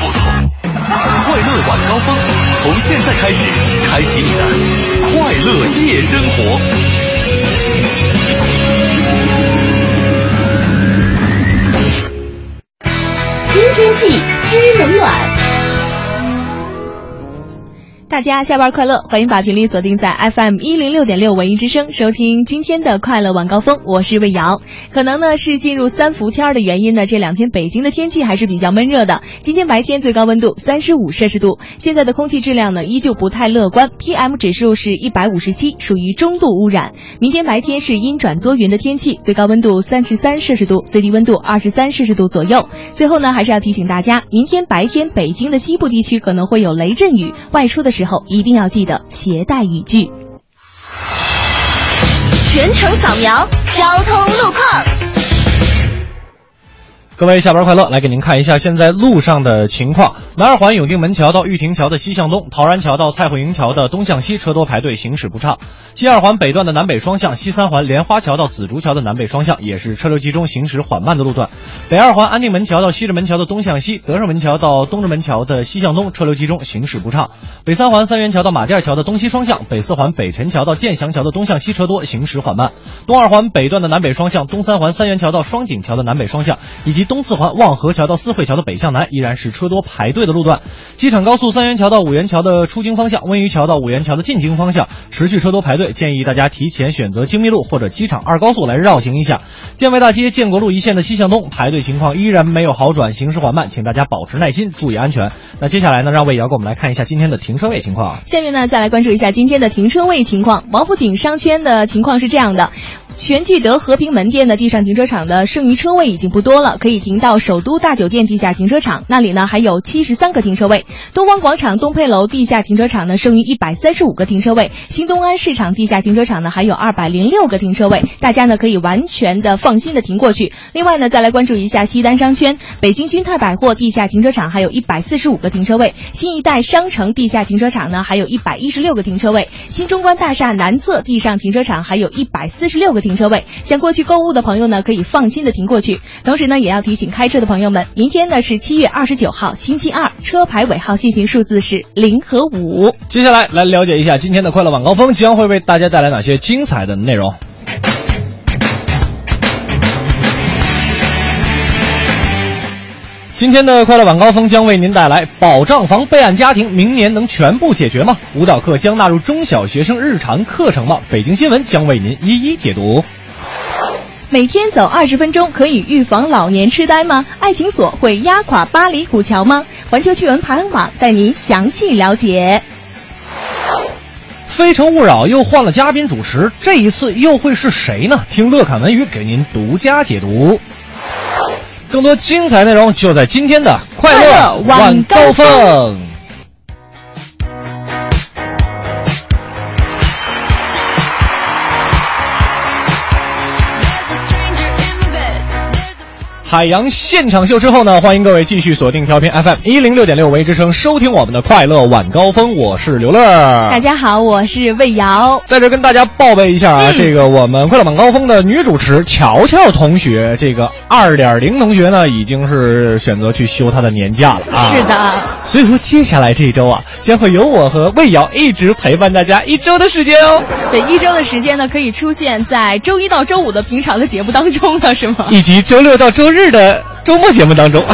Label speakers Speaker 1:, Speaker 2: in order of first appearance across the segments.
Speaker 1: 不同。快乐晚高峰，从现在开始，开启你的快乐夜生活。
Speaker 2: 听天气知冷暖。大家下班快乐！欢迎把频率锁定在 FM 一零六点六文艺之声，收听今天的快乐晚高峰，我是魏瑶。可能呢是进入三伏天儿的原因呢，这两天北京的天气还是比较闷热的。今天白天最高温度三十五摄氏度，现在的空气质量呢依旧不太乐观，PM 指数是一百五十七，属于中度污染。明天白天是阴转多云的天气，最高温度三十三摄氏度，最低温度二十三摄氏度左右。最后呢，还是要提醒大家，明天白天北京的西部地区可能会有雷阵雨，外出的时候一定要记得携带雨具。
Speaker 3: 全程扫描交通路况。
Speaker 4: 各位下班快乐！来给您看一下现在路上的情况。南二环永定门桥到玉亭桥的西向东，陶然桥到蔡慧营桥的东向西，车多排队，行驶不畅。西二环北段的南北双向，西三环莲花桥到紫竹桥的南北双向也是车流集中，行驶缓慢的路段。北二环安定门桥到西直门桥的东向西，德胜门桥到东直门桥的西向东，车流集中，行驶不畅。北三环三元桥到马甸桥的东西双向，北四环北辰桥到建祥桥的东向西车多，行驶缓慢。东二环北段的南北双向，东三环三元桥到双井桥的南北双向，以及东四环望河桥到四惠桥的北向南，依然是车多排队的路段。机场高速三元桥到五元桥的出京方向，温榆桥到五元桥的进京方向，持续车多排队，建议大家提前选择京密路或者机场二高速来绕行一下。建外大街建国路一线的西向东排队情况依然没有好转，行驶缓慢，请大家保持耐心，注意安全。那接下来呢，让魏瑶给我们来看一下今天的停车位情况。
Speaker 2: 下面呢，再来关注一下今天的停车位情况。王府井商圈的情况是这样的。全聚德和平门店的地上停车场的剩余车位已经不多了，可以停到首都大酒店地下停车场，那里呢还有七十三个停车位。东方广场东配楼地下停车场呢剩余一百三十五个停车位，新东安市场地下停车场呢还有二百零六个停车位，大家呢可以完全的放心的停过去。另外呢，再来关注一下西单商圈，北京君泰百货地下停车场还有一百四十五个停车位，新一代商城地下停车场呢还有一百一十六个停车位，新中关大厦南侧地上停车场还有一百四十六个。停车位，想过去购物的朋友呢，可以放心的停过去。同时呢，也要提醒开车的朋友们，明天呢是七月二十九号星期二，车牌尾号限行数字是零和五。
Speaker 4: 接下来来了解一下今天的快乐晚高峰将会为大家带来哪些精彩的内容。今天的快乐晚高峰将为您带来：保障房备案家庭明年能全部解决吗？舞蹈课将纳入中小学生日常课程吗？北京新闻将为您一一解读。
Speaker 2: 每天走二十分钟可以预防老年痴呆吗？爱情锁会压垮巴黎古桥吗？环球趣闻排行榜带您详细了解。
Speaker 4: 《非诚勿扰》又换了嘉宾主持，这一次又会是谁呢？听乐侃文娱给您独家解读。更多精彩内容就在今天的快乐晚高
Speaker 2: 快乐晚
Speaker 4: 峰。海洋现场秀之后呢，欢迎各位继续锁定调频 FM 一零六点六为之声，收听我们的快乐晚高峰。我是刘乐，
Speaker 2: 大家好，我是魏瑶。
Speaker 4: 在这跟大家报备一下
Speaker 2: 嗯
Speaker 4: 啊，这个我们快乐晚高峰的女主持乔乔同学，这个二点零同学呢，已经是选择去休她的年假了啊。
Speaker 2: 是的，
Speaker 4: 所以说接下来这一周啊，将会由我和魏瑶一直陪伴大家一周的时间哦，
Speaker 2: 对，一周的时间呢，可以出现在周一到周五的平常的节目当中了，是吗？
Speaker 4: 以及周六到周日的周末节目当中。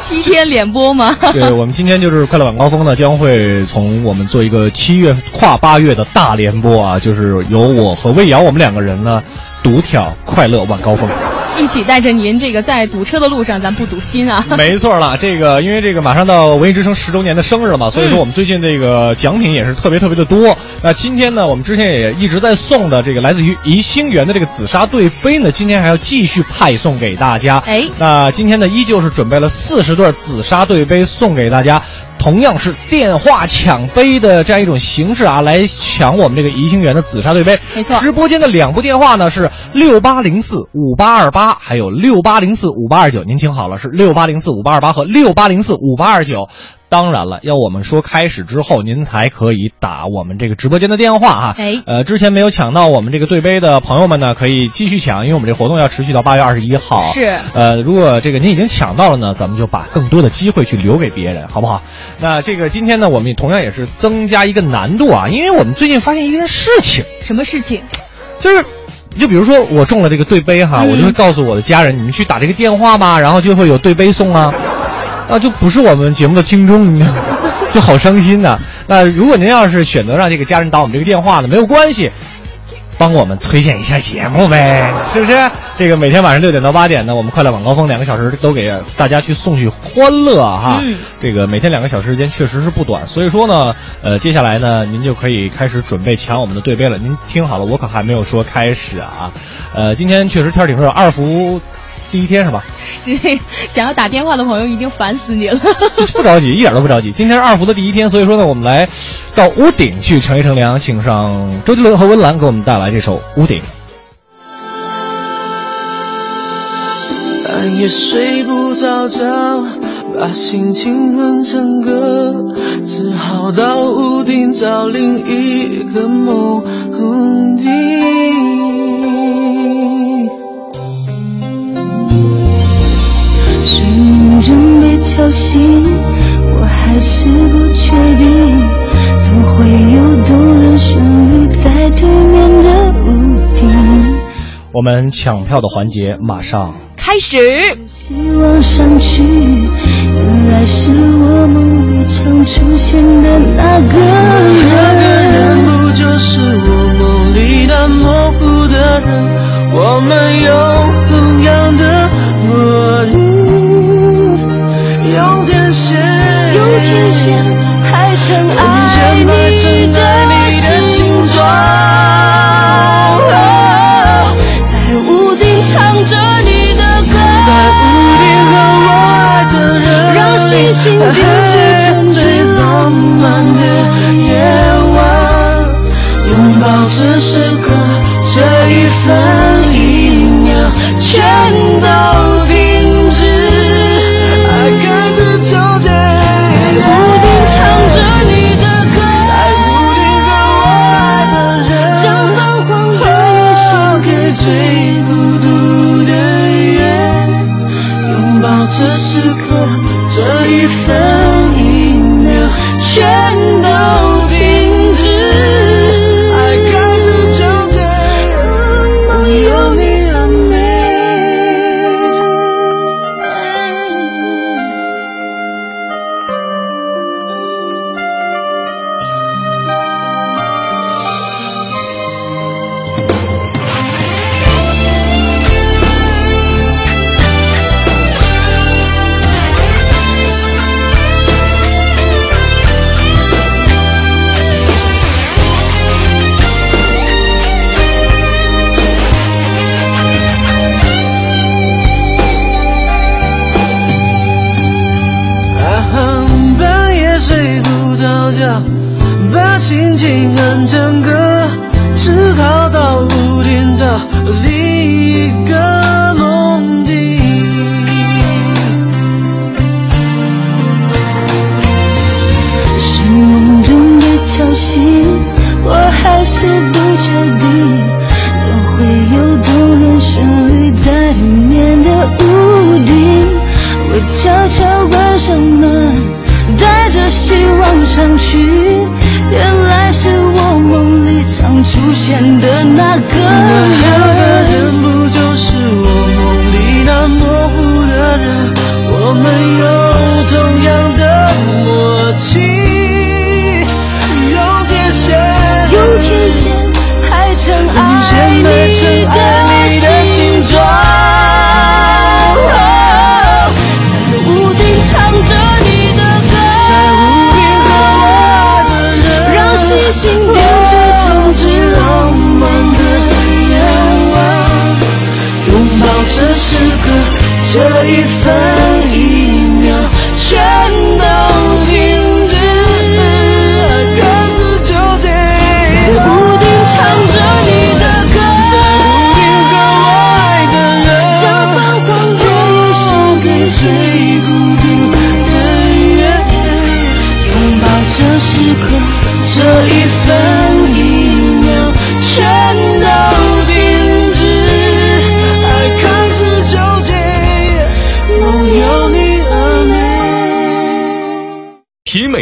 Speaker 2: 七天连播吗？
Speaker 4: 对我们今天就是快乐晚高峰呢，将会从我们做一个七月跨八月的大联播啊，就是由我和魏瑶我们两个人呢独挑快乐晚高峰。
Speaker 2: 一起带着您这个在堵车的路上，咱不堵心啊。
Speaker 4: 没错了，这个因为这个马上到文艺之声十周年的生日了嘛，所以说我们最近这个奖品也是特别特别的多。那今天呢，我们之前也一直在送的这个来自于宜兴园的这个紫砂对杯呢，今天还要继续派送给大家。
Speaker 2: 哎
Speaker 4: 那今天呢，依旧是准备了四十对紫砂对杯送给大家。同样是电话抢杯的这样一种形式啊，来抢我们这个宜兴园的紫砂对杯。
Speaker 2: 没错
Speaker 4: 直播间的两部电话呢是六八零四五八二八，还有六八零四五八二九。您听好了，是六八零四五八二八和六八零四五八二九。当然了，要我们说开始之后，您才可以打我们这个直播间的电话啊。
Speaker 2: 哎
Speaker 4: 呃，之前没有抢到我们这个对杯的朋友们呢，可以继续抢，因为我们这活动要持续到八月二十一号。
Speaker 2: 是
Speaker 4: 呃，如果这个您已经抢到了呢，咱们就把更多的机会去留给别人，好不好？那这个今天呢，我们也同样也是增加一个难度啊，因为我们最近发现一件事情，
Speaker 2: 什么事情？
Speaker 4: 就是。就比如说我中了这个对杯哈，
Speaker 2: 嗯
Speaker 4: 我就会告诉我的家人，你们去打这个电话吧，然后就会有对杯送啊，啊就不是我们节目的听众，你知道吗 就好伤心呐、那如果您要是选择让这个家人打我们这个电话呢，没有关系，帮我们推荐一下节目呗，是不是？这个每天晚上六点到八点呢，我们快乐晚高峰两个小时都给大家去送去欢乐哈。
Speaker 2: 嗯
Speaker 4: 这个每天两个小时时间确实是不短，所以说呢，呃，接下来呢，您就可以开始准备抢我们的对杯了。您听好了，我可还没有说开始啊。呃，今天确实天儿挺热，二伏第一天是吧？
Speaker 2: 想要打电话的朋友一定烦死你了。
Speaker 4: 不着急，一点都不着急。今天是二伏的第一天，所以说呢，我们来到屋顶去乘一乘凉，请上周杰伦和温岚给我们带来这首《屋顶》。
Speaker 5: 半夜呃睡不着觉，把心情哼成歌，只好到屋顶找另一个梦境。
Speaker 6: 睡梦仍被敲醒，我还是不确定，总会有动人旋律在对面的屋顶。
Speaker 4: 我们抢票的环节马上。
Speaker 2: 开始，
Speaker 6: 希望上去，原来是我梦里常出现的那个
Speaker 5: 那个人
Speaker 6: 人。
Speaker 5: 不就是我梦里那模糊的人？我们有同样的默契，有天线，
Speaker 6: 有天线，还曾爱你的心中，在屋顶唱着你的歌，
Speaker 5: 在屋顶和我爱的人，
Speaker 6: 让星星点缀成
Speaker 5: 最
Speaker 6: 最
Speaker 5: 浪
Speaker 6: 浪
Speaker 5: 漫
Speaker 6: 漫
Speaker 5: 的
Speaker 6: 的
Speaker 5: 夜
Speaker 6: 夜
Speaker 5: 晚，拥抱这时刻，这一分一秒全都停止，爱开始纠结。
Speaker 6: 屋顶唱着你的歌，
Speaker 5: 在屋顶和我爱的人，
Speaker 6: 将泛黄的夜
Speaker 5: 献给最孤独的人，拥抱这时刻，这一分一秒全都停止。爱开始纠结，没有你的美。啊哼，半夜睡不着觉，把心情哼成歌，只好到屋顶找另一个梦境。
Speaker 6: 是梦中的敲醒，我还是不确定，总会有动人旋律在对面的屋顶。我悄悄关上门，带着希望上去，原来是我梦里常出现的那个
Speaker 5: 那个
Speaker 6: 人。
Speaker 5: 人不就是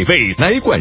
Speaker 7: 味来管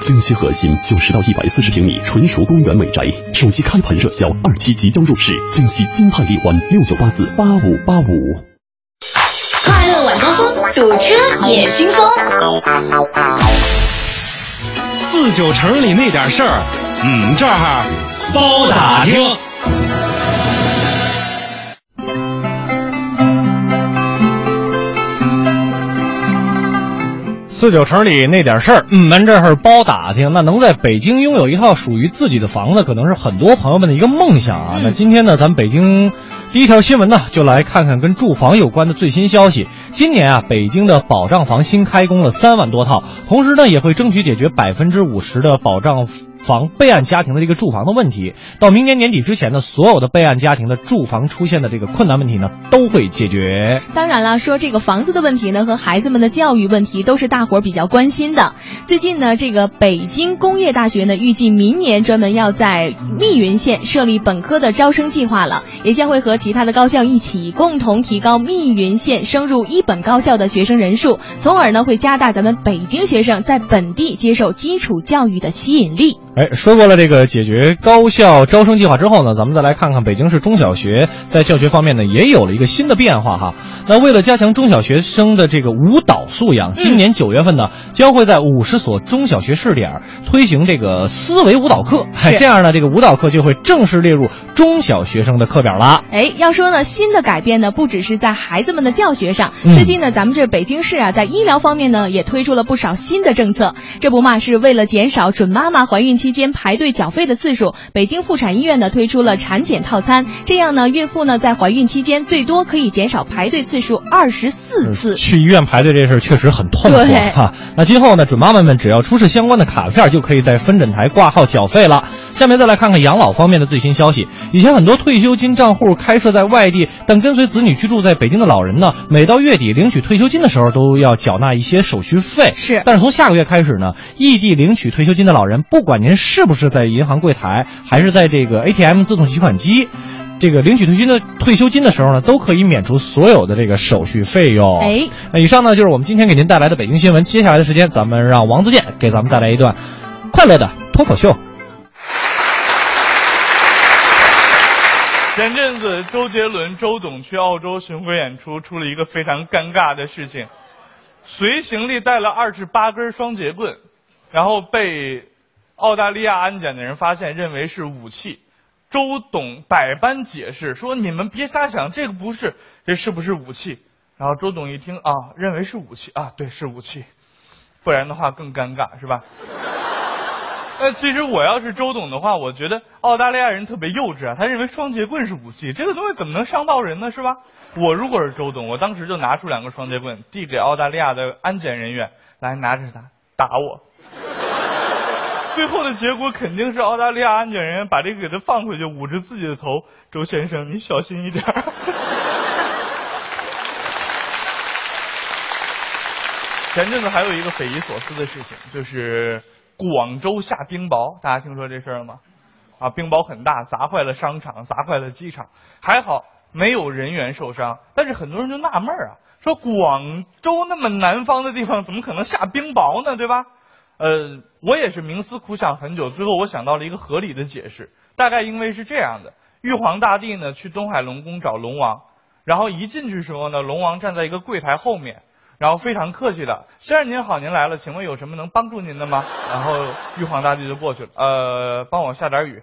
Speaker 7: 京西核心九十到一百四十平米纯属公园美宅，首期开盘热销，二期即将入市。京西金泰丽湾六九八四八五八五。
Speaker 5: 快乐晚高峰，堵车也轻松。
Speaker 8: 四九城里那点事儿，嗯，这儿包打听。
Speaker 4: 四九城里那点事儿，嗯，咱这儿包打听。那能在北京拥有一套属于自己的房子，可能是很多朋友们的一个梦想啊。那今天呢，咱们北京第一条新闻呢，就来看看跟住房有关的最新消息。今年啊，北京的保障房新开工了三万多套，同时呢，也会争取解决百分之五十的保障房备案家庭的这个住房的问题。到明年年底之前呢，所有的备案家庭的住房出现的这个困难问题呢，都会解决。
Speaker 2: 当然了，说这个房子的问题呢，和孩子们的教育问题都是大伙儿比较关心的。最近呢，这个北京工业大学呢，预计明年专门要在密云县设立本科的招生计划了，也将会和其他的高校一起共同提高密云县升入一本高校的学生人数，从而呢，会加大咱们北京学生在本地接受基础教育的吸引力。
Speaker 4: 哎，说过了这个解决高校招生计划之后呢，咱们再来看看北京市中小学在教学方面呢也有了一个新的变化哈。那为了加强中小学生的这个舞蹈素养，今年九月份呢将会在五十所中小学试点儿推行这个思维舞蹈课，哎，
Speaker 2: 是
Speaker 4: 这样呢这个舞蹈课就会正式列入中小学生的课表啦。
Speaker 2: 哎，要说呢，新的改变呢，不只是在孩子们的教学上。
Speaker 4: 嗯
Speaker 2: 最近呢，咱们这北京市啊，在医疗方面呢，也推出了不少新的政策。这不嘛，是为了减少准妈妈怀孕期间排队缴费的次数，北京妇产医院呢推出了产检套餐，这样呢，孕妇呢在怀孕期间最多可以减少排队次数二十四次。
Speaker 4: 去医院排队这事儿确实很痛苦
Speaker 2: 对
Speaker 4: 哈、那今后呢，准妈妈们只要出示相关的卡片，就可以在分诊台挂号缴费了。下面再来看看养老方面的最新消息。以前很多退休金账户开设在外地，但跟随子女居住在北京的老人呢，每到月底领取退休金的时候，都要缴纳一些手续费。
Speaker 2: 是
Speaker 4: 但是从下个月开始呢，异地领取退休金的老人，不管您是不是在银行柜台，还是在这个 ATM 自动取款机。这个领取退休金的退休金的时候呢，都可以免除所有的这个手续费用。
Speaker 2: 哎，
Speaker 4: 那以上呢就是我们今天给您带来的北京新闻。接下来的时间，咱们让王自健给咱们带来一段快乐的脱口秀。
Speaker 9: 前阵子，周杰伦周董去澳洲巡回演出，出了一个非常尴尬的事情，随行李带了二十八根双节棍，然后被澳大利亚安检的人发现，认为是武器。周董百般解释说：“你们别瞎想，这个不是，这是不是武器？”然后周董一听啊，认为是武器啊，对，是武器，不然的话更尴尬，是吧？那呃其实我要是周董的话，我觉得澳大利亚人特别幼稚啊，他认为双节棍是武器，这个东西怎么能伤到人呢？是吧？我如果是周董，我当时就拿出两个双节棍，递给澳大利亚的安检人员，来拿着它打我。 最后的结果肯定是澳大利亚安检人员把这个给他放回去，捂着自己的头。周先生，你小心一点儿。前阵子还有一个匪夷所思的事情，就是广州下冰雹，大家听说这事儿了吗？啊，冰雹很大，砸坏了商场，砸坏了机场，还好没有人员受伤。但是很多人就纳闷儿啊，说广州那么南方的地方，怎么可能下冰雹呢？对吧？呃，我也是冥思苦想很久，最后我想到了一个合理的解释，大概因为是这样的，玉皇大帝呢去东海龙宫找龙王，然后一进去时候呢，龙王站在一个柜台后面，然后非常客气的，先生您好，您来了，请问有什么能帮助您的吗？然后玉皇大帝就过去了，呃，帮我下点雨。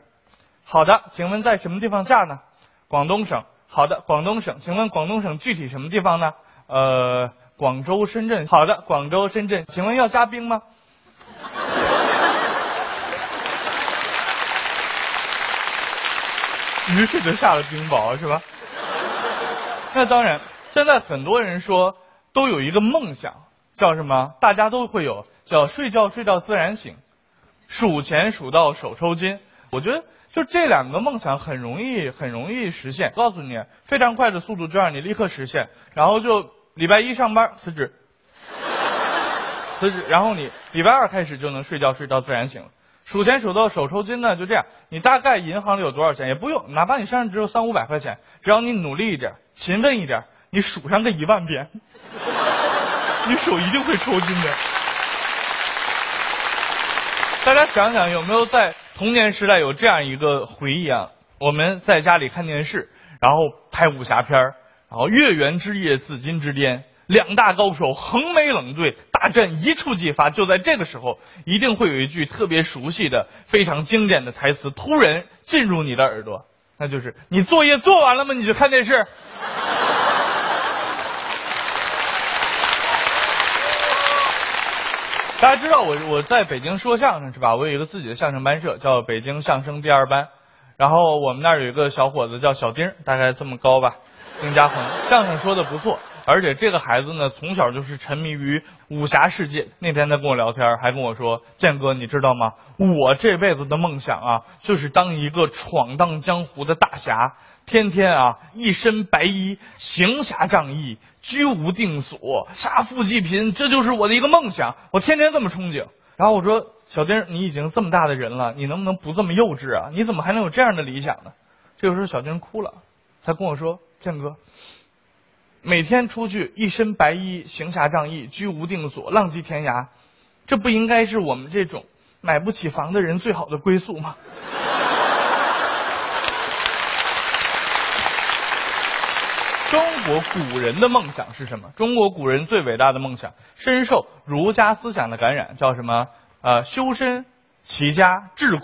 Speaker 9: 好的，请问在什么地方下呢？广东省。好的，广东省，请问广东省具体什么地方呢？呃，广州、深圳。好的，广州、深圳，请问要加冰吗？于是就下了冰雹，是吧？ 那当然，现在很多人说都有一个梦想，叫什么？大家都会有，叫睡觉睡到自然醒，数钱数到手抽筋。我觉得就这两个梦想很容易，很容易实现。告诉你，非常快的速度，就让你立刻实现。然后就礼拜一上班辞职， 辞职，然后你礼拜二开始就能睡觉睡到自然醒了。数钱数到手抽筋呢，就这样。你大概银行里有多少钱也不用，哪怕你身上只有三五百块钱，只要你努力一点，勤奋一点，你数上个一万遍， 你手一定会抽筋的。大家想想，有没有在童年时代有这样一个回忆啊？我们在家里看电视，然后拍武侠片儿然后月圆之夜，紫金之巅，两大高手横眉冷对，大战一触即发。就在这个时候，一定会有一句特别熟悉的、非常经典的台词突然进入你的耳朵，那就是：“你作业做完了吗？你去看电视。”大家知道我我在北京说相声是吧？我有一个自己的相声班社，叫北京相声第二班。然后我们那儿有一个小伙子叫小丁，大概这么高吧，丁家恒，相声说的不错。而且这个孩子呢，从小就是沉迷于武侠世界。那天他跟我聊天，还跟我说：“建哥，你知道吗？我这辈子的梦想啊，就是当一个闯荡江湖的大侠，天天啊一身白衣，行侠仗义，居无定所，杀富济贫，这就是我的一个梦想。我天天这么憧憬。”然后我说：“小丁，你已经这么大的人了，你能不能不这么幼稚啊？你怎么还能有这样的理想呢？”这个时候，小丁哭了，他跟我说：“建哥。”每天出去一身白衣，行侠仗义，居无定所，浪迹天涯，这不应该是我们这种买不起房的人最好的归宿吗？中国古人的梦想是什么？中国古人最伟大的梦想，深受儒家思想的感染，叫什么？呃，修身、齐家、治国、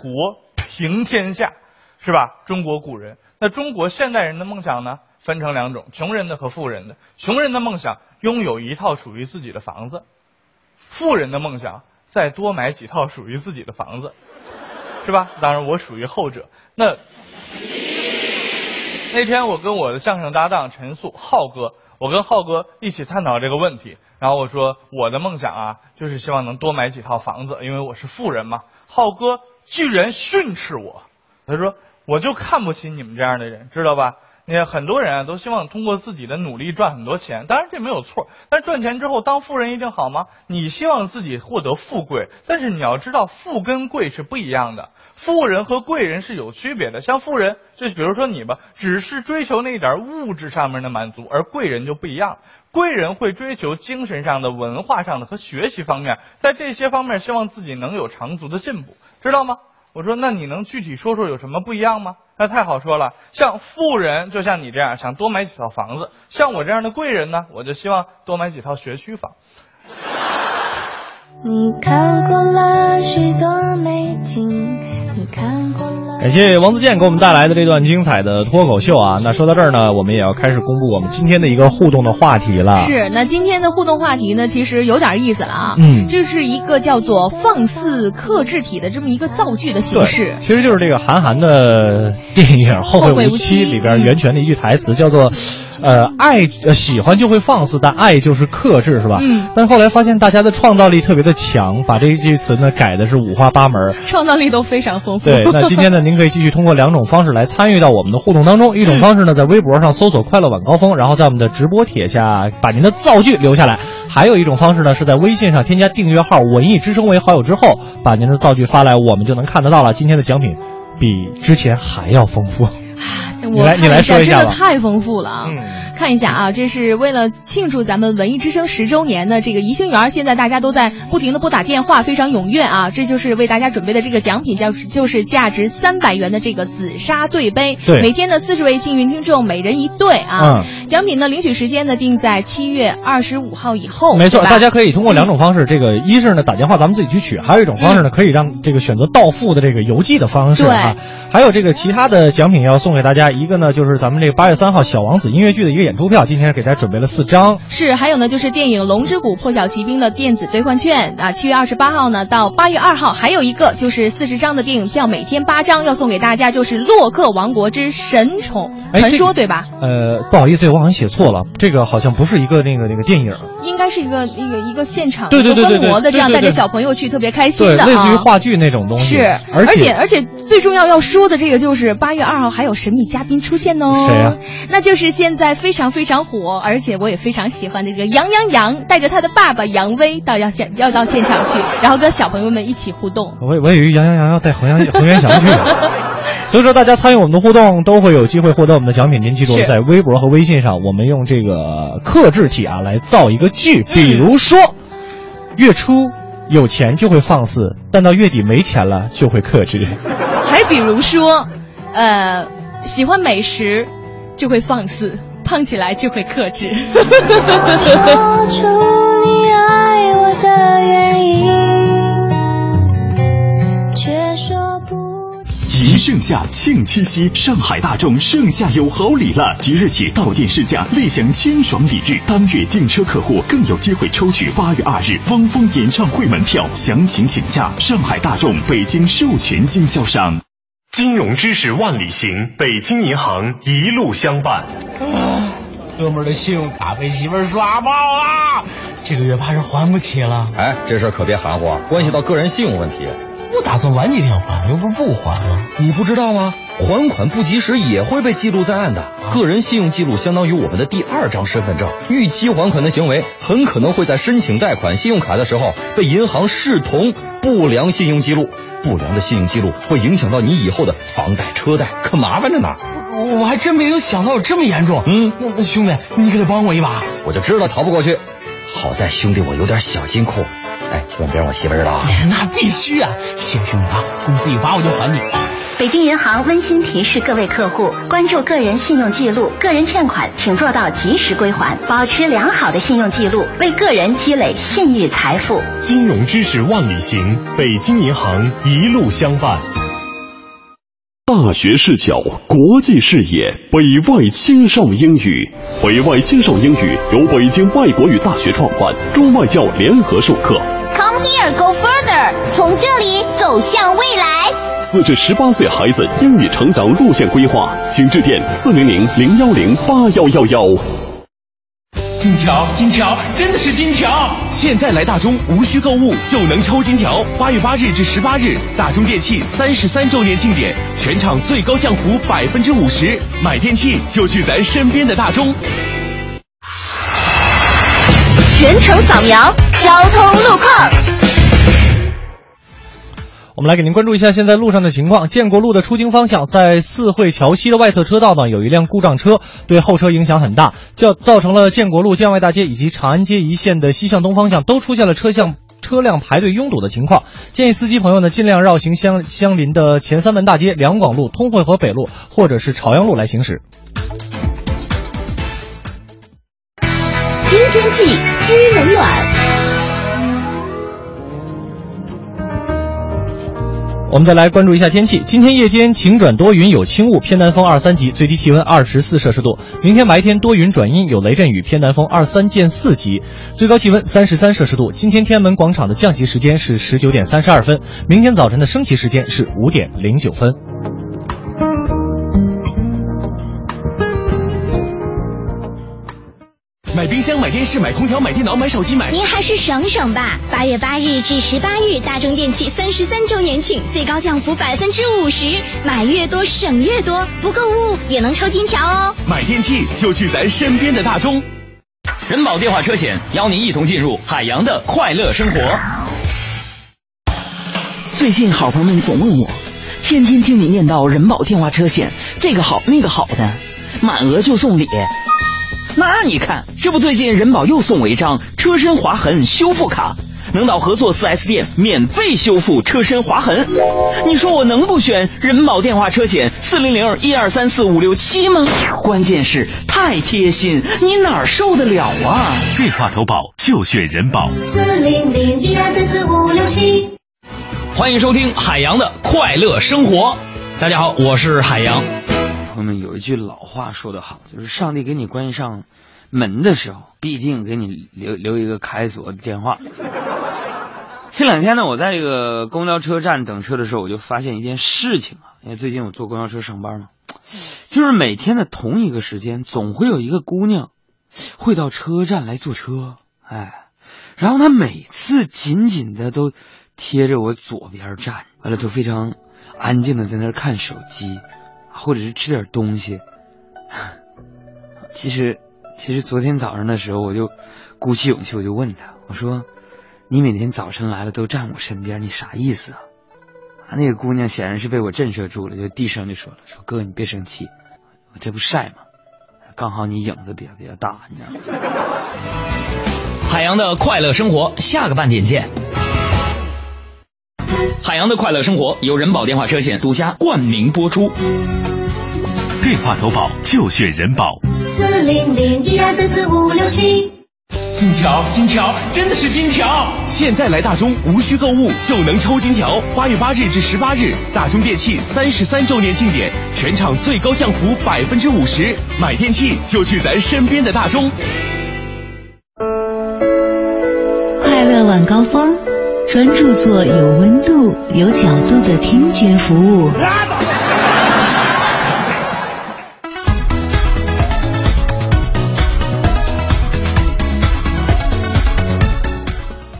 Speaker 9: 平天下，是吧？中国古人。那中国现代人的梦想呢？分成两种，穷人的和富人的。穷人的梦想拥有一套属于自己的房子，富人的梦想再多买几套属于自己的房子，是吧？当然我属于后者。那那天我跟我的相声搭档陈素浩哥，我跟浩哥一起探讨这个问题，然后我说我的梦想啊，就是希望能多买几套房子，因为我是富人嘛。浩哥居然训斥我，他说我就看不起你们这样的人，知道吧？你看，很多人啊都希望通过自己的努力赚很多钱，当然这没有错。但是赚钱之后当富人一定好吗？你希望自己获得富贵，但是你要知道富跟贵是不一样的，富人和贵人是有区别的。像富人，就比如说你吧，只是追求那点物质上面的满足，而贵人就不一样。贵人会追求精神上的、文化上的和学习方面，在这些方面希望自己能有长足的进步，知道吗？我说，那你能具体说说有什么不一样吗？那太好说了，像富人就像你这样想多买几套房子，像我这样的贵人呢，我就希望多买几套学区房。
Speaker 10: 你看过了许多美景，你看过了。
Speaker 4: 感哎谢王自健给我们带来的这段精彩的脱口秀啊！那说到这儿呢，我们也要开始公布我们今天的一个互动的话题了。
Speaker 2: 是，那今天的互动话题呢，其实有点意思了啊。
Speaker 4: 嗯
Speaker 2: 这是一个叫做“放肆克制体”的这么一个造句的形
Speaker 4: 对，
Speaker 2: 式。
Speaker 4: 其实就是这个韩寒的电影《后
Speaker 2: 后
Speaker 4: 会
Speaker 2: 会
Speaker 4: 无
Speaker 2: 无
Speaker 4: 期
Speaker 2: 期》
Speaker 4: 里边袁泉的一句台词叫做。呃，爱呃喜欢就会放肆，但爱就是克制，是吧？
Speaker 2: 嗯。
Speaker 4: 但是后来发现大家的创造力特别的强，把这一句词呢改的是五花八门儿。
Speaker 2: 创造力都非常丰富。
Speaker 4: 对，那今天呢，您可以继续通过两种方式来参与到我们的互动当中。一种方式呢，在微博上搜索“快乐晚高峰”，然后在我们的直播帖下把您的造句留下来；还有一种方式呢，是在微信上添加订阅号“文艺之声”为好友之后，把您的造句发来，我们就能看得到了。今天的奖品比之前还要丰富。
Speaker 2: 我
Speaker 4: 来你来说
Speaker 2: 看
Speaker 4: 一
Speaker 2: 一
Speaker 4: 下
Speaker 2: 真的
Speaker 4: 吧嗯
Speaker 2: 太丰富了啊！看一下啊，这是为了庆祝咱们文艺之声十周年的这个宜兴园，现在大家都在不停的拨打电话，非常踊跃啊！这就是为大家准备的这个奖品，叫就是价值三百元的这个紫砂对杯，
Speaker 11: 对
Speaker 2: 每天的四十位幸运听众每人一对啊。
Speaker 4: 嗯
Speaker 2: 奖品呢，领取时间呢定在七月二十五号以后，嗯
Speaker 4: 没错，
Speaker 2: 对吧
Speaker 4: 大家可以通过两种方式，这个一是呢打电话咱们自己去取，还有一种方式呢可以让这个选择到付的这个邮寄的方式啊
Speaker 2: 嗯对。
Speaker 4: 还有这个其他的奖品要送给大家，一个呢就是咱们这个八月三号小王子音乐剧的一个演出票，今天给大家准备了四张。
Speaker 2: 是，还有呢，就是电影《龙之谷：破晓奇兵》的电子兑换券啊，七月二十八号呢到八月二号，还有一个就是四十张的电影票，每天八张，要送给大家，就是《洛克王国之神宠
Speaker 4: 哎
Speaker 2: 传说》，
Speaker 4: 这
Speaker 2: 对吧？
Speaker 4: 呃，不好意思，我好像写错了，这个好像不是一个那个那个电影，
Speaker 2: 应该是一个一个一个现场
Speaker 4: 对对对对
Speaker 2: 一个观摩的，
Speaker 4: 对对
Speaker 2: 这样
Speaker 4: 对
Speaker 2: 带着
Speaker 4: 对
Speaker 2: 小朋友去，特别开心
Speaker 4: 对，
Speaker 2: 的啊。
Speaker 4: 类似于话剧那种东西。
Speaker 2: 是，
Speaker 4: 而
Speaker 2: 且而且最重要要说的这个就是八月二号还有神秘嘉宾出现哦。
Speaker 4: 谁啊
Speaker 2: 那就是现在非常非常火，而且我也非常喜欢的这个杨洋洋，带着他的爸爸杨威到要现要到现场去，然后跟小朋友们一起互动。
Speaker 4: 我我以为杨洋洋要带恒阳恒源祥去呢。 所以说，大家参与我们的互动都会有机会获得我们的奖品。您记住，
Speaker 2: 是
Speaker 4: 在微博和微信上，我们用这个克制体啊来造一个句，
Speaker 2: 嗯
Speaker 4: 比如说，月初有钱就会放肆，但到月底没钱了就会克制。
Speaker 2: 还比如说，呃，喜欢美食就会放肆，胖起来就会 克制。
Speaker 5: 说出你爱我的原因，却说不。
Speaker 7: 一盛夏庆七夕，上海大众盛夏有好礼了！即日起到店试驾，立享清爽礼遇。当月订车客户更有机会抽取八月二日汪峰演唱会门票，详情请洽上海大众北京授权经销商。
Speaker 12: 金融知识万里行，北京银行一路相伴。
Speaker 13: 哥们儿的信用卡被媳妇儿刷爆了，这个月怕是还不起了。
Speaker 3: 哎，这事儿可别含糊，啊，关系到个人信用问题。
Speaker 13: 我打算晚几天还，又不是不还了。
Speaker 3: 你不知道吗？还款不及时也会被记录在案的。
Speaker 13: 啊
Speaker 3: 个人信用记录相当于我们的第二张身份证，逾期还款的行为很可能会在申请贷款、信用卡的时候被银行视同不良信用记录。不良的信用记录会影响到你以后的房贷、车贷，可麻烦着呢。
Speaker 13: 我我还真没有想到有这么严重。嗯，那那兄弟，你可得帮我一 把。
Speaker 3: 我就知道逃不过去。好在兄弟我有点小金库，哎，千万别让我媳妇儿知道啊。
Speaker 13: 哎那必须啊！行，兄弟啊，工资一发我就还你。
Speaker 10: 北京银行温馨提示各位客户，关注个人信用记录，个人欠款请做到及时归还，保持良好的信用记录，为个人积累信誉财富。
Speaker 12: 金融知识万里行，北京银行一路相伴。
Speaker 7: 大学视角，国际视野，北外青少英语。北外青少英语由北京外国语大学创办，中外教联合授课。
Speaker 14: Come here, go further，从这里走向未来。
Speaker 7: 四至十八岁孩子英语成长路线规划，请致电四零零零幺零八幺幺幺。
Speaker 8: 金条，金条，真的是金条！现在来大中，无需购物就能抽金条。八月八日至十八日，大中电器三十三周年庆典，全场最高降幅百分之五十，买电器就去咱身边的大中。
Speaker 10: 全程扫描交通路况。
Speaker 4: 我们来给您关注一下现在路上的情况。建国路的出京方向，在四惠桥西的外侧车道呢，有一辆故障车，对后车影响很大，叫造成了建国路、建外大街以及长安街一线的西向东方向都出现了车向。车辆排队拥堵的情况，建议司机朋友呢尽量绕行相相邻的前三门大街、两广路、通惠河北路或者是朝阳路来行驶。
Speaker 10: 今天气知 冷暖。
Speaker 4: 我们再来关注一下天气。今天夜间晴转多云，有轻雾，偏南风二三级，最低气温二十四摄氏度。明天白天多云转阴，有雷阵雨，偏南风二三见四级，最高气温三十三摄氏度。今天天安门广场的降旗时间是十九点三十二分，明天早晨的升旗时间是五点零九分。
Speaker 8: 买冰箱、买电视、买空调、买电脑、买手机、买。
Speaker 15: 您还是省省吧。八月八日至十八日，大众电器三十三周年庆，最高降幅百分之五十，买越多省越多，不购物也能抽金条哦。
Speaker 8: 买电器就去咱身边的大中。人保电话车险邀您一同进入海洋的快乐生活。
Speaker 16: 最近好朋友们总问我，天天听你念叨人保电话车险，这个好那个好的，满额就送礼。那你看，这不最近人保又送我一张车身划痕修复卡，能到合作 4S 店免费修复车身划痕。你说我能不选人保电话车险四零零一二三四五六七吗？关键是太贴心，你哪儿受得了啊？
Speaker 17: 电话投保就选人保。
Speaker 18: 四零零一二三四五六七。
Speaker 16: 欢迎收听海洋的快乐生活。大家好，我是海洋。
Speaker 19: 朋友们，有一句老话说得好，就是上帝给你关上门的时候，必定给你留留一个开锁的电 话。这两天呢，我在这个公交车站等车的时候，我就发现一件事情啊，因为最近我坐公交车上班嘛，就是每天的同一个时间，总会有一个姑娘会到车站来坐车，哎，然后她每次紧紧的都贴着我左边站，完了都非常安静的在那儿看手机，或者是吃点东西。其实，其实昨天早上的时候，我就鼓起勇气，我就问她，我说：“你每天早晨来了都站我身边，你啥意思啊？”啊，那个姑娘显然是被我震慑住了，就低声就说了：“说哥，你别生气，我这不晒吗？刚好你影子比较比较大，你知道吗？”
Speaker 16: 海洋的快乐生活，下个半点见。海洋的快乐生活由人保电话车险独家冠名播出。
Speaker 17: 电话投保就选人保。
Speaker 18: 四零零一二三四五六七。
Speaker 8: 金条，金条，真的是金条！现在来大中，无需购物就能抽金条。八月八日至十八日，大中电器三十三周年庆典，全场最高降幅百分之五十，买电器就去咱身边的大中。
Speaker 11: 快乐晚高峰，专注做有温度、有角度的听觉服务。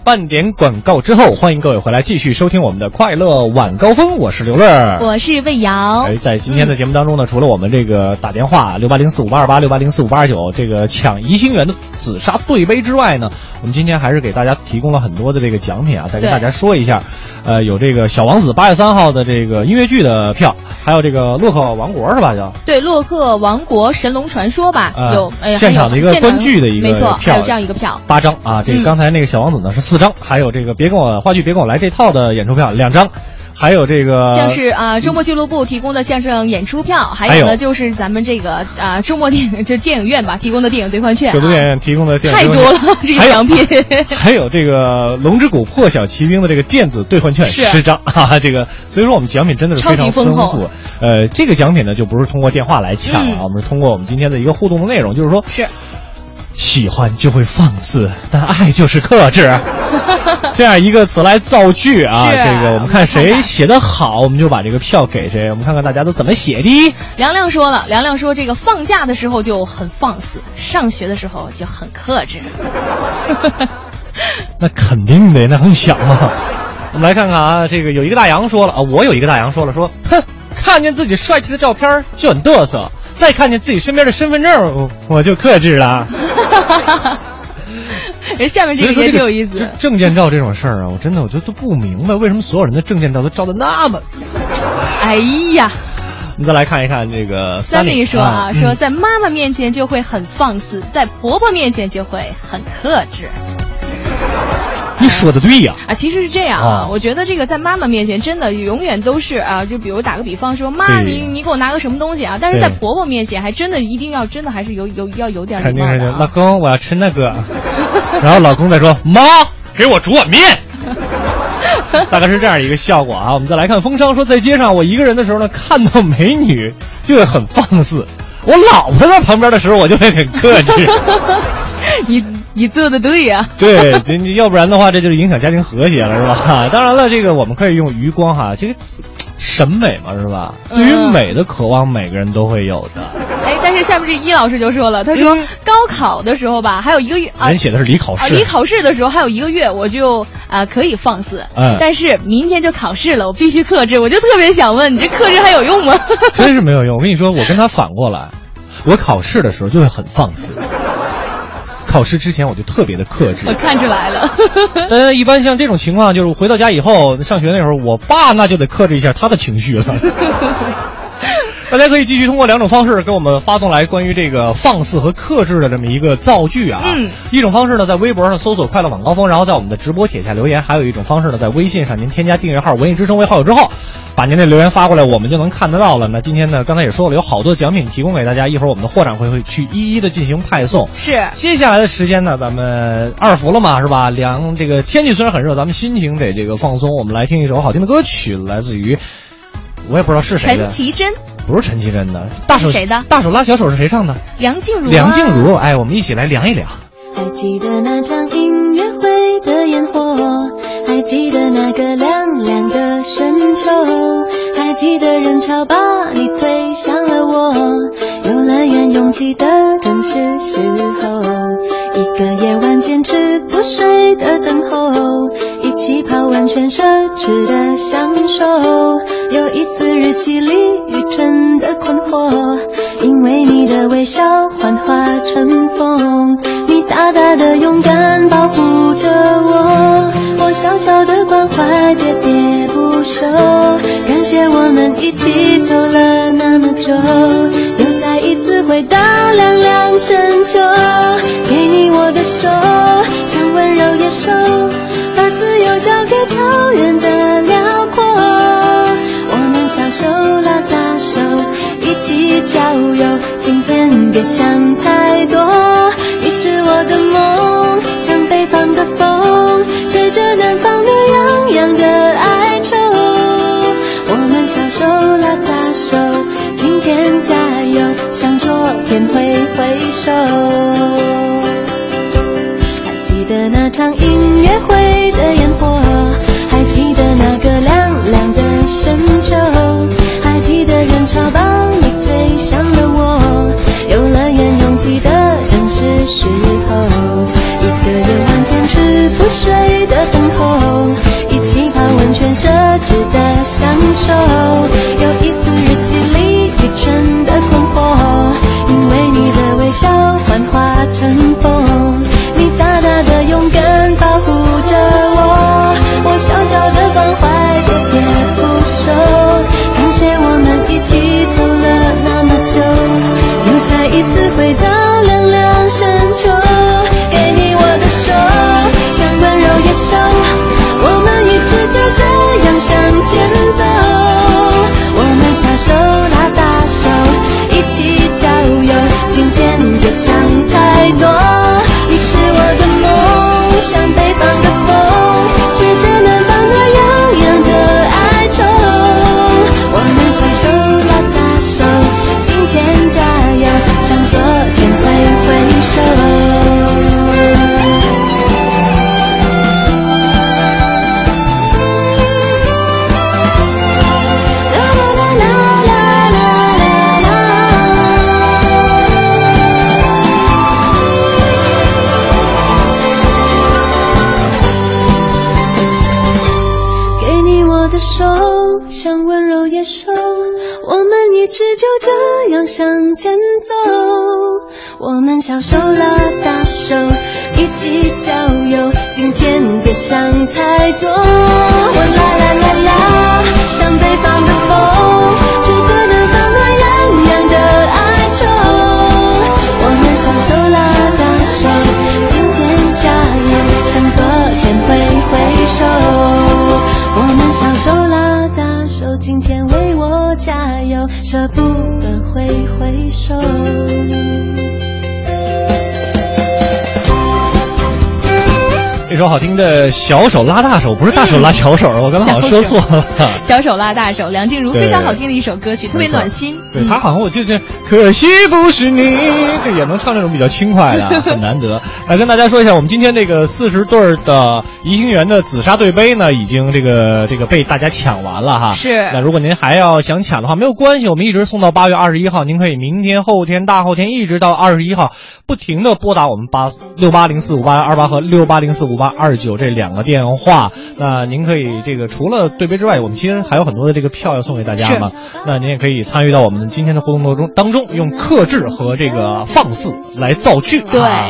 Speaker 4: 半点广告之后，欢迎各位回来继续收听我们的快乐晚高峰，我是刘乐，
Speaker 2: 我是魏瑶
Speaker 4: 哎，。在今天的节目当中呢，除了我们这个打电话六八零四五八二八六八零四五八二九这个抢宜兴园的紫砂对杯之外呢，我们今天还是给大家提供了很多的这个奖品啊，再跟
Speaker 2: 对
Speaker 4: 大家说一下，呃，有这个小王子八月三号的这个音乐剧的票，还有这个洛克王国是吧？叫
Speaker 2: 对《洛克王国：神龙传说》吧，
Speaker 4: 呃
Speaker 2: 有哎，
Speaker 4: 现场的一个
Speaker 2: 还有
Speaker 4: 观剧的一个
Speaker 2: 没错，
Speaker 4: 票
Speaker 2: 还有这样一个票。
Speaker 4: 八张啊，这个
Speaker 2: 嗯
Speaker 4: 刚才那个小王子呢是四张，还有这个别跟我话剧别跟我来这套的演出票两张，还有这个
Speaker 2: 像是啊、周末俱乐部提供的相声演出票，还
Speaker 4: 还
Speaker 2: 有
Speaker 4: 有
Speaker 2: 呢就是咱们这个啊、周末电影就电影院吧提供的电影兑换券、啊，
Speaker 4: 首都电影院提供的电
Speaker 2: 太
Speaker 4: 影
Speaker 2: 多了 这个奖品，
Speaker 4: 还有这个《龙之谷破晓奇兵》的这个电子兑换券
Speaker 2: 是啊
Speaker 4: 十张， 哈、哈，这个所以说我们奖品真的是非
Speaker 2: 超级
Speaker 4: 常
Speaker 2: 丰
Speaker 4: 丰
Speaker 2: 厚
Speaker 4: 富。呃，这个奖品呢就不是通过电话来抢了，
Speaker 2: 嗯
Speaker 4: 我们是通过我们今天的一个互动的内容，就是说
Speaker 2: 是
Speaker 4: 喜欢就会放肆，但爱就是克制。 这样一个词来造句啊，
Speaker 2: 是
Speaker 4: 这个我们看谁写的好，我们就把这个票给谁。我们看看大家都怎么写的。
Speaker 2: 凉凉说了，凉凉说这个放假的时候就很放肆，上学的时候就很克制。
Speaker 4: 那肯定的，那很小嘛。 我们来看看啊，这个有一个大洋说了啊，我有一个大洋说了，说，哼，看见自己帅气的照片儿就很嘚瑟，再看见自己身边的身份证儿，我我就克制了。
Speaker 2: 人下 面这个
Speaker 4: 所以
Speaker 2: 也
Speaker 4: 说
Speaker 2: 挺有意思
Speaker 4: 这，证件照这种事儿啊，我真的我就都不明白，为什么所有人的证件照都照的那么……
Speaker 2: 哎呀，
Speaker 4: 我们再来看一看这个
Speaker 2: 三
Speaker 4: 里
Speaker 2: 里说啊，
Speaker 4: 嗯
Speaker 2: 说在妈妈面前就会很放肆，在婆婆面前就会很克制。
Speaker 4: 你说的对呀、
Speaker 2: 啊，其实是这样啊
Speaker 4: 啊，
Speaker 2: 我觉得这个在妈妈面前真的永远都是啊，就比如打个比方说，妈，
Speaker 4: 对
Speaker 2: 你你给我拿个什么东西啊？但是在
Speaker 4: 对
Speaker 2: 婆婆面前，还真的一定要真的还是有有要有点
Speaker 4: 肯
Speaker 2: 礼
Speaker 4: 定
Speaker 2: 貌
Speaker 4: 是
Speaker 2: 的
Speaker 4: 的
Speaker 2: 啊。
Speaker 4: 老公，我要吃那 个。然后老公再说：“妈，给我煮碗面。” 大概是这样一个效果啊。我们再来看风商说，在街上我一个人的时候呢，看到美女就会很放肆；我老婆在旁边的时候，我就会很克 制。
Speaker 2: 你你做的对呀、
Speaker 4: 对，这你要不然的话，这就是影响家庭和谐了，是吧？当然了，这个我们可以用余光哈，这个审美嘛，是吧？
Speaker 2: 嗯
Speaker 4: 对于美的渴望，每个人都会有的。
Speaker 2: 哎，但是下面这一老师就说了，他说高考的时候吧，还有一个月啊，
Speaker 4: 人写的是离嗯哎考
Speaker 2: 啊，
Speaker 4: 试，
Speaker 2: 离考试的时候还有一个月，我就啊、可以放肆，
Speaker 4: 嗯
Speaker 2: 但是明天就考试了，我必须克制。我就特别想问，你这克制还有用吗？
Speaker 4: 真是没有用。我跟你说，我跟他反过来，我考试的时候就会很放肆，考试之前我就特别的克制
Speaker 2: 我。看出 来了，
Speaker 4: 但是一般像这种情况，就是回到家以后，上学那会儿，我爸那就得克制一下他的情绪了。 大家可以继续通过两种方式给我们发送来关于这个放肆和克制的这么一个造句啊。
Speaker 2: 嗯，
Speaker 4: 一种方式呢，在微博上搜索“快乐晚高峰”，然后在我们的直播帖下留言；还有一种方式呢，在微信上您添加订阅号“文艺之声”为好友之后，把您的留言发过来，我们就能看得到了。那今天呢，刚才也说了，有好多奖品提供给大家，一会儿我们的货展会会去一一的进行派送。
Speaker 2: 是
Speaker 4: 接下来的时间呢，咱们二伏了嘛，是吧？凉，这个天气虽然很热，咱们心情得这个放松。我们来听一首好听的歌曲，来自于我也不知道是谁的，
Speaker 2: 陈绮贞，
Speaker 4: 不是陈绮贞的，大手
Speaker 2: 是谁的
Speaker 4: 大手拉小手是谁唱的？
Speaker 2: 梁静茹、啊，
Speaker 4: 梁静茹，哎，我们一起来量一量。
Speaker 20: 还记得那场音乐会的烟火，还记得那个凉凉的深秋，还记得人潮把你推向了我，游乐园拥挤的正是时候，一个夜晚坚持不睡的等候，一起泡温泉奢侈的享受，有一次日记里愚蠢的困惑，因为你的微笑幻化成风，你大大的勇敢保护着我，我小小的关怀喋喋不休，感谢我们一起走了那么久，又再一次回到凉凉深秋，给你我的手，像温柔野兽，把自由交给草原的辽阔，我们小手拉大手，一起郊游，今天别想太多。你是我的梦，像北方的风，吹着南方的洋洋的哀愁。我们小手拉大手，今天加油，向昨天挥挥手。还记得那场音乐会的烟火，还记得那个凉凉的深秋，还记得人潮把你推向了我，游乐园拥挤的正是时候，一个夜晚坚持不睡的等候，一起泡温泉奢侈的享受，有一次日记里愚蠢的困惑，因为你的微笑幻化成风，你大大的勇敢保护着我，我小小的关怀喋喋不休，感谢我们一起走了那么久，又再一次回到凉凉深秋，给你我的手，像温柔野兽，我们一直就这样向前走，我们小手拉大手，一起郊游，今天别想太多，你是我的梦，像北方的风，吹着南方的洋洋的哀愁，我们小手拉大手，今天加油，向昨天挥挥手。给你我的手，像温柔野兽，我们一直就这样向前走。我们小手拉大手，一起郊游，今天别想太多。我啦啦啦啦，像北方的风，吹着南方的洋洋的哀愁。我们小手拉大手，今天加油，向昨天挥挥手。我们小手拉大手，今天为我加油，舍不得挥挥手。
Speaker 4: 一首好听的《小手拉大手》，不是大手拉小手，我刚才好像说错了。
Speaker 2: 小手拉大手，梁静茹
Speaker 4: 对
Speaker 2: 非常好听的一首歌曲，特别暖心。
Speaker 4: 对他好像我就这，可惜不是你，这也能唱这种比较轻快 的，很难得。来跟大家说一下，我们今天这个四十对儿的宜兴园的紫砂对杯呢，已经这个这个被大家抢完了哈。
Speaker 2: 是
Speaker 4: 那如果您还要想抢的话，没有关系，我们一直送到八月二十一号，您可以明天、后天、大后天一直到二十一号，不停的拨打我们八六八零四五八二八和六八零四五八二九这两个电话。那您可以这个除了对杯之外，我们今天还有很多的这个票要送给大家嘛。那您也可以参与到我 们今天的活动当中当中，用克制和这个放肆来造句。
Speaker 2: 对
Speaker 4: 啊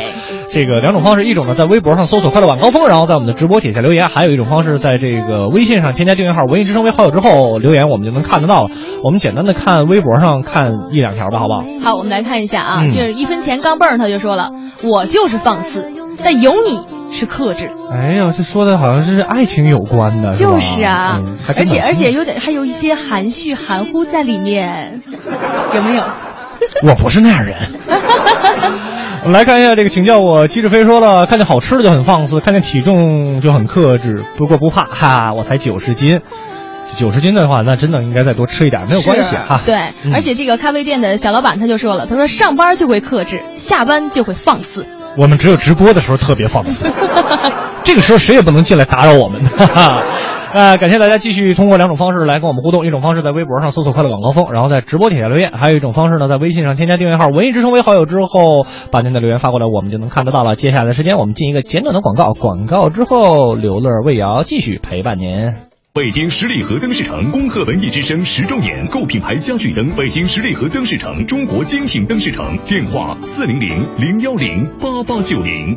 Speaker 4: 这个两种方式，一种呢在微博上搜索“快乐晚高峰”，然后在我们的直播底下留言；还有一种方式，在这个微信上添加订阅号“文艺之声”为好友之后留言，我们就能看得到了。我们简单的看微博上看一两条吧，好不好？
Speaker 2: 好，我们来看一下啊，
Speaker 4: 嗯
Speaker 2: 就是一分钱钢镚儿，他就说了，我就是放肆，但有你是克制。
Speaker 4: 哎呀，这说的好像是爱情有关的，吧
Speaker 2: 就是啊，
Speaker 4: 嗯还
Speaker 2: 而
Speaker 4: 跟
Speaker 2: 且
Speaker 4: 感
Speaker 2: 而且
Speaker 4: 情
Speaker 2: 有点还有一些含蓄含糊在里 面，有没有？
Speaker 4: 我不是那样人。我们来看一下这个，请叫我机智飞说了，看见好吃的就很放肆，看见体重就很克制，不过不怕，哈，我才九十斤。九十斤的话，那真的应该再多吃一点，没有关系
Speaker 2: 是啊
Speaker 4: 哈。
Speaker 2: 对，
Speaker 4: 嗯
Speaker 2: 而且这个咖啡店的小老板他就说了，他说上班就会克制，下班就会放肆。
Speaker 4: 我们只有直播的时候特别放 肆，这个时候谁也不能进来打扰我们。哈哈。 呃，感谢大家继续通过两种方式来跟我们互动，一种方式在微博上搜索“快乐晚高峰”，然后在直播底下留言；还有一种方式呢，在微信上添加订阅号“文艺之声”为好友之后，把您的留言发过来，我们就能看得到了。接下来的时间，我们进一个简短的广告，广告之后，刘乐、魏瑶继续陪伴您。
Speaker 21: 北京十里河灯饰城恭贺文艺之声十周年，购品牌家具灯。北京十里河灯饰城，中国精品灯饰城。电话：四零零零幺零八八九零。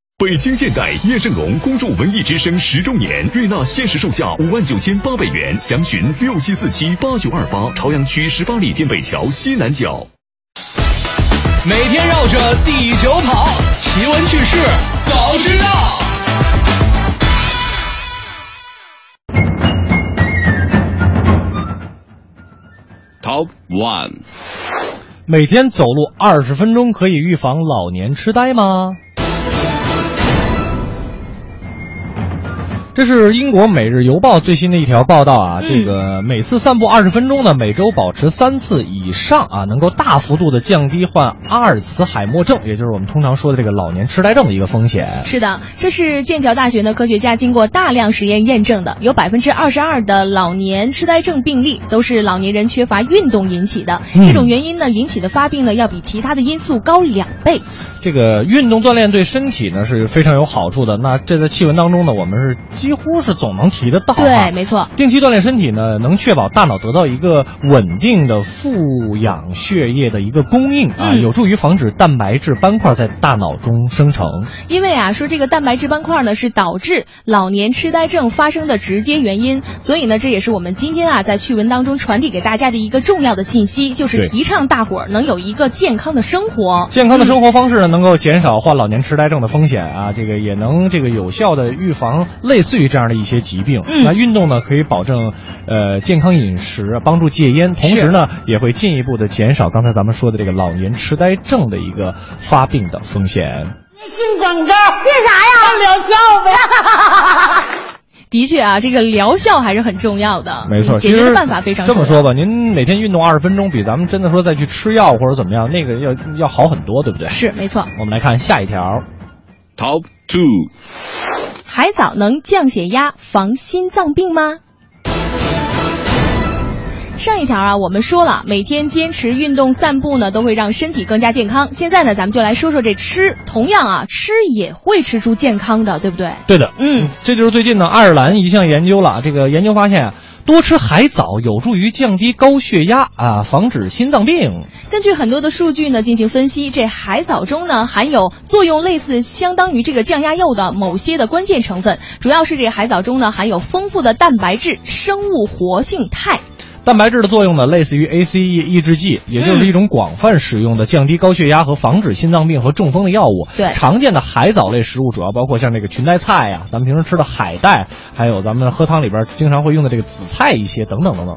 Speaker 21: 北京现代叶盛龙恭祝文艺之声十周年，悦纳限时售价五万九千八百元，详询六七四七八九二八，朝阳区十八里店北桥西南角。
Speaker 1: 每天绕着地球跑，奇闻趣事早知道。
Speaker 13: Top One，
Speaker 4: 每天走路二十分钟可以预防老年痴呆吗？这是英国《每日邮报》最新的一条报道啊，这个每次散步二十分钟呢，每周保持三次以上啊，能够大幅度的降低患阿尔茨海默症，也就是我们通常说的这个老年痴呆症的一个风险。
Speaker 2: 是的，这是剑桥大学的科学家经过大量实验验证的，有百分之二十二的老年痴呆症病例都是老年人缺乏运动引起的。
Speaker 4: 嗯
Speaker 2: 这种原因呢，引起的发病呢，要比其他的因素高两
Speaker 4: 啊
Speaker 2: 倍。
Speaker 4: 这个运动锻炼对身体呢是非常有好处的。那这在气温当中呢，我们是几乎是总能提得到、啊。
Speaker 2: 对，没错。
Speaker 4: 定期锻炼身体呢，能确保大脑得到一个稳定的富氧血液的一个供应啊，有助于防止蛋白质斑块在大脑中生成。
Speaker 2: 因为啊，说这个蛋白质斑块呢是导致老年痴呆症发生的直接原因，所以呢，这也是我们今天啊在趣闻当中传递给大家的一个重要的信息，就是
Speaker 4: 对
Speaker 2: 提倡大伙儿能有一个健康的生活。
Speaker 4: 健康的生活方式呢，能够减少患老年痴呆症的风险啊，这个也能这个有效的预防类似于这样的一些疾病。
Speaker 2: 嗯
Speaker 4: 那运动呢，可以保证呃健康饮食，帮助戒烟，同时呢，也会进一步的减少刚才咱们说的这个老年痴呆症的一个发病的风险。
Speaker 5: 信广告，信啥呀？看疗效呗。
Speaker 2: 的确啊，这个疗效还是很重要的，嗯
Speaker 4: 没错，
Speaker 2: 解
Speaker 4: 其
Speaker 2: 决的
Speaker 4: 实
Speaker 2: 办法非常
Speaker 4: 这么
Speaker 2: 重要
Speaker 4: 说吧，您每天运动二十分钟，比咱们真的说再去吃药或者怎么样，那个要要好很多，对不对？
Speaker 2: 是，没错。
Speaker 4: 我们来看下一条
Speaker 13: ，Top Two。
Speaker 2: 海藻能降血压、防心脏病吗？上一条啊，我们说了，每天坚持运动、散步呢，都会让身体更加健康。现在呢，咱们就来说说这吃，同样啊，吃也会吃出健康的，对不对？
Speaker 4: 对的，嗯，这就是最近呢，爱尔兰一项研究了，这个研究发现啊，多吃海藻有助于降低高血压啊，防止心脏病。
Speaker 2: 根据很多的数据呢进行分析，这海藻中呢含有作用类似相当于这个降压药的某些的关键成分，主要是这海藻中呢含有丰富的蛋白质、生物活性肽。
Speaker 4: 蛋白质的作用呢，类似于 ACE 抑制剂，也
Speaker 2: 嗯
Speaker 4: 就是一种广泛使用的降低高血压和防止心脏病和中风的药物。
Speaker 2: 对
Speaker 4: 常见的海藻类食物主要包括像这个裙带菜呀、咱们平时吃的海带，还有咱们喝汤里边经常会用的这个紫菜一些等等等等。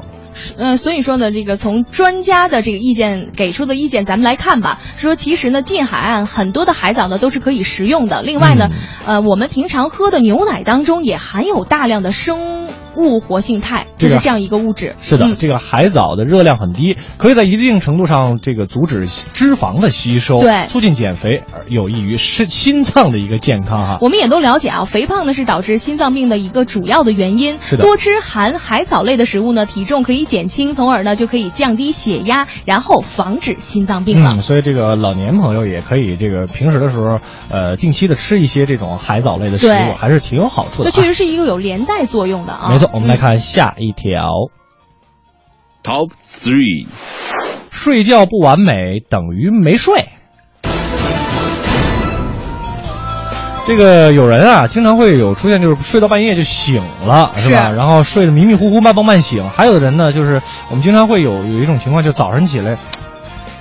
Speaker 2: 嗯，所以说呢，这个从专家的这个意见给出的意见，咱们来看吧。说其实呢，近海岸很多的海藻呢都是可以食用的。另外呢，
Speaker 4: 嗯
Speaker 2: 呃，我们平常喝的牛奶当中也含有大量的生物活性肽，
Speaker 4: 这
Speaker 2: 就
Speaker 4: 个
Speaker 2: 是这样一个物质。
Speaker 4: 是的，这个海藻的热量很低，可以在一定程度上这个阻止脂肪的吸收，
Speaker 2: 对
Speaker 4: 促进减肥，而有益于身心脏的一个健康哈。
Speaker 2: 我们也都了解啊，肥胖呢是导致心脏病的一个主要的原因。
Speaker 4: 是的
Speaker 2: 多吃含海藻类的食物呢，体重可以减轻，从而呢就可以降低血压，然后防止心脏病了。
Speaker 4: 嗯，所以这个老年朋友也可以这个平时的时候，呃，定期的吃一些这种海藻类的食
Speaker 2: 对
Speaker 4: 物，还是挺有好处的
Speaker 2: 这
Speaker 4: 啊。
Speaker 2: 确实是一个有连带作用的啊。
Speaker 4: 没错，我们来
Speaker 2: 嗯
Speaker 4: 看下一条。
Speaker 13: Top 3.
Speaker 4: 睡觉不完美等于没睡。这个有人啊，经常会有出现，就是睡到半夜就醒了，是吧？
Speaker 3: 是
Speaker 4: 然后睡得迷迷糊糊、半梦半醒。还有的人呢，就是我们经常会有有一种情况，就早晨起来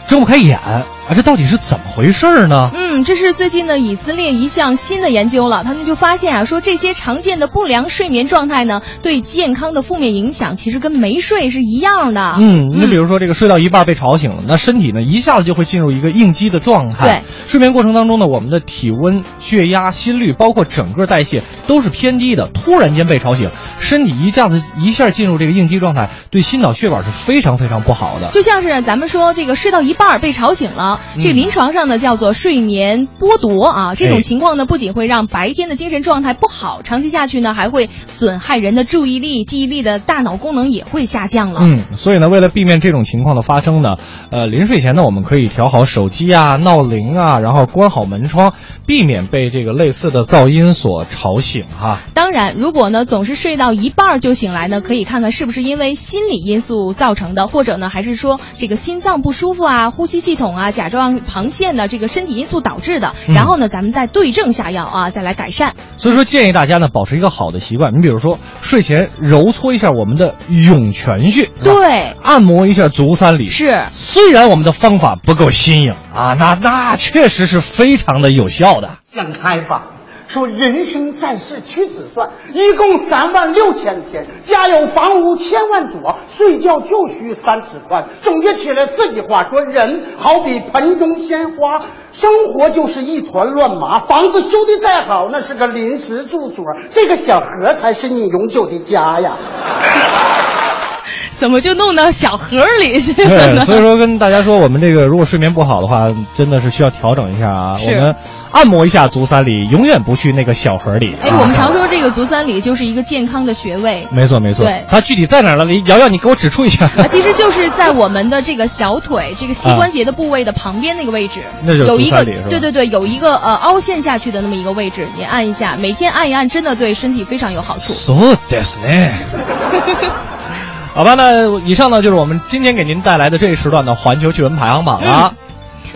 Speaker 4: 睁不开眼啊，这到底是怎么回事儿呢？
Speaker 2: 嗯，这是最近呢以色列一项新的研究了，他们就发现啊，说这些常见的不良睡眠状态呢，对健康的负面影响其实跟没睡是一样的。
Speaker 4: 嗯，你比如说这个睡到一半被吵醒了，那身体呢一下子就会进入一个应激的状态。
Speaker 2: 对，
Speaker 4: 睡眠过程当中呢，我们的体温、血压、心率，包括整个代谢都是偏低的。突然间被吵醒，身体一下子一下进入这个应激状态，对心脑血管是非常非常不好的。
Speaker 2: 就像是咱们说这个睡到一半儿被吵醒了，这
Speaker 4: 嗯
Speaker 2: 临床上呢叫做睡眠剥夺啊。这
Speaker 4: 哎
Speaker 2: 种情况呢，不仅会让白天的精神状态不好，长期下去呢，还会损害人的注意力、记忆力的大脑功能也会下降了。
Speaker 4: 嗯，所以呢，为了避免这种情况的发生呢，呃，临睡前呢，我们可以调好手机啊、闹铃啊，然后关好门窗，避免被这个类似的噪音所吵醒哈、
Speaker 2: 当然，如果呢总是睡到一半儿就醒来呢，可以看看是不是因为心理因素造成的，或者呢还是说这个心脏不舒服啊、呼吸系统啊、甲状旁腺的这个身体因素导致的。
Speaker 4: 嗯
Speaker 2: 然后呢，咱们再对症下药啊，再来改善。
Speaker 4: 所以说，建议大家呢保持一个好的习惯。你比如说，睡前揉搓一下我们的涌泉穴，是吧
Speaker 2: 对，
Speaker 4: 按摩一下足三里。
Speaker 2: 是，
Speaker 4: 虽然我们的方法不够新颖啊，那那确实是非常的有效 的。
Speaker 22: 想开吧。说人生在世屈指算，一共三万六千天，家有房屋千万所，睡觉就需三尺宽。总结起来四句话，说人好比盆中鲜花，生活就是一团乱麻。房子修的再好，那是个临时住所，这个小河才是你永久的家呀。
Speaker 2: 怎么就弄到小盒儿里去了
Speaker 4: 对，
Speaker 2: 呢？
Speaker 4: 哎所以说跟大家说，我们这个如果睡眠不好的话，真的是需要调整一下啊。
Speaker 2: 是
Speaker 4: 我们按摩一下足三里，永远不去那个小河里。啊
Speaker 2: 哎，我们常说这个足三里就是一个健康的穴位。
Speaker 4: 没错没错
Speaker 2: 对，
Speaker 4: 它具体在哪儿了？你瑶瑶，你给我指出一下。
Speaker 2: 啊，其实就是在我们的这个小腿这个膝
Speaker 4: 啊
Speaker 2: 关节的部位的旁边那个位置，
Speaker 4: 那就是
Speaker 2: 有
Speaker 4: 足
Speaker 2: 一个
Speaker 4: 三里是吧
Speaker 2: 对对对，有一个呃凹陷下去的那么一个位置，你按一下，每天按一按，真的对身体非常有好处。
Speaker 4: そうですね。 好吧，那以上呢就是我们今天给您带来的这一时段的环球趣闻排行榜了。
Speaker 2: 嗯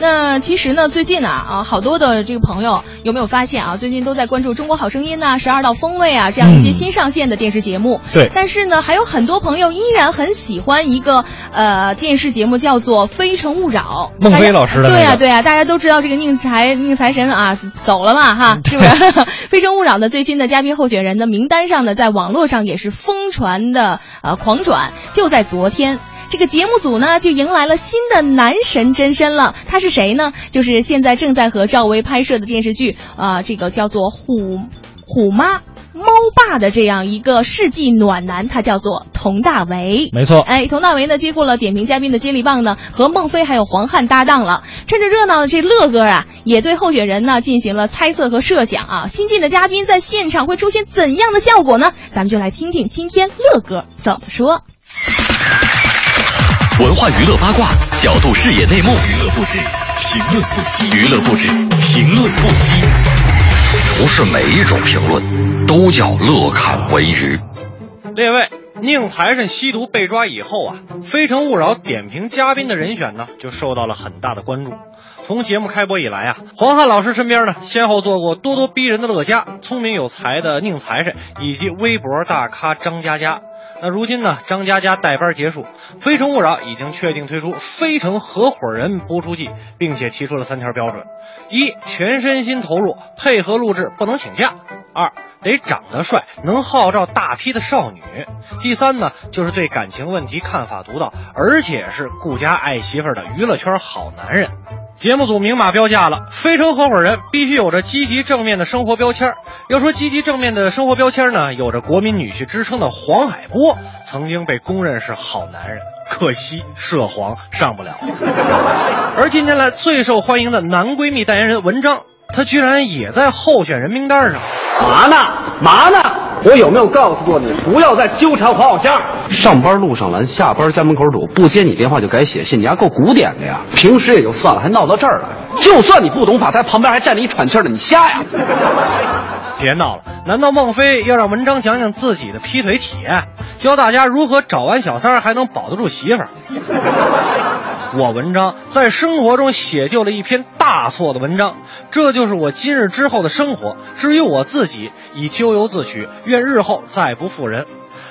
Speaker 2: 那其实呢，最近呢啊，好多的这个朋友有没有发现啊，最近都在关注《中国好声音》呐、《十二道锋味啊》这样一些
Speaker 9: 嗯
Speaker 2: 新上线的电视节目。
Speaker 9: 对
Speaker 2: 但是呢，还有很多朋友依然很喜欢一个呃电视节目，叫做《非诚勿扰》。
Speaker 4: 孟非
Speaker 2: 大家
Speaker 4: 老师的那
Speaker 2: 嗯对呀、
Speaker 4: 个
Speaker 2: 对呀、大家都知道这个宁财宁财神啊走了嘛
Speaker 4: 嗯
Speaker 2: 哈，是不是？ 《非诚勿扰》的最新的嘉宾候选人的名单上呢，在网络上也是疯传的呃狂转，就在昨天。这个节目组呢，就迎来了新的男神真身了。他是谁呢？就是现在正在和赵薇拍摄的电视剧啊、呃这个叫做《虎虎妈》。猫爸的这样一个世纪暖男，他叫做佟大为，
Speaker 4: 没错
Speaker 2: 哎，佟大为呢接过了点评嘉宾的接力棒呢，和孟非还有黄汉搭档了。趁着热闹的这乐哥啊，也对候选人呢进行了猜测和设想啊。新进的嘉宾在现场会出现怎样的效果呢？咱们就来听听今天乐哥怎么说。
Speaker 3: 文化娱乐八卦，角度视野内幕，娱乐不止，评论不息，娱乐不止，评论不息。
Speaker 23: 不是每一种评论都叫乐侃文娱。
Speaker 4: 列位，宁财神吸毒被抓以后啊，《非诚勿扰》点评嘉宾的人选呢，就受到了很大的关注。从节目开播以来啊，黄汉老师身边呢，先后做过咄咄逼人的乐嘉、聪明有才的宁财神，以及微博大咖张嘉佳。那如今呢，张嘉佳带班结束，《非诚勿扰》已经确定推出非诚合伙人播出季，并且提出了三条标准：一、全身心投入，配合录制，不能请假；二、得长得帅，能号召大批的少女；第三呢，就是对感情问题看法独到，而且是顾家爱媳妇儿的娱乐圈好男人。节目组明码标价了，非诚合伙人必须有着积极正面的生活标签儿。要说积极正面的生活标签儿呢，有着国民女婿之称的黄海波曾经被公认是好男人，可惜涉黄上 不了。而近年来最受欢迎的男闺蜜代言人文章，他居然也在候选人名单上。
Speaker 6: 嘛呢？嘛呢？我有没有告诉过你，不要再纠缠黄小仙儿？
Speaker 24: 上班路上拦，下班家门口堵，不接你电话就改写信，你还够古典的呀！平时也就算了，还闹到这儿来。就算你不懂法，他旁边还站着一喘气儿的，你瞎呀！
Speaker 4: 别闹了，难道孟非要让文章讲讲自己的劈腿体验，教大家如何找完小三儿还能保得住媳妇儿？我文章在生活中写就了一篇大错的文章，这就是我今日之后的生活。至于我自己，已咎由自取，愿日后再不负人。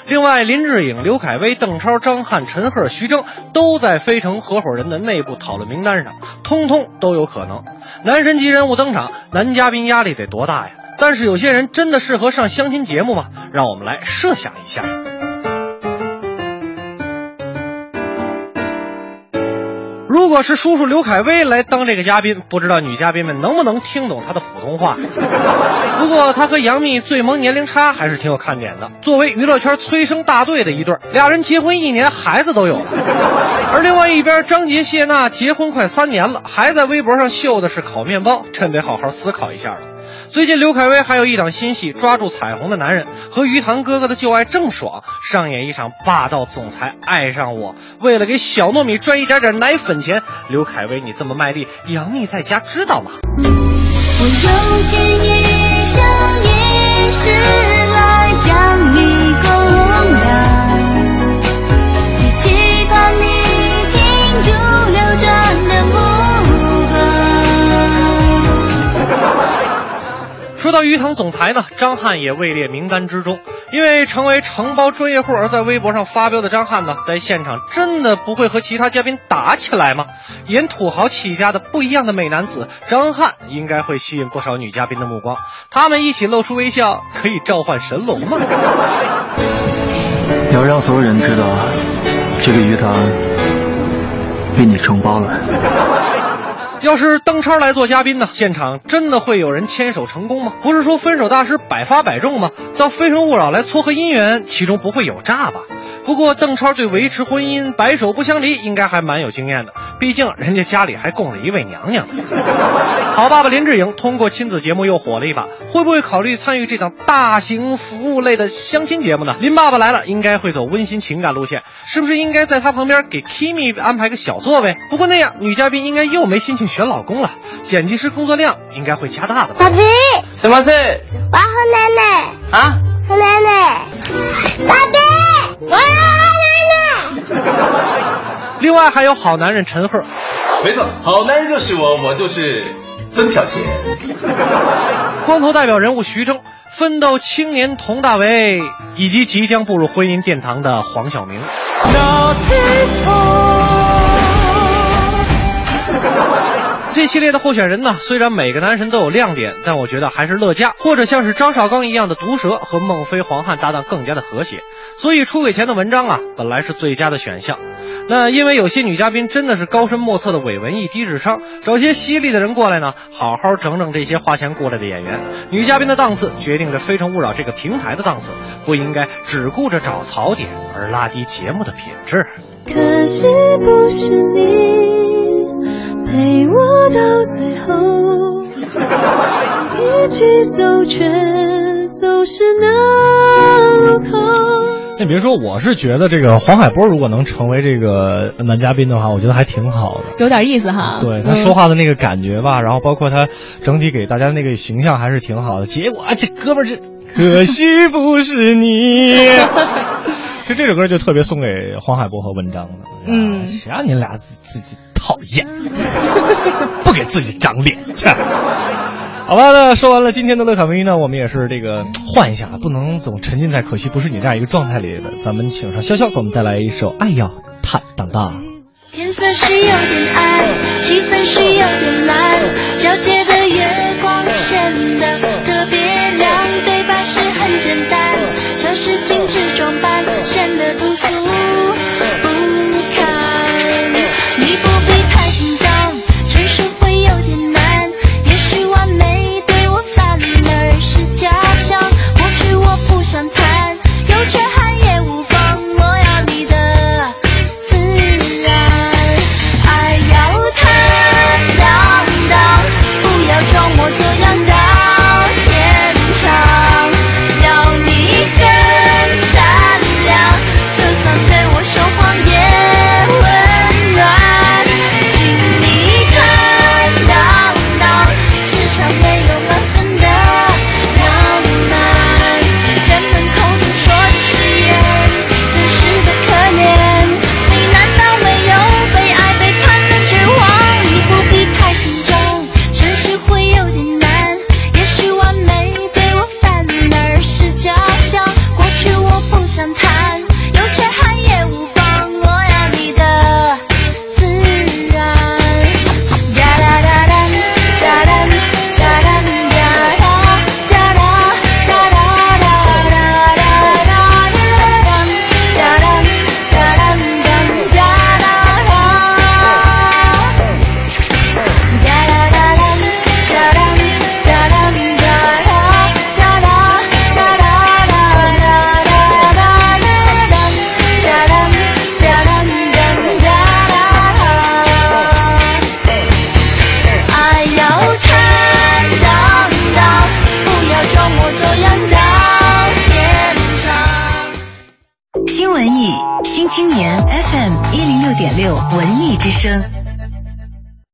Speaker 4: 另外，林志颖、刘恺威、邓超、张翰、陈赫、徐峥都在非诚合伙人的内部讨论名单上，通通都有可能。男神级人物登场，男嘉宾压力得多大呀？但是有些人真的适合上相亲节目吗？让我们来设想一下。如果是叔叔刘恺威来当这个嘉宾，不知道女嘉宾们能不能听懂他的普通话。不过他和杨幂最萌年龄差还是挺有看点的。作为娱乐圈催生大队的一对儿，俩人结婚一年，孩子都有了。 而另外一边，张杰、谢娜结婚快三年了，还在微博上秀的是烤面包，真得好好思考一下了。最近刘恺威还有一档新戏《抓住彩虹的男人》，和于棠哥哥的旧爱郑爽上演一场霸道总裁爱上我。为了给小糯米赚一点点奶粉钱，刘恺威你这么卖力，杨幂在家知道吗？
Speaker 20: 我又见一生一世来将你供养，只期盼你停住流转的目光。
Speaker 4: 说到鱼塘总裁呢，张翰也位列名单之中。因为成为承包专业户而在微博上发飙的张翰呢，在现场真的不会和其他嘉宾打起来吗？演土豪起家的不一样的美男子张翰，应该会吸引不少女嘉宾的目光。他们一起露出微笑，可以召唤神龙吗？
Speaker 25: 你要让所有人知道，这个鱼塘被你承包了。
Speaker 4: 要是邓超来做嘉宾呢，现场真的会有人牵手成功吗？不是说分手大师百发百中吗？到《非诚勿扰》来撮合姻缘，其中不会有诈吧？不过邓超对维持婚姻白首不相离应该还蛮有经验的，毕竟人家家里还供了一位娘娘呢。好爸爸林志颖通过亲子节目又火了一把，会不会考虑参与这档大型服务类的相亲节目呢？林爸爸来了应该会走温馨情感路线，是不是应该在他旁边给 Kimi 安排个小座位？不过那样女嘉宾应该又没心情选老公了，剪辑师工作量应该会加大的吧？
Speaker 9: 爸比，
Speaker 11: 什么事？
Speaker 9: 我要喝奶奶
Speaker 11: 啊，
Speaker 9: 喝奶奶。爸比，我要喝奶奶。
Speaker 4: 另外还有好男人陈赫，
Speaker 26: 没错，好男人就是我，我就是曾小贤。
Speaker 4: 光头代表人物徐峥，奋斗青年佟大为，以及即将步入婚姻殿堂的黄晓明。这系列的候选人呢，虽然每个男神都有亮点，但我觉得还是乐嘉或者像是张绍刚一样的毒舌和孟非、黄汉搭档更加的和谐。所以出轨前的文章啊，本来是最佳的选项。那因为有些女嘉宾真的是高深莫测的伪文艺低智商，找些犀利的人过来呢，好好整整这些花钱过来的演员。女嘉宾的档次决定着《非诚勿扰》这个平台的档次，不应该只顾着找槽点而拉低节目的品质。
Speaker 20: 可惜不是你陪我到最后，一起走却走失那路口。
Speaker 27: 那别说，我是觉得这个黄海波如果能成为这个男嘉宾的话，我觉得还挺好的。
Speaker 2: 有点意思哈。嗯
Speaker 27: 对他说话的那个感觉吧，然后包括他整体给大家那个形象还是挺好的。结果啊这哥们儿这，可惜不是你。 就这首歌就特别送给黄海波和文章的。
Speaker 2: 嗯，
Speaker 27: 谁让你俩自自己讨厌，不给自己长脸。
Speaker 4: 好吧，那说完了今天的乐卡唯一呢，我们也是这个换一下，不能总沉浸在可惜不是你这样一个状态里的。咱们请上潇潇给我们带来一首《爱要坦荡荡》。
Speaker 5: 天色是有点暗，气氛是有点蓝，皎洁的月光显得特别亮，对白是很简单，像是精致装扮，显得朴素不堪。你不必太紧张，成熟会有点难，也许完美对我反而是假象，过去我不想谈，有缺憾也无妨，我要你的。自然，爱要坦荡荡，不要装模作样到天长。要你很善良，就算对我说谎也温暖。请你坦荡荡，世上没有满分的浪漫，人们口中说的誓言，真实的可怜。你难道没有被爱背叛的绝望？你不必太紧张，真实会有点难。也许完美对我反而是假象，过去我不想谈，有缺憾也无妨，我要你的自然。哒哒哒哒哒哒哒哒哒哒。爱要坦荡荡，不要装模作样到天长。
Speaker 11: 新文艺新青年 FM 一零六点六文艺之声。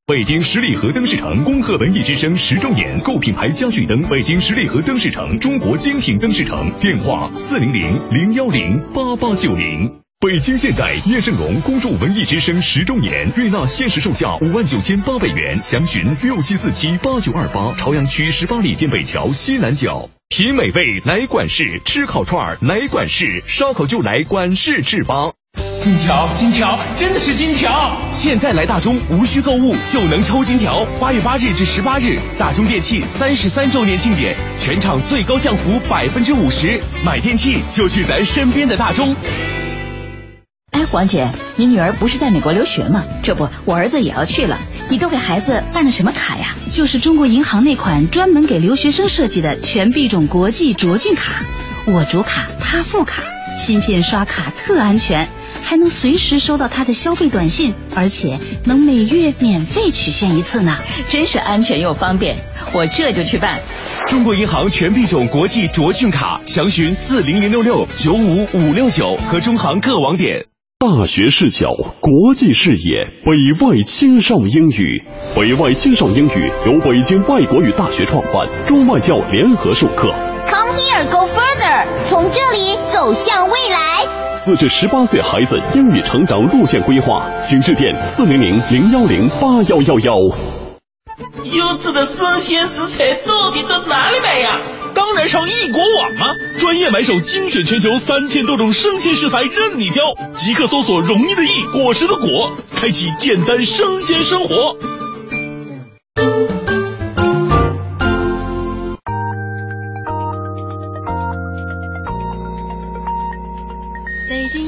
Speaker 21: 北京十里河灯饰城恭贺文艺之声十周年，购品牌家具灯。北京十里河灯饰城，中国精品灯饰城。电话：四零零零幺零八八九零。北京现代叶盛龙恭祝文艺之声十周年，悦纳限时售价五万九千八百元，详询六七四七八九二八，朝阳区十八里店北桥西南角。品美味来管事，吃烤串儿来管事，烧烤就来管事吃吧。
Speaker 8: 金条，金条，真的是金条！现在来大中，无需购物就能抽金条。八月八日至十八日，大中电器三十三周年庆典，全场最高降幅百分之五十，买电器就去咱身边的大中。
Speaker 10: 哎，黄姐，你女儿不是在美国留学吗？这不，我儿子也要去了。你都给孩子办的什么卡呀？就是中国银行那款专门给留学生设计的全币种国际卓俊卡，我主卡，他副卡，芯片刷卡特安全，还能随时收到他的消费短信，而且能每月免费取现一次呢。真是安全又方便，我这就去办。
Speaker 8: 中国银行全币种国际卓俊卡，详询四零零六六九五五六九和中行各网点。
Speaker 21: 大学视角，国际视野，北外青少英语。北外青少英语由北京外国语大学创办，中外教联合授课。
Speaker 14: Come here, go further，从这里走向未来。
Speaker 21: 四至十八岁孩子英语成长路线规划，请致电四零零零幺零八幺幺幺。
Speaker 16: 优质的生鲜食材到底到哪里买呀？
Speaker 28: 当然上易果网啊！专业买手精选全球三千多种生鲜食材任你挑，即刻搜索“容易的易，果实的果”，开启简单生鲜生活。
Speaker 5: 北京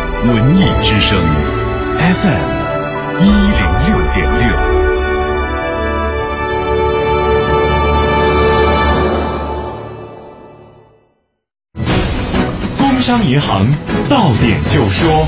Speaker 3: 文艺之声 FM 一零六点六。
Speaker 21: 工商银行到点就说。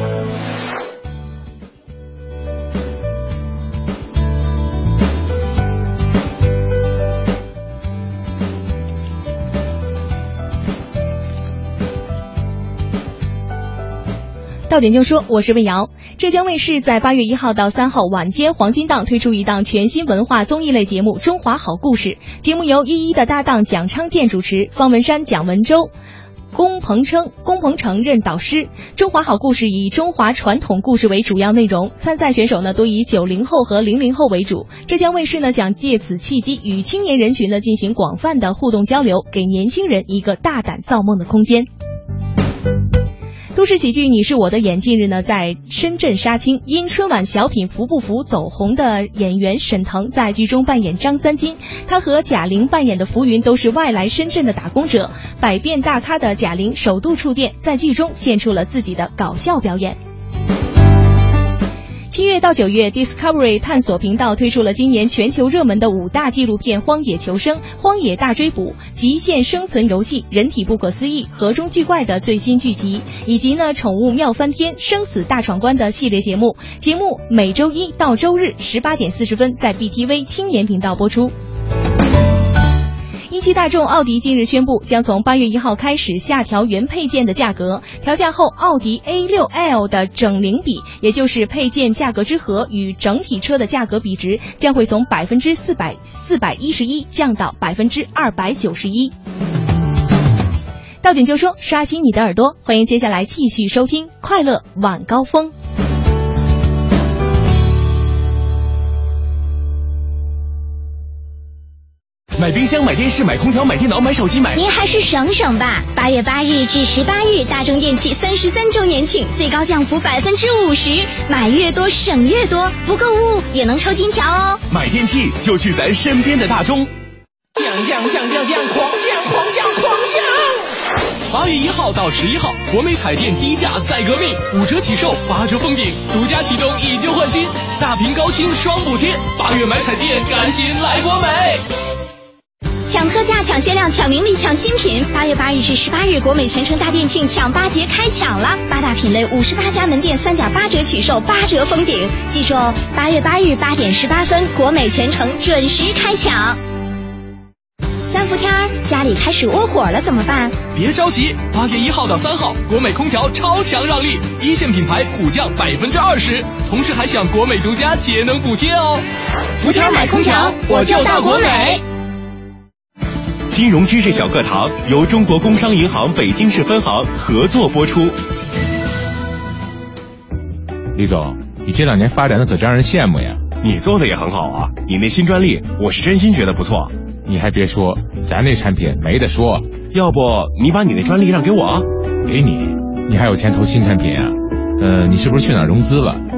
Speaker 2: 到点就说，我是魏瑶。浙江卫视在八月一号到三号晚间黄金档推出一档全新文化综艺类节目《中华好故事》，节目由一一的搭档蒋昌建主持，方文山、蒋文周。龚鹏程、龚鹏程任导师。中华好故事以中华传统故事为主要内容，参赛选手呢多以九零后和零零后为主。浙江卫视呢想借此契机与青年人群呢进行广泛的互动交流，给年轻人一个大胆造梦的空间。都市喜剧《你是我的眼》近日呢在深圳杀青，因春晚小品《服不服》走红的演员沈腾在剧中扮演张三金，他和贾玲扮演的浮云都是外来深圳的打工者，百变大咖的贾玲首度触电，在剧中献出了自己的搞笑表演。七月到九月，Discovery 探索频道推出了今年全球热门的五大纪录片：《荒野求生》《荒野大追捕》《极限生存游戏》《人体不可思议》《河中巨怪》的最新剧集，以及呢《宠物妙翻天》《生死大闯关》的系列节目。节目每周一到周日十八点四十分在 BTV 青年频道播出。一汽大众奥迪近日宣布，将从八月一号开始下调原配件的价格。调价后，奥迪 A6L 的整零比，也就是配件价格之和与整体车的价格比值，将会从百分之四百四百一十一降到百分之二百九十一。到点就说，刷新你的耳朵，欢迎接下来继续收听《快乐晚高峰》。
Speaker 8: 买冰箱、买电视、买空调、买电脑、买手机、买……
Speaker 15: 您还是省省吧。八月八日至十八日，大众电器三十三周年庆，最高降幅百分之五十，买越多省越多，不购物也能抽金条哦。
Speaker 8: 买电器就去咱身边的大中。
Speaker 21: 降降降降降，狂降狂降狂降！
Speaker 29: 八月一号到十一号，国美彩电低价再革命，五折起售，八折封顶，独家启动以旧换新，大屏高清双补贴。八月买彩电，赶紧来国美！
Speaker 15: 抢特价、抢限量、抢名利、抢新品！八月八日至十八日，国美全城大店庆抢八节开抢了，八大品类五十八家门店三点八折起售，八折封顶！记住哦，八月八日八点十八分，国美全城准时开抢。三伏天儿家里开始窝火了怎么办？
Speaker 29: 别着急，八月一号到三号，国美空调超强让利，一线品牌普降百分之二十，同时还享国美独家节能补贴哦。
Speaker 21: 伏天买空调，我就到国美。
Speaker 8: 金融知识小课堂由中国工商银行北京市分行合作播出。
Speaker 13: 李总，你这两年发展的可让人羡慕呀！
Speaker 8: 你做的也很好啊，你那新专利我是真心觉得不错。
Speaker 13: 你还别说，咱那产品没得说。
Speaker 8: 要不你把你那专利让给我、啊？
Speaker 13: 给你？你还有钱投新产品啊？呃，你是不是去哪儿融资了？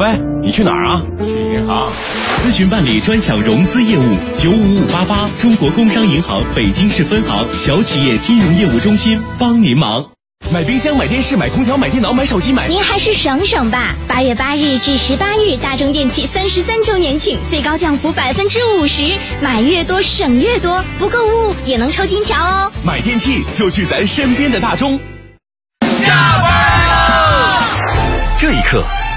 Speaker 8: 喂，你去哪儿啊？
Speaker 13: 去银行。
Speaker 8: 咨询办理专享融资业务，九五五八八，中国工商银行北京市分行小企业金融业务中心帮您忙。买冰箱、买电视、买空调、买电脑、买手机、买……
Speaker 15: 您还是省省吧。八月八日至十八日，大众电器三十三周年庆，最高降幅百分之五十，买越多省越多，不购物也能抽金条哦。
Speaker 8: 买电器就去咱身边的大中。
Speaker 3: 下班喽！这一刻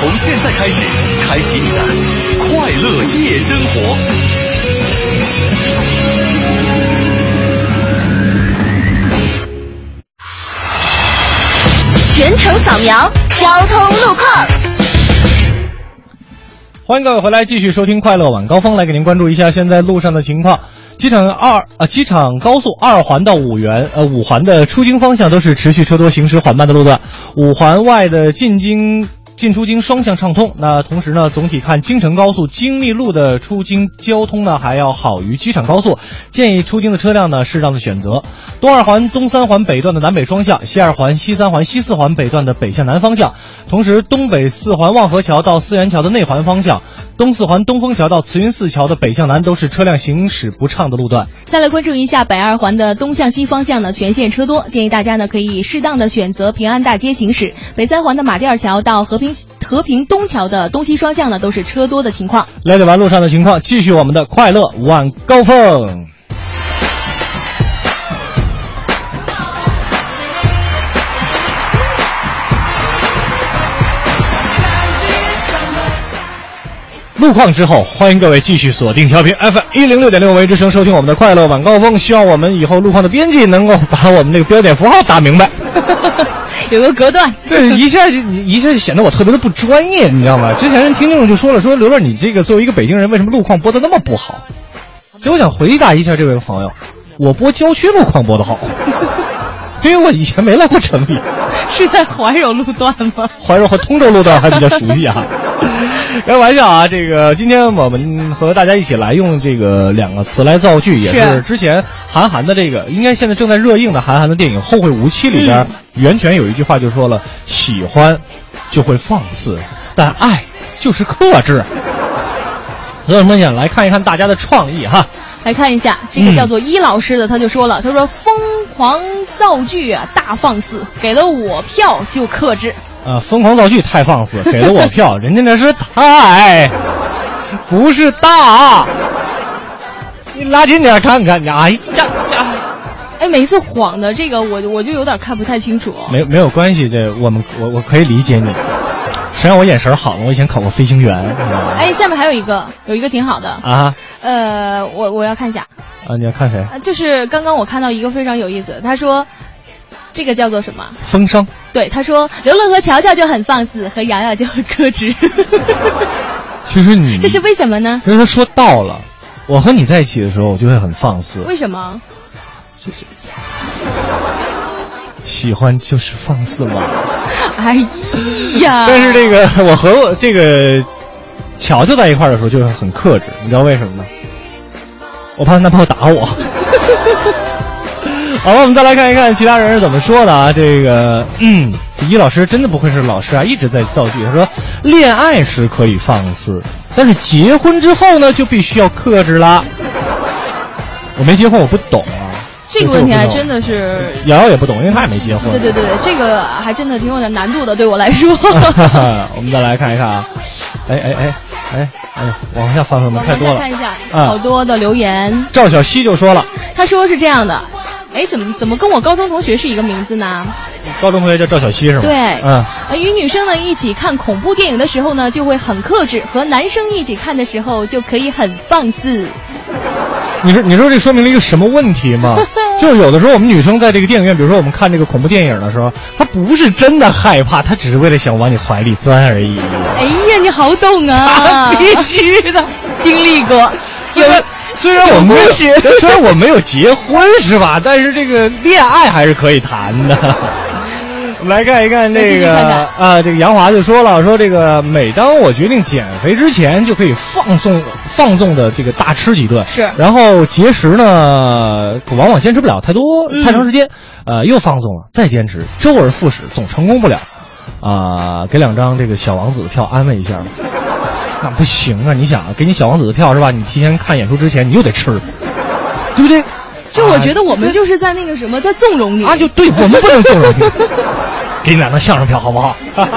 Speaker 3: 从现在开始，开启你的快乐夜生活。
Speaker 18: 全程扫描交通路况。
Speaker 4: 欢迎各位回来，继续收听《快乐晚高峰》，来给您关注一下现在路上的情况。机场二啊，机场高速二环到五原呃五环的出京方向都是持续车多、行驶缓慢的路段，五环外的进京。进出京双向畅通，那同时呢，总体看京承高速京密路的出京交通呢还要好于机场高速，建议出京的车辆呢适当的选择。东二环、东三环北段的南北双向，西二环、西三环、西四环北段的北向南方向，同时东北四环望河桥到四元桥的内环方向，东四环东风桥到慈云寺桥的北向南都是车辆行驶不畅的路段。
Speaker 2: 再来关注一下北二环的东向西方向呢，全线车多，建议大家呢可以适当的选择平安大街行驶。北三环的马甸桥到和平。和平东桥的东西双向呢都是车多的情况。
Speaker 4: 了解完路上的情况，继续我们的快乐晚高峰。路况之后，欢迎各位继续锁定调频 FM 一零六点六文艺之声，收听我们的快乐晚高峰。希望我们以后路况的编辑能够把我们这个标点符号打明白。
Speaker 2: 有个隔 断，
Speaker 4: 对，一下就一下就显得我特别的不专业，你知道吗？之前人听众就说了，说刘乐，你这个作为一个北京人，为什么路况播的那么不好？所以我想回答一下这位朋友，我播郊区路况播的好，因为我以前没来过城里。
Speaker 2: 是在怀柔路段吗？
Speaker 4: 怀柔和通州路段还比较熟悉啊。开玩笑啊，这个今天我们和大家一起来用这个两个词来造句，也是之前韩寒的这个，应该现在正在热映的韩寒的电影《后会无期》里边，袁、嗯、泉有一句话就说了：“喜欢就会放肆，但爱就是克制。”所以我们想来看一看大家的创意哈。
Speaker 2: 来看一下这个叫做伊老师的，他就说了，他说疯狂造句啊，大放肆，给了我票就克 制。
Speaker 4: 啊、呃，疯狂造句太放肆，给了我票，人家那是太，不是大。你拉近点看看，哎呀呀！
Speaker 2: 哎，每次晃的这个我我就有点看不太清楚。
Speaker 4: 没没有关系，这我们我我可以理解你。谁让我眼神好呢？我以前考过飞行员。
Speaker 2: 哎，下面还有一个，有一个挺好的
Speaker 4: 啊。
Speaker 2: 呃，我我要看一下。
Speaker 4: 啊，你要看谁？
Speaker 2: 就是刚刚我看到一个非常有意思，他说，这个叫做什么？
Speaker 4: 风声。
Speaker 2: 对，他说刘乐和乔乔就很放肆，和瑶瑶就很克制。
Speaker 4: 其实你
Speaker 2: 这是为什么呢？
Speaker 4: 其实他说到了，我和你在一起的时候，我就会很放肆。
Speaker 2: 为什么？
Speaker 4: 喜欢就是放肆嘛。
Speaker 2: 哎呀！
Speaker 4: 但是这个我和我这个乔乔在一块儿的时候就是很克制，你知道为什么吗？我怕男朋友打我。 好了，我们再来看一看其他人是怎么说的啊。这个，嗯，一老师真的不愧是老师啊，一直在造句。他说，恋爱时可以放肆，但是结婚之后呢，就必须要克制啦。我没结婚，我不懂啊。
Speaker 2: 这个问题还真的是，
Speaker 4: 瑶瑶也不懂，因为她也没结婚。
Speaker 2: 对对对对，这个还真的挺有点难度的，对我来说。
Speaker 4: 嗯 我们再来看一看啊，哎哎哎哎哎，往下翻翻的太多了。啊
Speaker 2: 看一下、嗯，好多的留言。
Speaker 4: 赵小西就说了，
Speaker 2: 他说是这样的，哎，怎么怎么跟我高中同学是一个名字呢？
Speaker 4: 高中同学叫赵小西是吗？
Speaker 2: 对，
Speaker 4: 嗯。
Speaker 2: 与女生呢一起看恐怖电影的时候呢，就会很克制；和男生一起看的时候，就可以很放肆。
Speaker 4: 你说，你说这说明了一个什么问题 吗？就是有的时候我们女生在这个电影院，比如说我们看这个恐怖电影的时候，她不是真的害怕，她只是为了想往你怀里钻而已。
Speaker 2: 哎呀，你好懂 啊！
Speaker 4: 必须的，
Speaker 2: 经历过。
Speaker 4: 虽然虽然我没有，虽然 我没有结婚是吧？但是这个恋爱还是可以谈的。 我们来看一看这个啊、呃，这个杨华就说了，说这个每当我决定减肥之前，就可以放纵放纵的这个大吃几顿，
Speaker 2: 是，
Speaker 4: 然后节食呢，往往坚持不了太多、嗯、太长时间，呃，又放纵了，再坚持，周而复始，总成功不了，啊、呃，给两张这个小王子的票安慰一下吧。那不行啊，你想啊，给你小王子的票是吧？你提前看演出之前，你又得吃，对不对？
Speaker 2: 就我觉得我们就是在那个什么，在纵容你
Speaker 4: 啊！就对我们不能纵 容你，给你两张相声票好不好？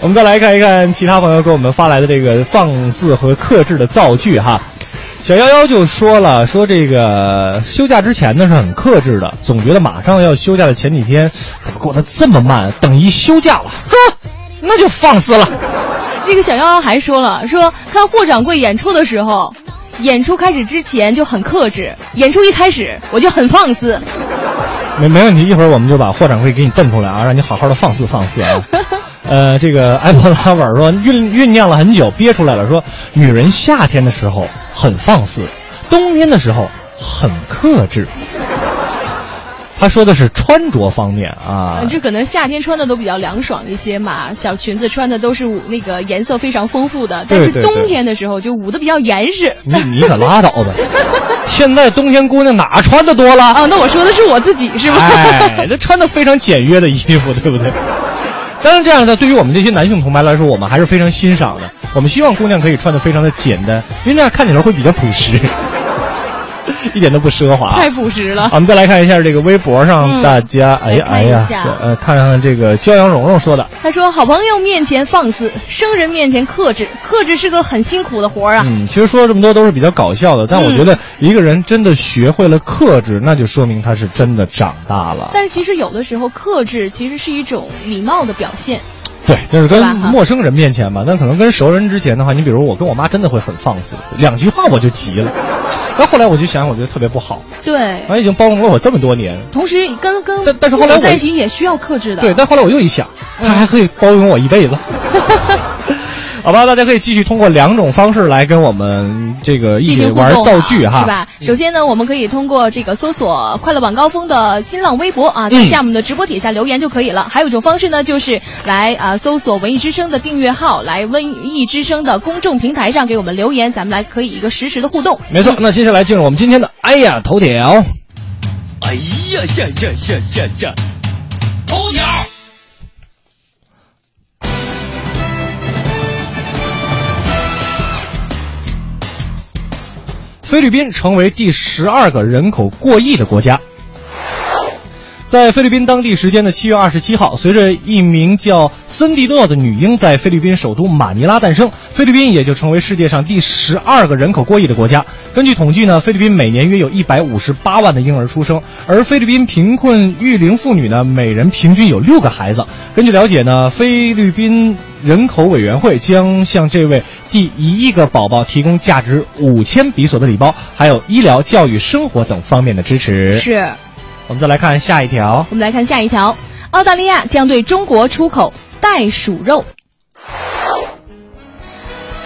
Speaker 4: 我们再来看一看其他朋友给我们发来的这个放肆和克制的造句哈。小幺幺就说了，说这个休假之前呢是很克制的，总觉得马上要休假的前几天怎么过得这么慢？等一休假了，哼，
Speaker 27: 那就放肆了。
Speaker 2: 这个小妖还说了，说看霍掌柜演出的时候，演出开始之前就很克制，演出一开始我就很放肆。
Speaker 4: 没没问题，一会儿我们就把霍掌柜给你瞪出来啊，让你好好的放肆放肆啊。呃，这个 Apple Lover 说酝酝酿了很久，憋出来了。说女人夏天的时候很放肆，冬天的时候很克制。他说的是穿着方面啊，
Speaker 2: 这可能夏天穿的都比较凉爽一些嘛，小裙子穿的都是那个颜色非常丰富的，但是
Speaker 4: 对对对
Speaker 2: 冬天的时候就捂的比较严实。
Speaker 4: 你你可拉倒吧！现在冬天姑娘哪穿的多了？
Speaker 2: 啊，那我说的是我自己是吗？
Speaker 4: 哎，这穿的非常简约的衣服，对不对？当然，这样的对于我们这些男性同胞来说，我们还是非常欣赏的。我们希望姑娘可以穿的非常的简单，因为那样看起来会比较朴实，一点都不奢华。
Speaker 2: 太朴实了
Speaker 4: 啊。我们再来看一下这个微博上
Speaker 2: 嗯
Speaker 4: 大家，哎呀
Speaker 2: 来
Speaker 4: 哎
Speaker 2: 看一
Speaker 4: 呀
Speaker 2: 下，
Speaker 4: 呃，看看这个骄阳蓉蓉说的，
Speaker 2: 他说：“好朋友面前放肆，生人面前克制，克制是个很辛苦的活儿啊。
Speaker 4: 嗯，其实说了这么多都是比较搞笑的，但我
Speaker 2: 嗯
Speaker 4: 觉得一个人真的学会了克制，那就说明他是真的长大了。
Speaker 2: 但是其实有的时候克制其实是一种礼貌的表现。
Speaker 4: 对，就是跟
Speaker 2: 对吧哈
Speaker 4: 陌生人面前嘛，但可能跟熟人之前的话，你比如我跟我妈真的会很放肆，两句话我就急了。但后来我就想，我觉得特别不好，
Speaker 2: 对，
Speaker 4: 而已经包容了我这么多年。
Speaker 2: 同时跟跟
Speaker 4: 但但是后来
Speaker 2: 父母
Speaker 4: 我
Speaker 2: 在一起也需要克制的。
Speaker 4: 对，但后来我又一想，
Speaker 2: 嗯
Speaker 4: 他还可以包容我一辈 子。好吧，大家可以继续通过两种方式来跟我们这个一
Speaker 2: 进
Speaker 4: 起
Speaker 2: 行互
Speaker 4: 玩
Speaker 2: 动
Speaker 4: 造句哈，嗯
Speaker 2: 是吧？首先呢，我们可以通过这个搜索“快乐晚高峰”的新浪微博啊，在
Speaker 4: 嗯
Speaker 2: 下面的直播底下留言就可以了。还有一种方式呢，就是来啊搜索“文艺之声”的订阅号，来“文艺之声”的公众平台上给我们留言，咱们来可以一个实时的互动。
Speaker 4: 没错，那接下来进入我们今天的哎呀头条。
Speaker 3: 哎呀呀呀呀呀呀！头条，
Speaker 4: 菲律宾成为第十二个人口过亿的国家。在菲律宾当地时间的七月二十七号，随着一名叫森蒂诺的女婴在菲律宾首都马尼拉诞生，菲律宾也就成为世界上第十二个人口过亿的国家。根据统计呢，菲律宾每年约有一百五十八万的婴儿出生，而菲律宾贫困育龄妇女呢，每人平均有六个孩子。根据了解呢，菲律宾人口委员会将向这位第一亿个宝宝提供价值五千比索的礼包，还有医疗、教育、生活等方面的支持。
Speaker 2: 是。
Speaker 4: 我们再来看下一条。
Speaker 2: 我们来看下一条，澳大利亚将对中国出口袋鼠肉。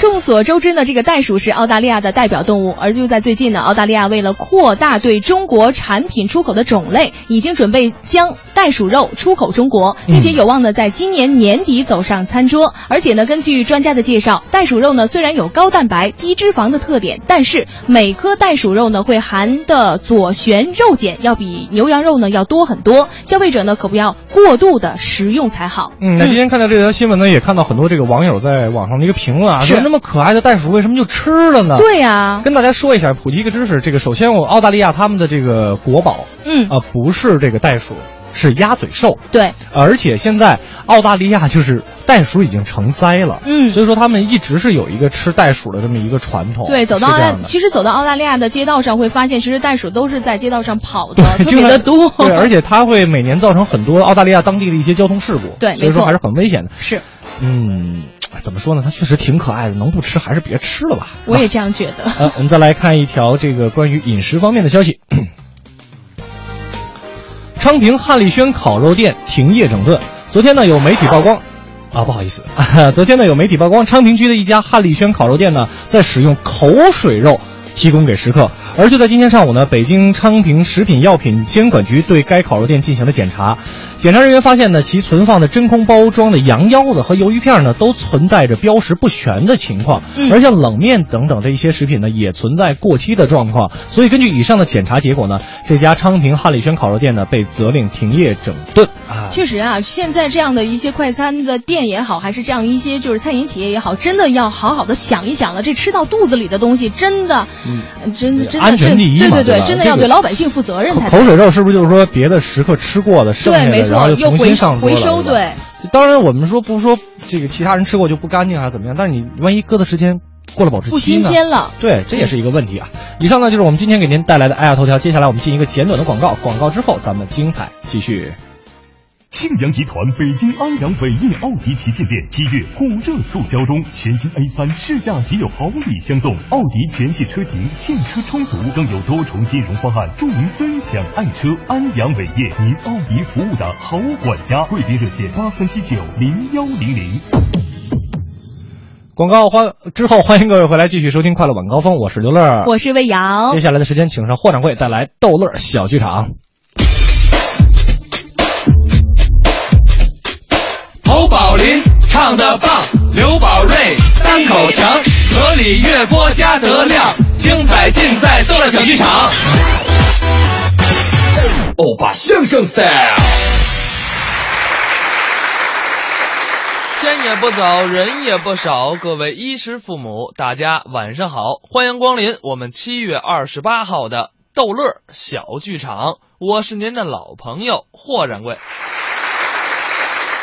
Speaker 2: 众所周知呢，这个袋鼠是澳大利亚的代表动物，而就在最近呢，澳大利亚为了扩大对中国产品出口的种类，已经准备将袋鼠肉出口中国，并且有望呢在今年年底走上餐桌。而且呢，根据专家的介绍，袋鼠肉呢虽然有高蛋白、低脂肪的特点，但是每颗袋鼠肉呢会含的左旋肉碱要比牛羊肉呢要多很多，消费者呢可不要过度的食用才好。
Speaker 4: 嗯，那今天看到这条新闻呢，也看到很多这个网友在网上的一个评论啊，
Speaker 2: 是
Speaker 4: 说那么可爱的袋鼠为什么就吃了呢？
Speaker 2: 对呀、啊
Speaker 4: 跟大家说一下，普及一个知识。这个首先，我澳大利亚他们的这个国宝，
Speaker 2: 嗯
Speaker 4: 啊、不是这个袋鼠，是鸭嘴兽。
Speaker 2: 对，
Speaker 4: 而且现在澳大利亚就是袋鼠已经成灾了，
Speaker 2: 嗯
Speaker 4: 所以说他们一直是有一个吃袋鼠的这么一个传统。
Speaker 2: 对，走到
Speaker 4: 哦是
Speaker 2: 澳
Speaker 4: 这
Speaker 2: 大
Speaker 4: 样，的。
Speaker 2: 其实走到澳大利亚的街道上，会发现其实袋鼠都是在街道上跑的，特
Speaker 4: 就
Speaker 2: 别的
Speaker 4: 是
Speaker 2: 多。
Speaker 4: 对，而且它会每年造成很多澳大利亚当地的一些交通事故，
Speaker 2: 对
Speaker 4: 所以
Speaker 2: 没
Speaker 4: 说
Speaker 2: 错
Speaker 4: 还是很危险的。
Speaker 2: 是，
Speaker 4: 嗯，哎怎么说呢？它确实挺可爱的，能不吃还是别吃了吧。
Speaker 2: 我也这样觉得。
Speaker 4: 呃，我们再来看一条这个关于饮食方面的消息。昌平汉丽轩烤肉店停业整顿。昨天呢，有媒体曝光，啊，不好意思， 昨天呢有媒体曝光，昌平区的一家汉丽轩烤肉店呢，在使用口水肉提供给食客。而就在今天上午呢，北京昌平食品药品监管局对该烤肉店进行了检查，检查人员发现呢，其存放的真空包装的羊腰子和鱿鱼片呢，都存在着标识不全的情况，而像冷面等等这一些食品呢，也存在过期的状况。所以根据以上的检查结果呢，这家昌平汉丽轩烤肉店呢，被责令停业整顿啊。
Speaker 2: 确实啊，现在这样的一些快餐的店也好，还是这样一些就是餐饮企业也好，真的要好好的想一想了。这吃到肚子里的东西，真的，
Speaker 4: 嗯
Speaker 2: 呃真的真的
Speaker 4: 安全
Speaker 2: 这
Speaker 4: 第一
Speaker 2: 对
Speaker 4: 嘛
Speaker 2: 对
Speaker 4: 对吧
Speaker 2: 真的
Speaker 4: 这
Speaker 2: 要
Speaker 4: 个
Speaker 2: 对老百姓负责任才
Speaker 4: 口
Speaker 2: 对
Speaker 4: 水肉是不是就是说别的食客吃过的剩下
Speaker 2: 对，
Speaker 4: 的，
Speaker 2: 没
Speaker 4: 然后
Speaker 2: 错，
Speaker 4: 又
Speaker 2: 又
Speaker 4: 重
Speaker 2: 回
Speaker 4: 新上桌
Speaker 2: 回
Speaker 4: 了
Speaker 2: 收，
Speaker 4: 是吧
Speaker 2: 对。
Speaker 4: 当然，我们说不说这个其他人吃过就不干净还是怎么样，但是你万一搁的时间过了保质期呢
Speaker 2: 不新鲜了
Speaker 4: 对，这也是一个问题啊。以上呢就是我们今天给您带来的爱亚头条，接下来我们进一个简短的广告，广告之后咱们精彩继续。
Speaker 12: 庆阳集团北京安阳伟业奥迪旗舰店七月火热促销中，全新 A 三试驾即有好礼相送，奥迪全系车型现车充足，更有多重金融方案助您分享爱车。安阳伟业，您奥迪服务的好管家，贵宾热线八三七九零幺零零。
Speaker 4: 广告欢之后，欢迎各位回来继续收听《快乐晚高峰》，我是刘乐，
Speaker 2: 我是魏瑶。
Speaker 4: 接下来的时间，请上霍掌柜带来逗乐小剧场。
Speaker 6: 侯宝林唱的棒，刘宝瑞单口强，河里月波加德亮，精彩尽在逗乐小剧场。欧巴哦相声 style，
Speaker 22: 天也不早，人也不少，各位衣食父母，大家晚上好，欢迎光临我们七月二十八号的逗乐小剧场，我是您的老朋友霍掌柜。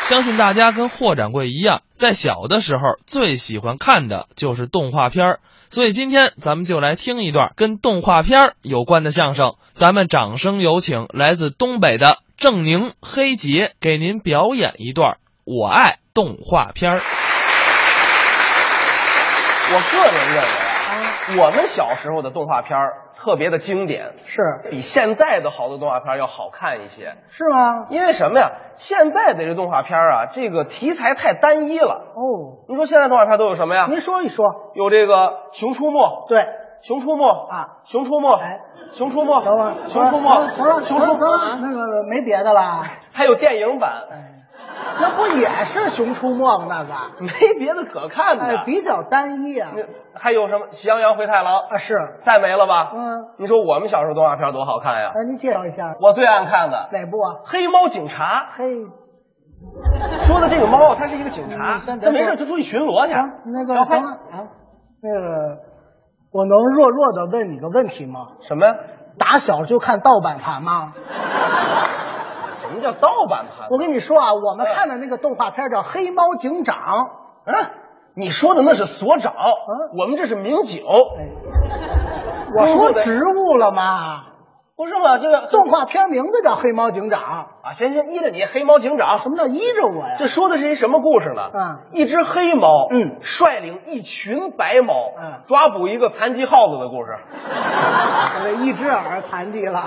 Speaker 22: 相信大家跟霍掌柜一样，在小的时候最喜欢看的就是动画片儿，所以今天咱们就来听一段跟动画片儿有关的相声。咱们掌声有请来自东北的郑宁、黑杰给您表演一段“我爱动画片儿”。
Speaker 24: 我个人认为啊，我们小时候的动画片儿特别的经典，
Speaker 25: 是
Speaker 24: 比现在的好多动画片儿要好看一些。
Speaker 25: 是吗？
Speaker 24: 因为什么呀？现在的这动画片儿啊，这个题材太单一了。
Speaker 25: 哦，
Speaker 24: 你说现在动画片都有什么呀？
Speaker 25: 您说一说。
Speaker 24: 有这个《熊出没》，《
Speaker 25: 对，
Speaker 24: 熊出没》
Speaker 25: 啊，
Speaker 24: 《熊出没》，
Speaker 25: 哎，
Speaker 24: 《熊出没》，
Speaker 25: 等会儿，
Speaker 24: 熊出没》，
Speaker 25: 等会儿，
Speaker 24: 熊出
Speaker 25: 没，等会儿，
Speaker 24: 没，
Speaker 25: 那个没别的 啦，
Speaker 24: 还有电影版，
Speaker 25: 哎那不也是熊出没吗？那个，
Speaker 24: 没别的可看
Speaker 25: 哎
Speaker 24: 的，。
Speaker 25: 比较单一啊。
Speaker 24: 那还有什么《喜羊羊灰太狼》
Speaker 25: 啊，是，
Speaker 24: 再没了吧？
Speaker 25: 嗯，
Speaker 24: 你说我们小时候动画片多好看呀！
Speaker 25: 那您介绍一下
Speaker 24: 我最爱看的
Speaker 25: 哪部啊？
Speaker 24: 《黑猫警察
Speaker 25: 嘿，》，
Speaker 24: 说的这个猫啊，它是一个警察
Speaker 25: 嗯先，别
Speaker 24: 它没
Speaker 25: 说
Speaker 24: 事就出去巡逻去
Speaker 25: 行。，啊那个
Speaker 24: 然后
Speaker 25: 行了啊，那个，我能弱弱的问你个问题吗？
Speaker 24: 什么呀？
Speaker 25: 打小就看盗版盘吗？
Speaker 24: 什么叫盗版盘？
Speaker 25: 我跟你说啊，我
Speaker 24: 嗯
Speaker 25: 们看的那个动画片叫《黑猫警长
Speaker 24: 啊，你说的那是所长，
Speaker 25: 嗯哎
Speaker 24: 我们这是民警。》。
Speaker 25: 我说植物了吗？
Speaker 24: 不是吗？这个
Speaker 25: 动画片名字叫《黑猫警长
Speaker 24: 啊，行行，依着你，黑猫警》，长。
Speaker 25: 什么叫依着我呀？
Speaker 24: 这说的是一什么故事呢？
Speaker 25: 嗯，
Speaker 24: 一只黑猫，
Speaker 25: 嗯，
Speaker 24: 率领一群白猫，
Speaker 25: 嗯
Speaker 24: 抓捕一个残疾耗子的故事。
Speaker 25: 我一只耳残疾了。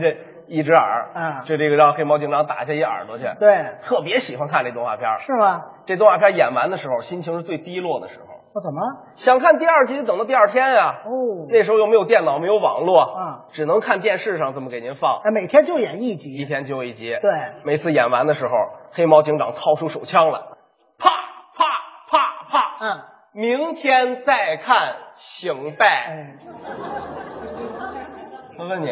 Speaker 24: 这一只耳，
Speaker 25: 嗯
Speaker 24: 就这个让黑猫警长打下一耳朵去。
Speaker 25: 对，
Speaker 24: 特别喜欢看这动画片儿
Speaker 25: 是吗？
Speaker 24: 这动画片演完的时候，心情是最低落的时候。
Speaker 25: 我怎么？
Speaker 24: 想看第二集，等到第二天呀、
Speaker 25: 哦
Speaker 24: 那时候又没有电脑，没有网络，
Speaker 25: 嗯
Speaker 24: 只能看电视上这么给您放，
Speaker 25: 哎，每天就演一集。
Speaker 24: 一天就一集。
Speaker 25: 对
Speaker 24: 每次演完的时候，黑猫警长掏出手枪来，啪啪啪啪，
Speaker 25: 嗯，
Speaker 24: 明天再看，醒拜。
Speaker 25: 哎，
Speaker 24: 我问你，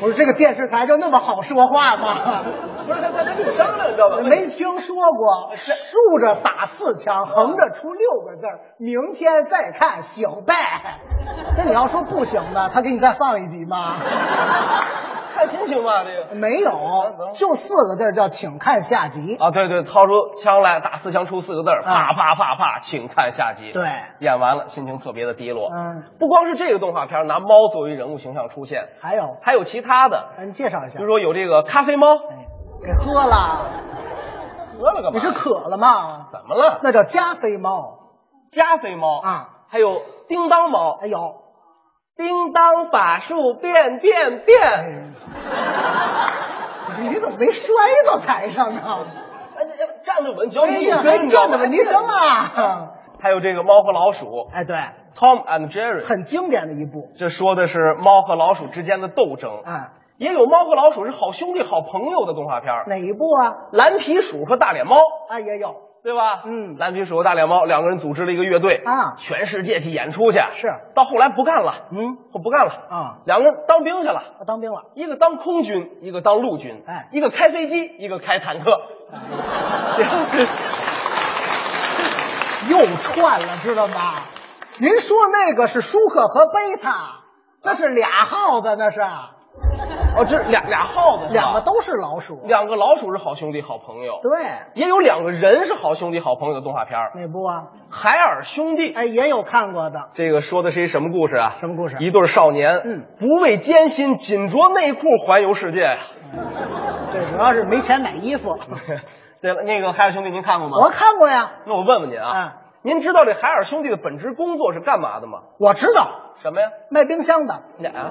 Speaker 25: 不是这个电视台就那么好说话吗？
Speaker 24: 不是他他跟 你商量，你知道吧？哎
Speaker 25: 没听说过，竖着打四枪，横着出六个字儿明天再看，醒呗。那你要说不行呢，他给你再放一集吗？
Speaker 24: 看心情吧，这个。
Speaker 25: 没有，就四个字儿叫请看下集。
Speaker 24: 啊，对对，掏出枪来，打四枪出四个字儿，啪
Speaker 25: 啊
Speaker 24: 啪啪啪，请看下集。
Speaker 25: 对
Speaker 24: 演完了，心情特别的低落。
Speaker 25: 嗯，
Speaker 24: 不光是这个动画片拿猫作为人物形象出现，
Speaker 25: 还有，
Speaker 24: 还有其他的，
Speaker 25: 哎你介绍一
Speaker 24: 比
Speaker 25: 下哎
Speaker 24: 如。说有这个咖啡猫，
Speaker 25: 给喝了，
Speaker 24: 得了个
Speaker 25: 你是渴了吗？
Speaker 24: 怎么了？
Speaker 25: 那叫加菲猫
Speaker 24: 加菲猫，
Speaker 25: 啊。
Speaker 24: 还有叮当猫
Speaker 25: 哎，有，
Speaker 24: 叮当法术变变变，
Speaker 25: 哎你怎么没摔到台上呢？
Speaker 24: 哎这这站得稳脚
Speaker 25: 哎
Speaker 24: 底
Speaker 25: 呀，
Speaker 24: 硬，
Speaker 25: 还
Speaker 24: 你知道
Speaker 25: 站
Speaker 24: 吗
Speaker 25: 着吧，你行。啊了。
Speaker 24: 还有这个猫和老鼠
Speaker 25: 哎，对，
Speaker 24: ，Tom and Jerry，
Speaker 25: 很经典的一部。
Speaker 24: 这说的是猫和老鼠之间的斗争。
Speaker 25: 啊，
Speaker 24: 也有猫和老鼠是好兄弟、好朋友的动画片儿，
Speaker 25: 哪一部啊？
Speaker 24: 蓝皮鼠和大脸猫，
Speaker 25: 啊，也有。
Speaker 24: 对吧？
Speaker 25: 嗯
Speaker 24: 蓝皮鼠和大脸猫两个人组织了一个乐队
Speaker 25: 啊
Speaker 24: 全世界去演出去。
Speaker 25: 是
Speaker 24: 到后来不干了，
Speaker 25: 嗯，
Speaker 24: 我不干了，
Speaker 25: 啊，
Speaker 24: 两个人当兵去了，
Speaker 25: 我当兵了。
Speaker 24: 一个当空军，一个当陆军，
Speaker 25: 哎
Speaker 24: 一个开飞机，一个开坦 克。
Speaker 25: 又串了，知道吗？您说那个是舒克和贝塔，那是俩耗子，那是
Speaker 24: 哦，这俩俩耗子，
Speaker 25: 两个，都是老鼠。
Speaker 24: 两个老鼠是好兄弟、好朋友。
Speaker 25: 对，
Speaker 24: 也有两个人是好兄弟、好朋友的动画片儿，
Speaker 25: 哪部啊？
Speaker 24: 海尔兄弟》。
Speaker 25: 哎，也有看过的。
Speaker 24: 这个说的是一什么故事啊？
Speaker 25: 什么故事
Speaker 24: 一对少年，
Speaker 25: 嗯，
Speaker 24: 不畏艰辛，紧着内裤环游世界呀。
Speaker 25: 对，主要是没钱买衣服。
Speaker 24: 对了，那个海尔兄弟您看过吗？
Speaker 25: 我看过嗯呀。
Speaker 24: 那我问问您啊，您知道这海尔兄弟的本职工作是干嘛的吗？
Speaker 25: 我知道，
Speaker 24: 什么呀？
Speaker 25: 卖冰箱的。
Speaker 24: 啊？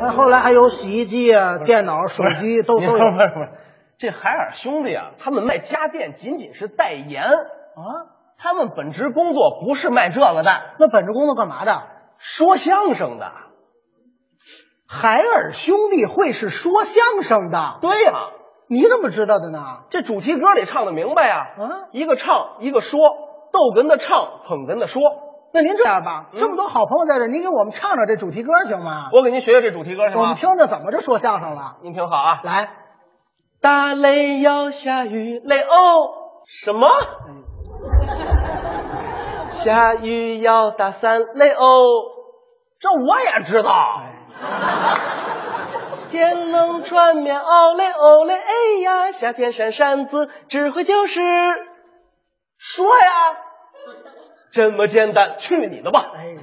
Speaker 25: 但后来还有洗衣机啊、电脑、手机都
Speaker 24: 不是
Speaker 25: 都
Speaker 24: 不
Speaker 25: 有。
Speaker 24: 是不是，这海尔兄弟啊，他们卖家电仅仅是代言啊，他们本职工作不是卖这个的，
Speaker 25: 那本职工作干嘛的？
Speaker 24: 说相声的。
Speaker 25: 海尔兄弟会是说相声的？
Speaker 24: 对呀、
Speaker 25: 你怎么知道的呢？
Speaker 24: 这主题歌里唱的明白呀、
Speaker 25: 啊，
Speaker 24: 一个唱一个说，逗哏的唱，捧哏的说。
Speaker 25: 那您这样吧，
Speaker 24: 嗯
Speaker 25: 这么多好朋友在这儿，您给我们唱唱这主题歌行吗？
Speaker 24: 我给您学学这主题歌行吗？
Speaker 25: 我们，听着怎么就说相声了？
Speaker 24: 您听好啊，
Speaker 25: 来，
Speaker 24: 打雷要下雨，雷哦，什么？下雨要打伞，雷哦，这我也知道。天冷穿棉袄，嘞哦嘞，哎呀，夏天扇扇子，指挥就是说呀，这么简单，去你的吧！
Speaker 25: 哎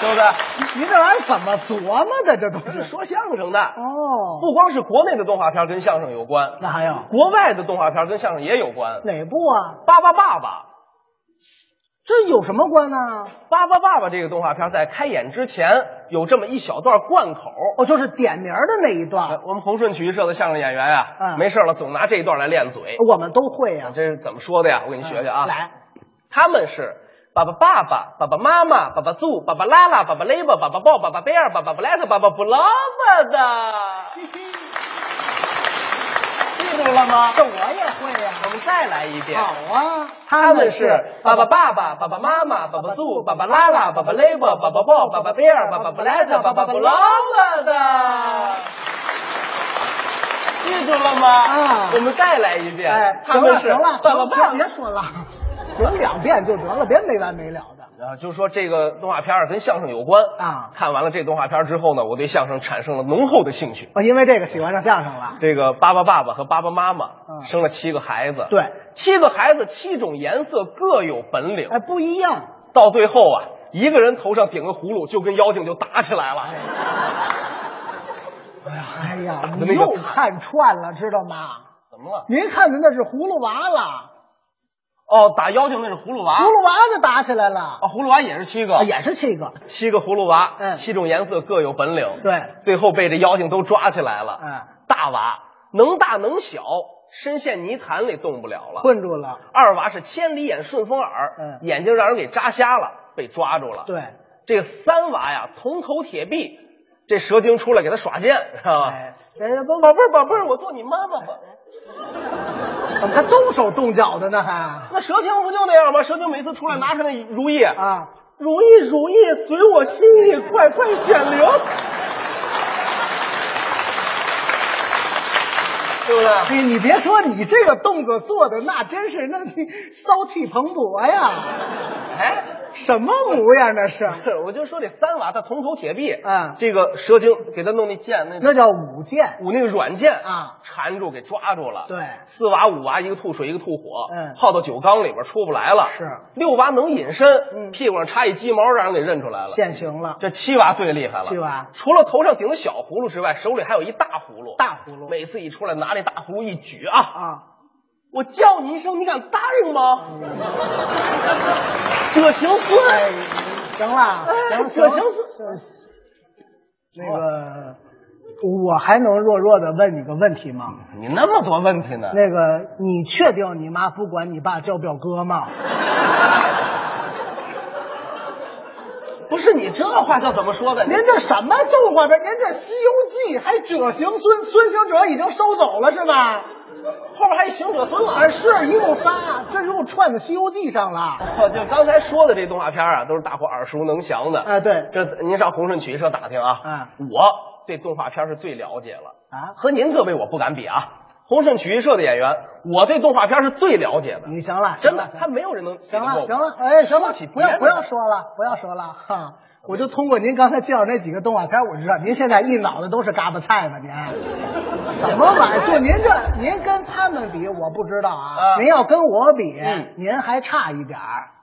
Speaker 24: 对不对？
Speaker 25: 您这玩意儿怎么琢磨的？这都
Speaker 24: 是
Speaker 25: 是
Speaker 24: 说相声的
Speaker 25: 哦，
Speaker 24: 不光是国内的动画片跟相声有关，
Speaker 25: 那还有
Speaker 24: 国外的动画片跟相声也有关。
Speaker 25: 哪部啊？
Speaker 24: 巴巴爸爸，
Speaker 25: 这有什么关呢？
Speaker 24: 巴巴爸爸这个动画片在开演之前有这么一小段贯口。呃
Speaker 25: 哦，就是点名的那一段，
Speaker 24: 我们红顺曲艺社的相声演员啊，
Speaker 25: 嗯呃
Speaker 24: 没事了总拿这一段来练嘴。
Speaker 25: 我们都会呀、
Speaker 24: 这是怎么说的呀？我给你学学啊。
Speaker 25: 嗯来，
Speaker 24: 他们是爸爸爸爸、爸爸妈妈、爸爸祖、爸爸拉拉、爸爸雷巴、爸爸抱、爸爸贝尔、爸爸布莱特、爸爸布拉巴 的。记住了吗？
Speaker 25: 这我也会呀、
Speaker 24: 我们再来一遍。
Speaker 25: 好啊，
Speaker 24: 他们是爸爸爸爸、爸爸妈妈、爸爸素、爸爸拉拉、爸爸 labor、爸爸抱、爸爸贝尔、爸爸布莱特、爸爸布拉拉的。记住了吗？
Speaker 25: 啊
Speaker 24: 我们再来一遍。
Speaker 25: 哎，
Speaker 24: 他
Speaker 25: 行
Speaker 24: 们
Speaker 25: 了
Speaker 24: 是
Speaker 25: 行了，
Speaker 24: 爸爸
Speaker 25: 行了
Speaker 24: 爸
Speaker 25: 别说了， 说两遍就得了，别没完没了的。
Speaker 24: 啊，就说这个动画片儿跟相声有关
Speaker 25: 啊
Speaker 24: 看完了这动画片儿之后呢，我对相声产生了浓厚的兴趣。
Speaker 25: 我因为这个喜欢上相声了。
Speaker 24: 这个巴巴爸爸和巴巴妈妈
Speaker 25: 嗯
Speaker 24: 生了七个孩子，
Speaker 25: 对，
Speaker 24: 七个孩子七种颜色各有本领，
Speaker 25: 哎，不一样，
Speaker 24: 到最后啊，一个人头上顶个葫芦，就跟妖精就打起来了。
Speaker 25: 哎呀，
Speaker 24: 那
Speaker 25: 你
Speaker 24: 个
Speaker 25: 又看串了，知道吗？
Speaker 24: 怎么了？
Speaker 25: 您看的那是葫芦娃了，
Speaker 24: 哦，打妖精那是葫芦娃，
Speaker 25: 葫芦娃就打起来了，
Speaker 24: 啊，葫芦娃也是七个，
Speaker 25: 啊也是七个，
Speaker 24: 七个葫芦娃，
Speaker 25: 嗯
Speaker 24: 七种颜色各有本领，
Speaker 25: 对，
Speaker 24: 最后被这妖精都抓起来了。
Speaker 25: 嗯，
Speaker 24: 大娃能大能小，深陷泥潭里动不了了。
Speaker 25: 困住了，
Speaker 24: 二娃是千里眼顺风耳，
Speaker 25: 嗯
Speaker 24: 眼睛让人给扎瞎了，被抓住了。，
Speaker 25: 对，
Speaker 24: 这个三娃呀，铜头铁臂，这蛇精出来给他耍剑，知道吧？
Speaker 25: 哎，嗯人家都
Speaker 24: 宝贝儿，宝贝儿，我做你妈妈吧。
Speaker 25: 怎么还动手动脚的呢？还
Speaker 24: 那蛇精不就那样吗？蛇精每次出来拿出来如意，
Speaker 25: 嗯啊，
Speaker 24: 如意如意，随我心意，快快显灵，对不对？
Speaker 25: 哎，你别说，你这个动作做的那真是，那你骚气蓬勃呀，
Speaker 24: 哎，
Speaker 25: 什么模样那是？
Speaker 24: 我就说这三娃他铜头铁臂，
Speaker 25: 嗯
Speaker 24: 这个蛇精给他弄那剑，那
Speaker 25: 那叫舞剑，
Speaker 24: 舞那个软剑
Speaker 25: 啊，
Speaker 24: 缠住给抓住了。
Speaker 25: 对
Speaker 24: 四娃五娃一个吐水一个吐火，
Speaker 25: 嗯
Speaker 24: 泡到酒缸里边出不来了。
Speaker 25: 是
Speaker 24: 六娃能隐身，
Speaker 25: 嗯
Speaker 24: 屁股上插一鸡毛让人给认出来了。
Speaker 25: 现形了，
Speaker 24: 这七娃最厉害了，
Speaker 25: 七娃
Speaker 24: 除了头上顶小葫芦之外，手里还有一大葫芦。
Speaker 25: 大葫芦
Speaker 24: 每次一出来拿那大葫芦一举啊，
Speaker 25: 啊，嗯
Speaker 24: 我叫你一声，你敢答应吗？这情
Speaker 25: 哎
Speaker 24: 孙，，
Speaker 25: 行了，
Speaker 24: 哎
Speaker 25: 行了
Speaker 24: 行了
Speaker 25: 行了，那个，我还能弱弱的问你个问题吗？
Speaker 24: 嗯你那么多问题呢？
Speaker 25: 那个，你确定你妈不管你爸叫表哥吗？
Speaker 24: 不是你这话叫怎么说的？
Speaker 25: 您这什么动画片？您这《西游记》还者行孙，孙行者已经收走了是吧？
Speaker 24: 后边还有行者孙了。
Speaker 25: 啊，是一共仨，这又串到《西游记》上了。
Speaker 24: 我哦就刚才说的这动画片啊，都是大伙耳熟能详的。
Speaker 25: 哎对
Speaker 24: 这您上红顺曲艺社打听啊。我对动画片是最了解了
Speaker 25: 啊
Speaker 24: 和您各位我不敢比啊。红顺曲艺社的演员，我对动画片是最了解的。
Speaker 25: 你行了，
Speaker 24: 真的，
Speaker 25: 行了
Speaker 24: 他没有人能
Speaker 25: 行了，行
Speaker 24: 了，
Speaker 25: 了，哎，行了
Speaker 24: 说起，
Speaker 25: 不要
Speaker 24: 别的
Speaker 25: 不要说了，不要说了哈。我就通过您刚才介绍那几个动画片，我知道您现在一脑袋都是嘎巴菜吧？您什么玩意儿？就您这，您跟他们比，我不知道
Speaker 24: 啊
Speaker 25: 啊。您要跟我比，
Speaker 24: 嗯
Speaker 25: 您还差一点儿。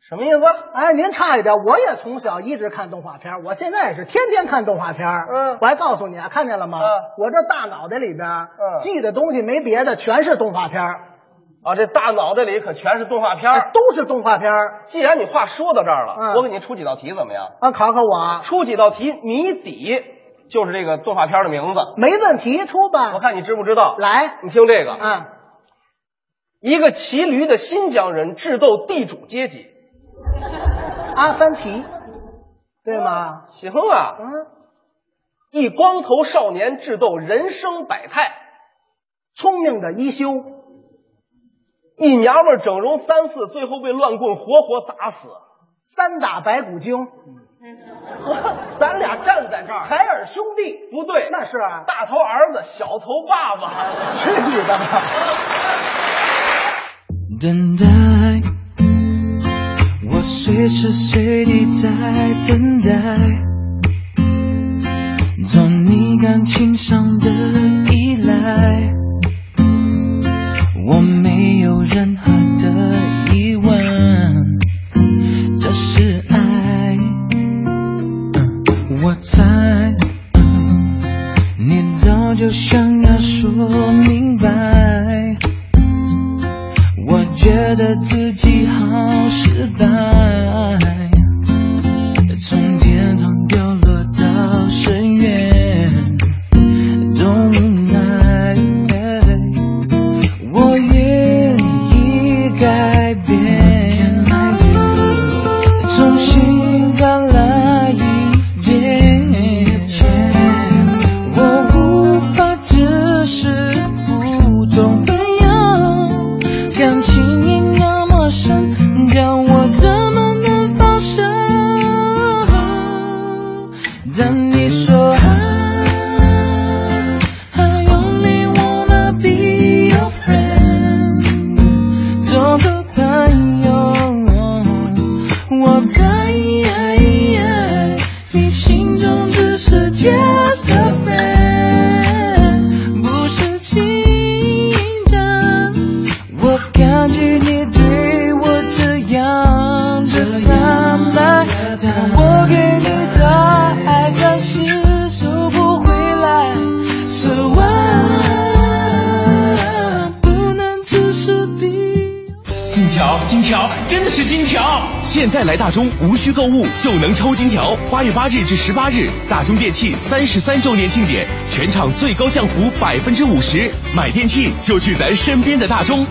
Speaker 24: 什么意思？
Speaker 25: 哎，您差一点，我也从小一直看动画片，我现在也是天天看动画片。
Speaker 24: 嗯
Speaker 25: 我还告诉你啊，看见了吗？
Speaker 24: 嗯
Speaker 25: 我这大脑袋里边，
Speaker 24: 嗯
Speaker 25: 记的东西没别的，全是动画片儿，
Speaker 24: 啊，这大脑袋里可全是动画片儿。
Speaker 25: 都是动画片儿
Speaker 24: 既然你话说到这儿了，
Speaker 25: 嗯
Speaker 24: 我给你出几道题怎么样？
Speaker 25: 啊，考考我啊，
Speaker 24: 出几道题谜底，就是这个动画片的名字。
Speaker 25: 没问题，出吧。
Speaker 24: 我看你知不知道？
Speaker 25: 来，
Speaker 24: 你听这个，
Speaker 25: 嗯，
Speaker 24: 一个骑驴的新疆人智斗地主阶级，
Speaker 25: 阿凡提，对吗？
Speaker 24: 行啊。
Speaker 25: 嗯，
Speaker 24: 一光头少年智斗人生百态，
Speaker 25: 聪明的一休，
Speaker 24: 一娘们儿整容三次，最后被乱棍活活打死。
Speaker 25: 三打白骨精，
Speaker 24: 嗯 咱俩站在这儿，
Speaker 25: 海尔兄弟，
Speaker 24: 不对，
Speaker 25: 那是啊，
Speaker 24: 大头儿子，小头爸爸。
Speaker 25: 去你的吧！
Speaker 5: 等待，我随时随地在等待，做你感情上的依赖，我没有任何的疑问，这是爱，嗯我猜。嗯你早就想要说明白，我觉得自己好失败，从天堂掉落到深渊，都无奈。我愿意改变，重新再来一遍。我无法只是普通朋友，感情已那么深，让我怎么能放手？但你说，I I only wanna be your friend，做个朋友，我在你心中只是 just a friend，不是情人。我感激你对我这样的坦白，但我给你的爱暂时收不回来。So I 不能只是 be。
Speaker 8: 金条，金条，真的是金条！现在来大中，无需购物就能抽金条。八月八日至十八日，大中电器三十三周年庆典，全场最高降幅百分之五十，买电器就去咱身边的大中。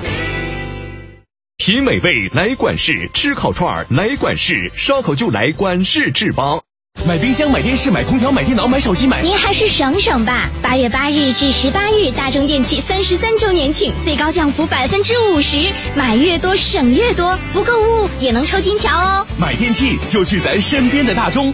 Speaker 30: 品美味来管事，吃烤串儿来管事，烧烤就来管事制帮。
Speaker 8: 买冰箱、买电视、买空调、买电脑、买手机、买。
Speaker 15: 您还是省省吧。八月八日至十八日，大中电器三十三周年庆，最高降幅百分之五十，买越多省越多，不购物也能抽金条哦。
Speaker 8: 买电器就去咱身边的大中。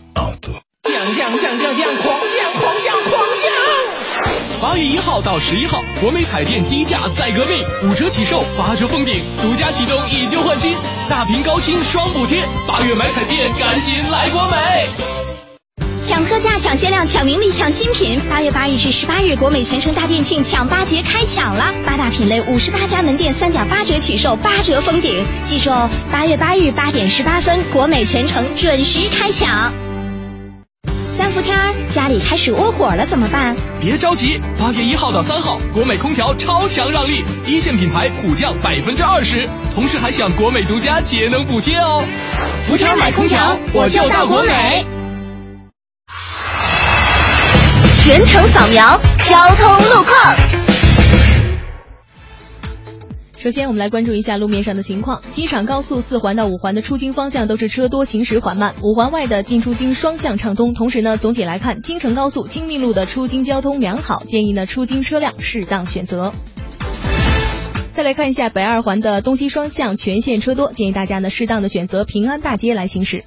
Speaker 31: 降降降降狂降狂降狂降！
Speaker 29: 八月一号到十一号，国美彩电低价再革命，五折起售，八折封顶，独家启动以旧换新，大屏高清双补贴，八月买彩电赶紧来国美！
Speaker 15: 抢特价、抢限量、抢名利、抢新品！八月八日至十八日，国美全城大店庆抢八节开抢了！八大品类五十八家门店三点八折起售，八折封顶！记住哦，八月八日八点十八分，国美全城准时开抢。三伏天儿，家里开始窝火了怎么办？
Speaker 29: 别着急，八月一号到三号，国美空调超强让利，一线品牌普降百分之二十，同时还享国美独家节能补贴哦。伏天买空调，我就到国美。
Speaker 32: 全程扫描交通路况。
Speaker 2: 首先，我们来关注一下路面上的情况。机场高速四环到五环的出京方向都是车多，行驶缓慢；五环外的进出京双向畅通。同时呢，总体来看，京承高速京密路的出京交通良好，建议呢出京车辆适当选择。再来看一下北二环的东西双向全线车多，建议大家呢适当的选择平安大街来行驶。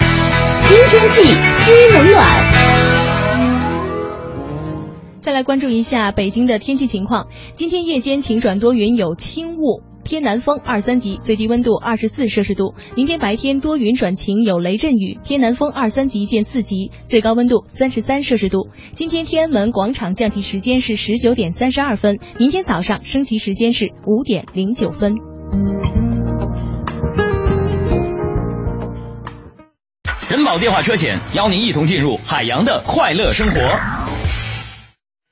Speaker 32: 知天气，知冷暖。
Speaker 2: 再来关注一下北京的天气情况，今天夜间晴转多云，有轻雾。偏南风二三级，最低温度二十四摄氏度。明天白天多云转晴，有雷阵雨，偏南风二三级见四级，最高温度三十三摄氏度。今天天安门广场降旗时间是十九点三十二分，明天早上升旗时间是五点零九分。
Speaker 19: 人保电话车险邀您一同进入海洋的快乐生活。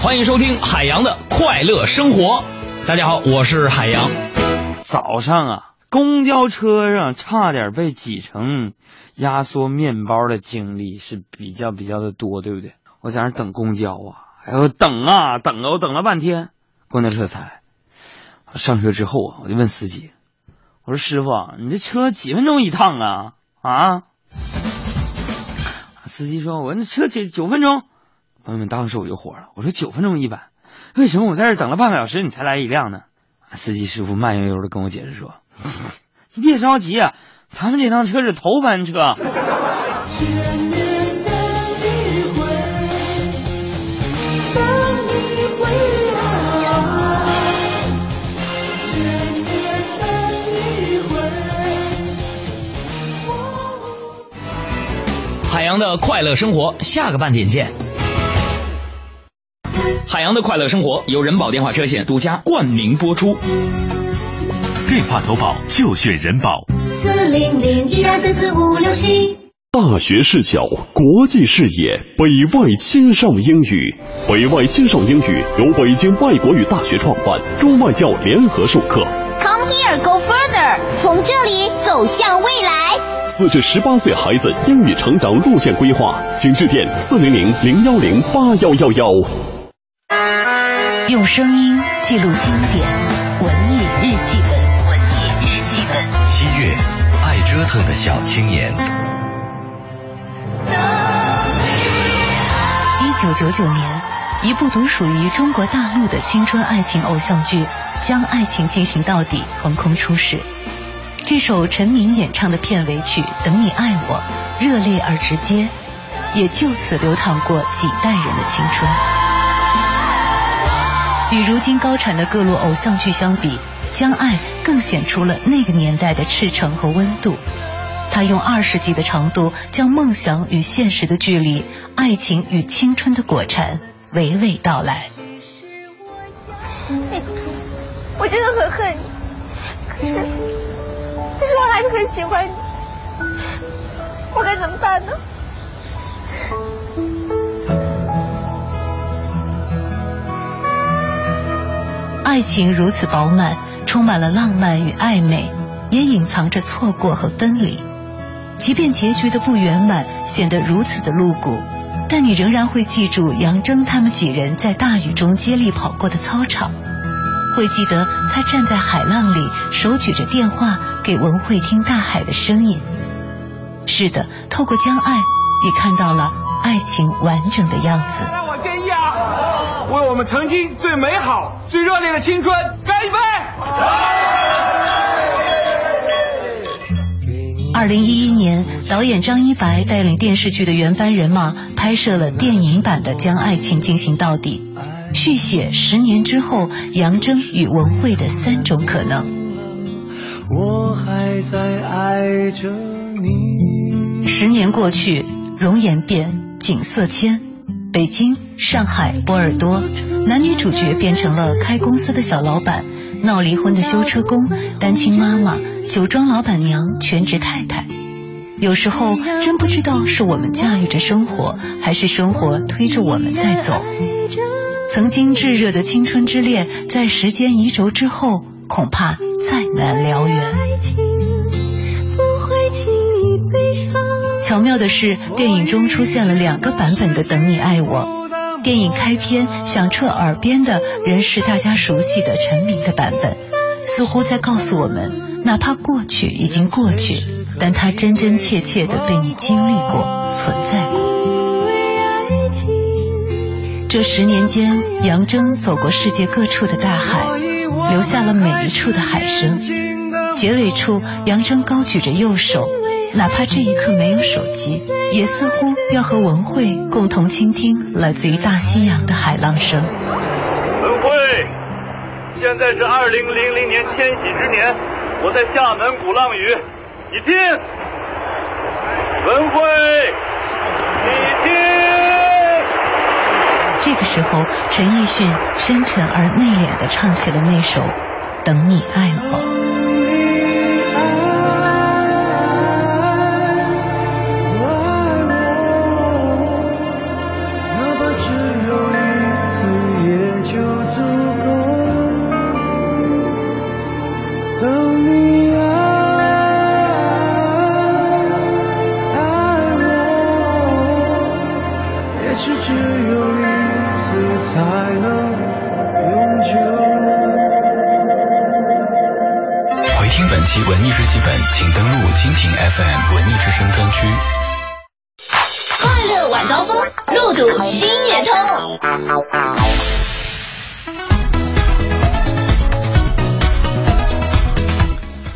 Speaker 19: 欢迎收听海洋的快乐生活。大家好，我是海洋。早上啊，公交车上差点被挤成压缩面包的经历是比较比较的多，对不对？我在那等公交啊，哎呦等啊等啊，我等了半天，公交车才来。上车之后啊，我就问司机，我说师傅，啊你这车几分钟一趟啊？啊？司机说，我那车九九分钟。朋友们，当时我就火了，我说九分钟一班，为什么我在这等了半个小时你才来一辆呢？司机师傅慢悠悠的跟我解释说：“ 你别着急啊，咱们这趟车是头班车。”海洋的快乐生活，下个半点见。海洋的快乐生活由人保电话车险独家冠名播出，
Speaker 16: 电话投保就选人保。
Speaker 18: 四零零一二三四五六七。
Speaker 7: 大学视角，国际视野，北外青少英语。北外青少英语由北京外国语大学创办，中外教联合授课。
Speaker 18: Come here, go further，从这里走向未来。
Speaker 7: 四至十八岁孩子英语成长路线规划，请致电四零零零幺零八幺幺幺。
Speaker 11: 用声音记录经典，文艺日记本，文艺日记本。
Speaker 3: 七月，爱折腾的小青年。
Speaker 11: 一九九九年，一部独属于中国大陆的青春爱情偶像剧《将爱情进行到底》横空出世。这首陈明演唱的片尾曲《等你爱我》，热烈而直接，也就此流淌过几代人的青春。与如今高产的各路偶像剧相比，《将爱》更显出了那个年代的赤诚和温度。他用二十集的长度，将梦想与现实的距离、爱情与青春的果馋娓娓道来。
Speaker 20: 那哎我真的很恨你，可是，可是我还是很喜欢你，我该怎么办呢？
Speaker 11: 爱情如此饱满，充满了浪漫与暧昧，也隐藏着错过和分离。即便结局的不圆满显得如此的露骨，但你仍然会记住杨铮他们几人在大雨中接力跑过的操场，会记得他站在海浪里手举着电话给文慧听大海的声音。是的，透过将爱，你看到了爱情完整的样子。
Speaker 5: 那我建议啊。为我们曾经最美好、最热烈的青春干一杯！
Speaker 11: 二零一一年，导演张一白带领电视剧的原班人马拍摄了电影版的《将爱情进行到底》，续写十年之后杨铮与文慧的三种可能。
Speaker 20: 我还在爱着你。
Speaker 11: 十年过去，容颜变，景色迁。北京、上海、波尔多，男女主角变成了开公司的小老板、闹离婚的修车工、单亲妈妈、酒庄老板娘、全职太太。有时候真不知道是我们驾驭着生活，还是生活推着我们在走。曾经炙热的青春之恋，在时间移轴之后，恐怕再难燎原。巧妙的是，电影中出现了两个版本的《等你爱我》，电影开篇响彻耳边的仍是大家熟悉的陈明的版本，似乎在告诉我们，哪怕过去已经过去，但它真真切切的被你经历过、存在过。这十年间，杨铮走过世界各处的大海，留下了每一处的海声。结尾处，杨铮高举着右手。哪怕这一刻没有手机，也似乎要和文慧共同倾听来自于大西洋的海浪声。
Speaker 24: 文慧，现在是二零零零年千禧之年，我在厦门鼓浪屿，你听，文
Speaker 5: 哎
Speaker 24: 慧，你听。
Speaker 11: 这个时候，陈奕迅深沉而内敛地唱起了那首《等你爱我》。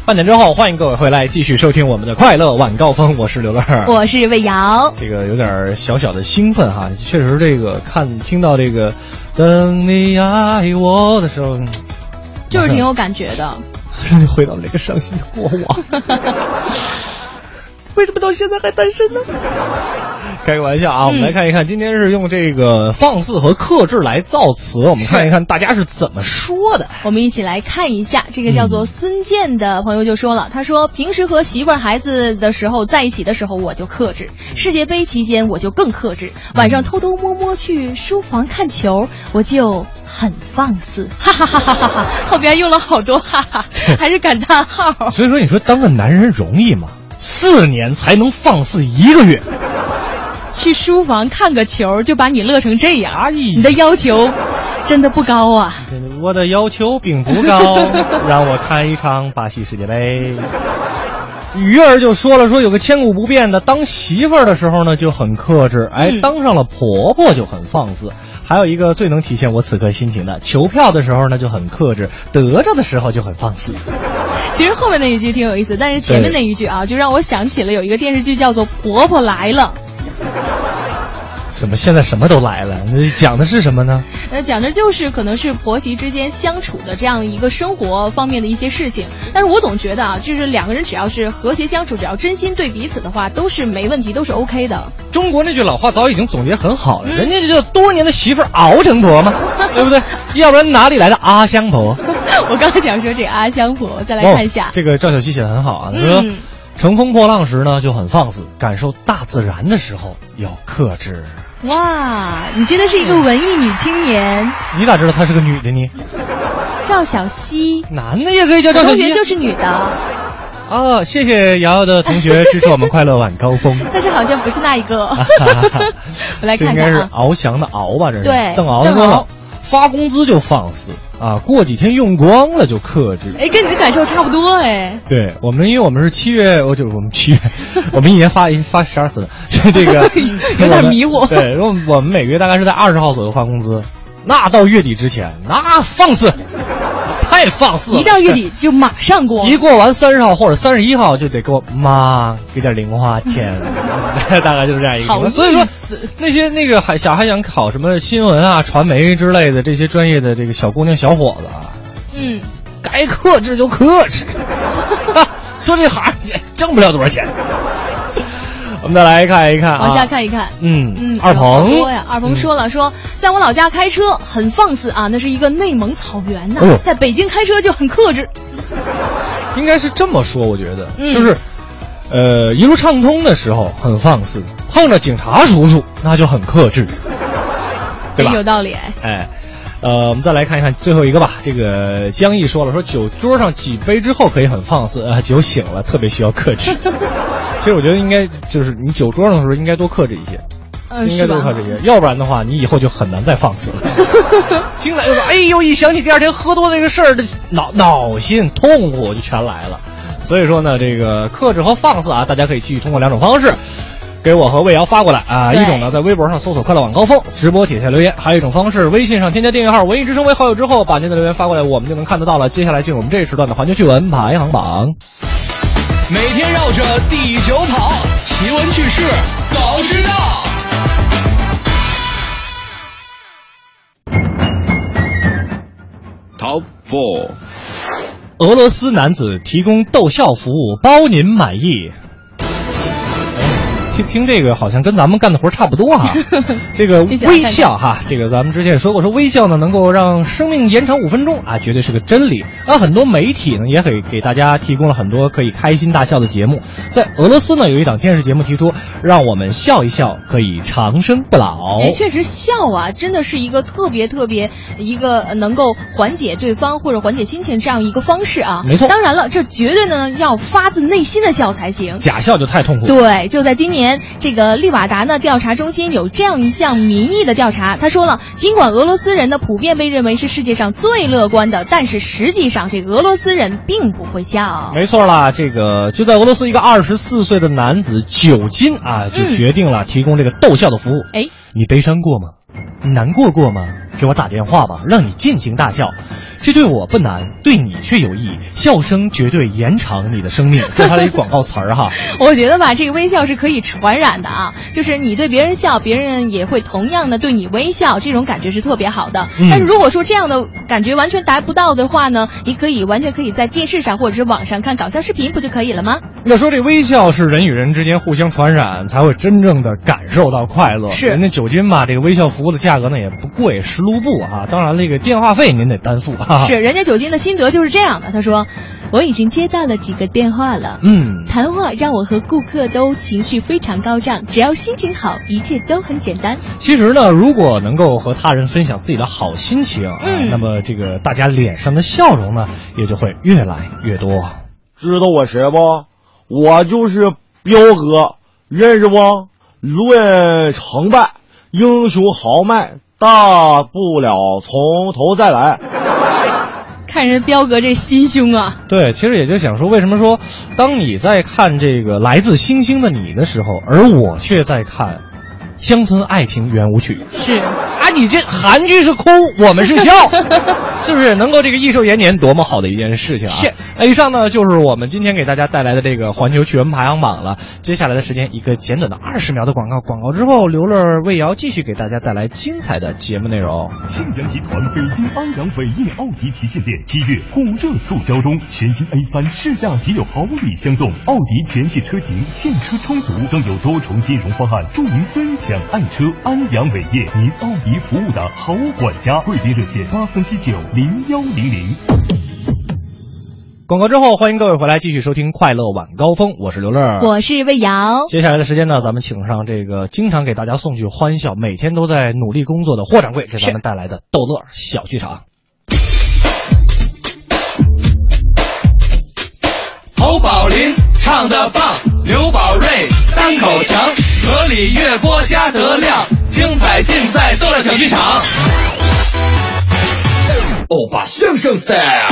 Speaker 4: 半点之后，欢迎各位回来继续收听我们的快乐晚高峰，我是刘乐，
Speaker 2: 我是魏瑶。
Speaker 4: 这个有点小小的兴奋哈，确实这个看听到这个“等你爱我”的时候，
Speaker 2: 就是挺有感觉的，
Speaker 4: 让你回到了这个伤心的过往。 为什么到现在还单身呢？ 开个玩笑啊，我们来看一看，今天是用这个放肆和克制来造词，我们看一看大家是怎么说的。
Speaker 2: 我们一起来看一下，这个叫做孙健的朋友就说了，他说平时和媳妇儿、孩子的时候在一起的时候我就克制，
Speaker 4: 嗯
Speaker 2: 世界杯期间我就更克制，晚上偷偷摸摸去书房看球，我就很放肆， 哈哈哈哈哈哈。后边用了好多哈 哈，还是感叹号。
Speaker 4: 所以说，你说当个男人容易吗？四年才能放肆一个月。
Speaker 2: 去书房看个球就把你乐成这样，哎、你的要求真的不高啊！
Speaker 4: 嗯我的要求并不 高，让我看一场巴西世界杯。鱼儿就说了，说有个千古不变的，当媳妇儿的时候呢就很克制，哎，嗯、当上了婆婆就很放肆。还有一个最能体现我此刻心情的，求票的时候呢就很克制，得着的时候就很放肆。
Speaker 2: 其实后面那一句挺有意思，但是前面那一句啊，就让我想起了有一个电视剧叫做《婆婆来了》。
Speaker 4: 怎么现在什么都来了？那讲的是什么呢？
Speaker 2: 呃，讲的就是可能是婆媳之间相处的这样一个生活方面的一些事情。但是我总觉得啊，就是两个人只要是和谐相处，只要真心对彼此的话，都是没问题，都是 OK 的。
Speaker 4: 中国那句老话早已经总结很好了，嗯、人家就多年的媳妇熬成婆嘛，对 不对？要不然哪里来的阿香婆？
Speaker 2: 我刚刚想说这阿香婆，再来看一下、哦、
Speaker 4: 这个赵小西写的很好啊，他说。嗯乘风破浪时呢，就很放肆；感受大自然的时候，要克制。
Speaker 2: 哇，你真的是一个文艺女青年！
Speaker 4: 你咋知道她是个女的呢？
Speaker 2: 赵小西，
Speaker 4: 男的也可以叫赵小西，啊
Speaker 2: 同学就是女的。
Speaker 4: 哦，谢谢瑶瑶的同学支持我们快乐晚高 峰。
Speaker 2: 但是好像不是那一 个。 我来看看、啊，
Speaker 4: 应该是翱翔的翱吧？这是
Speaker 2: 对，
Speaker 4: 邓
Speaker 2: 翱
Speaker 4: 说发工资就放肆。啊，过几天用光了就克制。
Speaker 2: 哎，跟你的感受差不多哎。
Speaker 4: 对我们，因为我们是七月，我就是我们 七月，我们一年发一发十二次， 这个
Speaker 2: 有点迷糊。
Speaker 4: 对，然后我们每个月大概是在二十号左右发工资，那到月底之前，那放肆，太放肆了。
Speaker 2: 一到月底就马上过，
Speaker 4: 一过完三十号或者三十一号就得给我妈给点零花 钱，大概就是这样一个。所以说，那些那个还想还想考什么新闻啊、传媒之类的这些专业的这个小姑娘小。小伙子啊，
Speaker 2: 嗯，
Speaker 4: 该克制就克 制，做这行挣不了多少钱。我们再来看一看、啊，
Speaker 2: 往下看一看。
Speaker 4: 嗯
Speaker 2: 嗯，
Speaker 4: 二鹏
Speaker 2: 说呀，二鹏说了，嗯、说在我老家开车很放肆啊，那是一个内蒙草原呐、啊。哎、在北京开车就很克制。
Speaker 4: 嗯应该是这么说，我觉得、嗯、就是，呃，一路畅通的时候很放肆，碰着警察叔叔那就很克制，对吧？
Speaker 2: 有道理哎。
Speaker 4: 哎。呃，我们再来看一看最后一个吧。这个江毅说了，说酒桌上几杯之后可以很放肆，呃，酒醒了特别需要克制。其实我觉得应该就是你酒桌上的时候应该多克制一些，
Speaker 5: 嗯
Speaker 4: 应该
Speaker 5: 是吧
Speaker 4: 多靠这些，要不然的话，你以后就很难再放肆了。经常就说，哎呦，一想起第二天喝多那个事儿，这脑脑心痛苦就全来了。所以说呢，这个克制和放肆啊，大家可以继续通过两种方式。给我和魏瑶发过来啊！
Speaker 2: 对
Speaker 4: 一种呢，在微博上搜索“快乐晚高峰”直播底下留言；还有一种方式，微信上添加订阅号“文艺之声”为好友之后，把您的留言发过来，我们就能看得到了。接下来进入我们这一时段的环球趣闻排行榜。
Speaker 22: 每天绕着地球跑，奇闻趣事早知道。
Speaker 4: Top Four，俄罗斯男子提供逗笑服务，包您满意。听听这个好像跟咱们干的活儿差不多哈、这个
Speaker 2: 你想看
Speaker 4: 微
Speaker 2: 看
Speaker 4: 笑哈，这个咱们之前也说过，说微笑呢能够让生命延长五分钟啊，绝对是个真理。那很多媒体呢也给给大家提供了很多可以开心大笑的节目。在俄罗斯呢有一档电视节目提出，让我们笑一笑可以长生不老。
Speaker 2: 哎，确实笑啊，真的是一个特别特别一个呃能够缓解对方或者缓解心情这样一个方式啊。
Speaker 4: 没错
Speaker 2: 当然了，这绝对呢要发自内心的笑才行。
Speaker 4: 假笑就太
Speaker 2: 嗯
Speaker 4: 痛苦了。
Speaker 2: 对，就在今年，这个利瓦达呢调查中心有这样一项民意的调查，他说了，尽管俄罗斯人呢普遍被认为是世界上最乐观的，但是实际上这俄罗斯人并不会笑。
Speaker 4: 没错啦，这个就在俄罗斯，一个二十四岁的男子酒精啊，就决定了提供这个逗笑的服务。
Speaker 2: 嗯哎，
Speaker 4: 你悲伤过吗？你难过过吗？给我打电话吧，让你尽情大笑。这对我不难，对你却有益。笑声绝对延长你的生 命，这是他的一个广告词儿哈。
Speaker 2: 我觉得吧，这个微笑是可以传染的啊，就是你对别人笑，别人也会同样的对你微笑，这种感觉是特别好的。
Speaker 4: 嗯
Speaker 2: 但是如果说这样的感觉完全达不到的话呢，你可以完全可以在电视上或者是网上看搞笑视频，不就可以了吗？
Speaker 4: 要说这微笑是人与人之间互相传染，才会真正的感受到快乐。
Speaker 2: 是
Speaker 4: 人家酒精嘛，这个微笑服务的价格呢也不贵，十卢布啊。当然，这个电话费您得担负哈、啊。
Speaker 2: 是，人家酒精的心得就是这样的。他说，我已经接到了几个电话了，
Speaker 4: 嗯，
Speaker 2: 谈话让我和顾客都情绪非常高涨，只要心情好，一切都很简单。
Speaker 4: 其实呢，如果能够和他人分享自己的好心情，啊
Speaker 2: 嗯
Speaker 4: 那么这个大家脸上的笑容呢，也就会越来越多。
Speaker 8: 知道我谁不？我就是彪哥，认识不？论成败，英雄豪迈，大不了从头再来。
Speaker 2: 看人彪哥这心胸啊，
Speaker 4: 对，其实也就想说，为什么说，当你在看这个《来自星星的你》的时候，而我却在看《乡村爱情圆舞曲》。是啊，你这韩剧是哭， 我们是笑，是不是能够这个益寿延年，多么好的一件事情啊！
Speaker 2: 是。
Speaker 4: 那以上呢，就是我们今天给大家带来的这个环球趣闻排行榜了。接下来的时间，一个简短的二十秒的广告，广告之后，刘乐、魏瑶继续给大家带来精彩的节目内容。
Speaker 12: 信阳集团北京安阳伟业奥迪旗舰店七月火热促销中，全新 A 3试驾即有好礼相送，奥迪全系车型现车充足，更有多重金融方案助您分享爱车。安阳伟业，您奥迪服务的好管家，贵宾热线八三七九零幺零零。
Speaker 4: 广告之后，欢迎各位回来继续收听《快乐晚高峰》，我是刘乐，
Speaker 2: 我是魏瑶。
Speaker 4: 接下来的时间呢，咱们请上这个经常给大家送去欢笑、每天都在努力工作的霍掌柜，给咱们带来的逗乐小剧场。
Speaker 22: 侯宝林唱的棒，刘宝瑞单口强，河里月波加德亮，精彩尽在逗乐小剧场。
Speaker 3: 欧巴哦相声 style。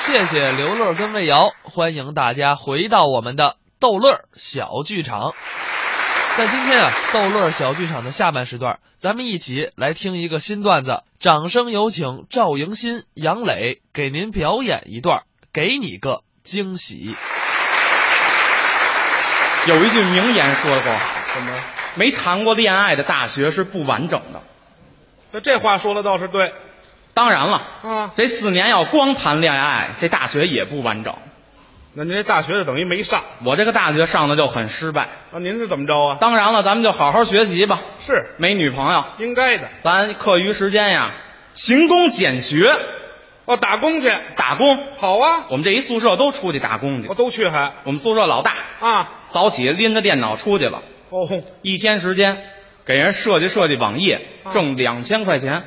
Speaker 22: 谢谢刘乐跟魏瑶，欢迎大家回到我们的逗乐小剧场。在今天啊，逗乐小剧场的下半时段，咱们一起来听一个新段子。掌声有请赵迎新、杨磊给您表演一段，给你个惊喜。
Speaker 13: 有一句名言说过，什么？没谈过恋爱的大学是不完整的。那这话说的倒是对。当然了，啊，这四年要光谈恋爱，这大学也不完整。那您这大学就等于没上。我这个大学上的就很失败。那您是怎么着啊？当然了，咱们就好好学习吧。是。没女朋友，应该的。咱课余时间呀，勤工俭学。哦，打工去，打工好啊！我们这一宿舍都出去打工去，我都去还。我们宿舍老大啊，早起拎着电脑出去了，
Speaker 33: 哦，
Speaker 13: 一天时间给人设计设计网页，
Speaker 33: 啊
Speaker 13: 挣两千块钱。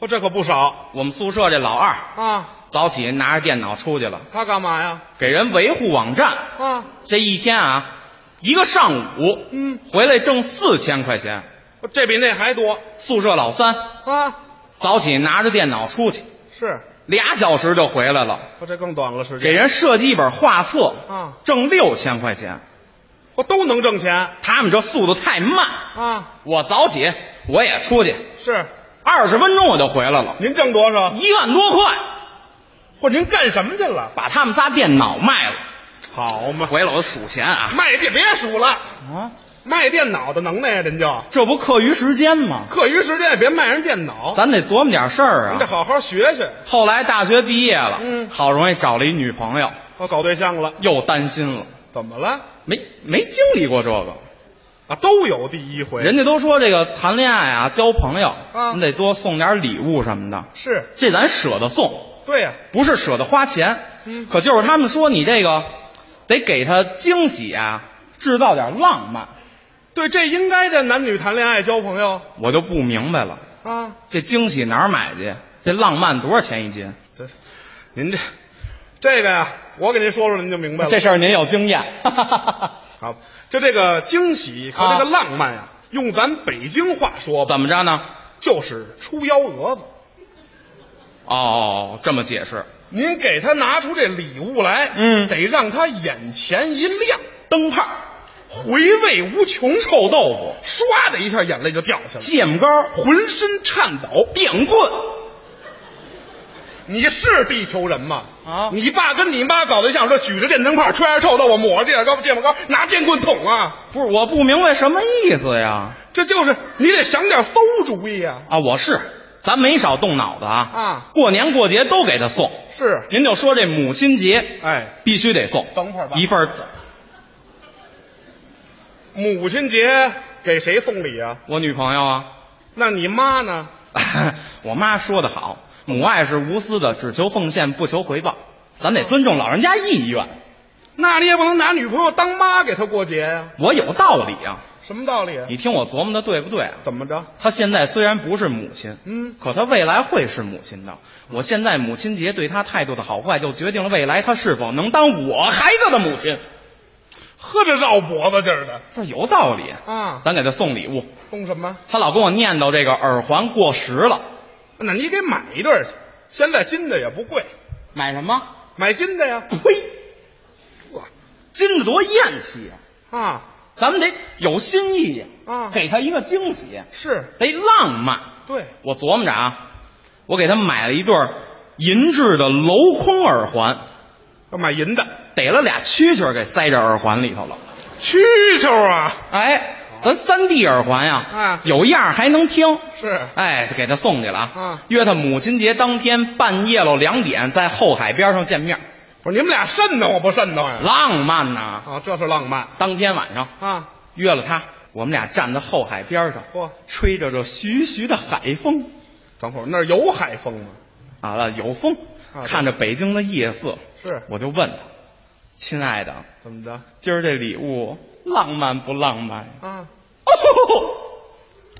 Speaker 13: 嚯，哦这可不少。我们宿舍这老二
Speaker 9: 啊，
Speaker 13: 早起拿着电脑出去了，
Speaker 9: 他干嘛呀？
Speaker 13: 给人维护网站。
Speaker 9: 啊，
Speaker 13: 这一天啊，一个上午，
Speaker 9: 嗯，
Speaker 13: 回来挣四千块钱。
Speaker 9: 这比那还多。
Speaker 13: 宿舍老三
Speaker 9: 啊，
Speaker 13: 早起拿着电脑出去，
Speaker 9: 是，
Speaker 13: 俩小时就回来了，
Speaker 9: 我这更短了时间。
Speaker 13: 给人设计一本画册，
Speaker 9: 啊，
Speaker 13: 挣六千块钱。
Speaker 9: 我都能挣钱
Speaker 13: 他们这速度太慢，
Speaker 9: 啊，
Speaker 13: 我早起我也出去，
Speaker 9: 是。
Speaker 13: 二十分钟我就回来了，
Speaker 9: 您挣多少？
Speaker 13: 一万多块，
Speaker 9: 或您干什么去了？
Speaker 13: 把他们仨电脑卖了。
Speaker 9: 好嘛，
Speaker 13: 回来我就数钱啊，
Speaker 9: 卖电别数了，
Speaker 13: 啊，
Speaker 9: 卖电脑的能耐呀，您就
Speaker 13: 这不课余时间吗？
Speaker 9: 课余时间也别卖人电脑，
Speaker 13: 咱得琢磨点事儿
Speaker 9: 您得
Speaker 13: 啊。
Speaker 9: 好好学学。
Speaker 13: 后来大学毕业了，
Speaker 9: 嗯
Speaker 13: 好容易找了一女朋友，
Speaker 9: 我搞对象了，
Speaker 13: 又担心了，
Speaker 9: 怎么了？
Speaker 13: 没没经历过这个。
Speaker 9: 啊，都有第一回。
Speaker 13: 人家都说这个谈恋爱啊，交朋友，
Speaker 9: 啊
Speaker 13: 你得多送点礼物什么的。
Speaker 9: 是，
Speaker 13: 这咱舍得送，
Speaker 9: 对呀、
Speaker 13: 不是舍得花钱。
Speaker 9: 嗯
Speaker 13: 可就是他们说你这个得给他惊喜啊，制造点浪漫。
Speaker 9: 对，这应该的，男女谈恋爱交朋友
Speaker 13: 我就不明白了，
Speaker 9: 啊。
Speaker 13: 这惊喜哪儿买去？这浪漫多少钱一斤？
Speaker 9: 这，您这，这个呀，我给您说说，您就明白了。
Speaker 13: 这事儿您有经验，
Speaker 9: 好，就这个惊喜和这个浪漫呀、用咱北京话说
Speaker 13: 啊
Speaker 9: 吧，
Speaker 13: 怎么着呢？
Speaker 9: 就是出幺蛾子。
Speaker 13: 哦，这么解释，
Speaker 9: 您给他拿出这礼物来，
Speaker 13: 嗯
Speaker 9: 得让他眼前一亮，
Speaker 13: 灯泡、
Speaker 9: 回味无穷。
Speaker 13: 臭豆腐、
Speaker 9: 唰的一下，眼泪就掉下来了，
Speaker 13: 芥末膏、
Speaker 9: 浑身颤抖。
Speaker 13: 电棍。
Speaker 9: 你是地球人吗？
Speaker 13: 啊
Speaker 9: 你爸跟你妈搞对象，说举着电灯泡，吹着臭豆腐，抹着芥末膏，芥末膏，拿电棍捅啊！
Speaker 13: 不是，我不明白什么意思呀？
Speaker 9: 这就是你得想点馊主意啊！
Speaker 13: 啊，我是，咱没少动脑子啊。
Speaker 9: 啊
Speaker 13: 过年过节都给他送。
Speaker 9: 是，
Speaker 13: 您就说这母亲节，
Speaker 9: 哎，
Speaker 13: 必须得送。
Speaker 9: 等会儿吧
Speaker 13: 一份儿，
Speaker 9: 母亲节给谁送礼啊？
Speaker 13: 我女朋友啊，
Speaker 9: 那你妈呢？
Speaker 13: 我妈说的好，母爱是无私的，只求奉献，不求回报。咱得尊重老人家意愿，
Speaker 9: 那你也不能拿女朋友当妈给她过节呀、
Speaker 13: 我有道理啊。
Speaker 9: 什么道理啊？
Speaker 13: 你听我琢磨的对不对啊？
Speaker 9: 怎么着？
Speaker 13: 她现在虽然不是母亲，
Speaker 9: 嗯
Speaker 13: 可她未来会是母亲的。我现在母亲节对她态度的好坏，就决定了未来她是否能当我孩子的母亲。
Speaker 9: 呵，这绕脖子劲儿的
Speaker 13: 这有道理
Speaker 9: 啊
Speaker 13: 咱给她送礼物，
Speaker 9: 送什么？
Speaker 13: 她老跟我念叨这个耳环过时了，
Speaker 9: 那你给买一对儿去，现在金的也不贵，
Speaker 13: 买什么？
Speaker 9: 买金的呀。
Speaker 13: 呸！哇，金子多艳气呀、
Speaker 9: 啊，
Speaker 13: 咱们得有新意呀、
Speaker 9: 啊
Speaker 13: 给她一个惊喜，
Speaker 9: 是
Speaker 13: 得浪漫。
Speaker 9: 对，
Speaker 13: 我琢磨着啊，我给她买了一对儿银质的镂空耳环，
Speaker 9: 要买银的
Speaker 13: 逮了俩蛐蛐儿给塞这耳环里头了。
Speaker 9: 蛐蛐儿啊。
Speaker 13: 哎，咱三 D 耳环呀、
Speaker 9: 啊
Speaker 13: 有样儿还能听。
Speaker 9: 是
Speaker 13: 哎，就给他送去了啊。
Speaker 9: 啊
Speaker 13: 约他母亲节当天半夜喽两点在后海边上见面，
Speaker 9: 不是你们俩瘆得慌不瘆得慌呀？
Speaker 13: 浪漫呐、
Speaker 9: 啊，这是浪漫
Speaker 13: 当天晚上
Speaker 9: 啊！
Speaker 13: 约了他，我们俩站在后海边上，
Speaker 9: 嚯
Speaker 13: 吹着这徐徐的海风
Speaker 9: 等会儿那儿有海风吗？
Speaker 13: 啊，有风，
Speaker 9: 啊
Speaker 13: 看着北京的夜色，
Speaker 9: 是
Speaker 13: 我就问他，亲爱的，
Speaker 9: 怎么着
Speaker 13: 今儿这礼物浪漫不浪漫呀？
Speaker 9: 啊？
Speaker 13: 哦，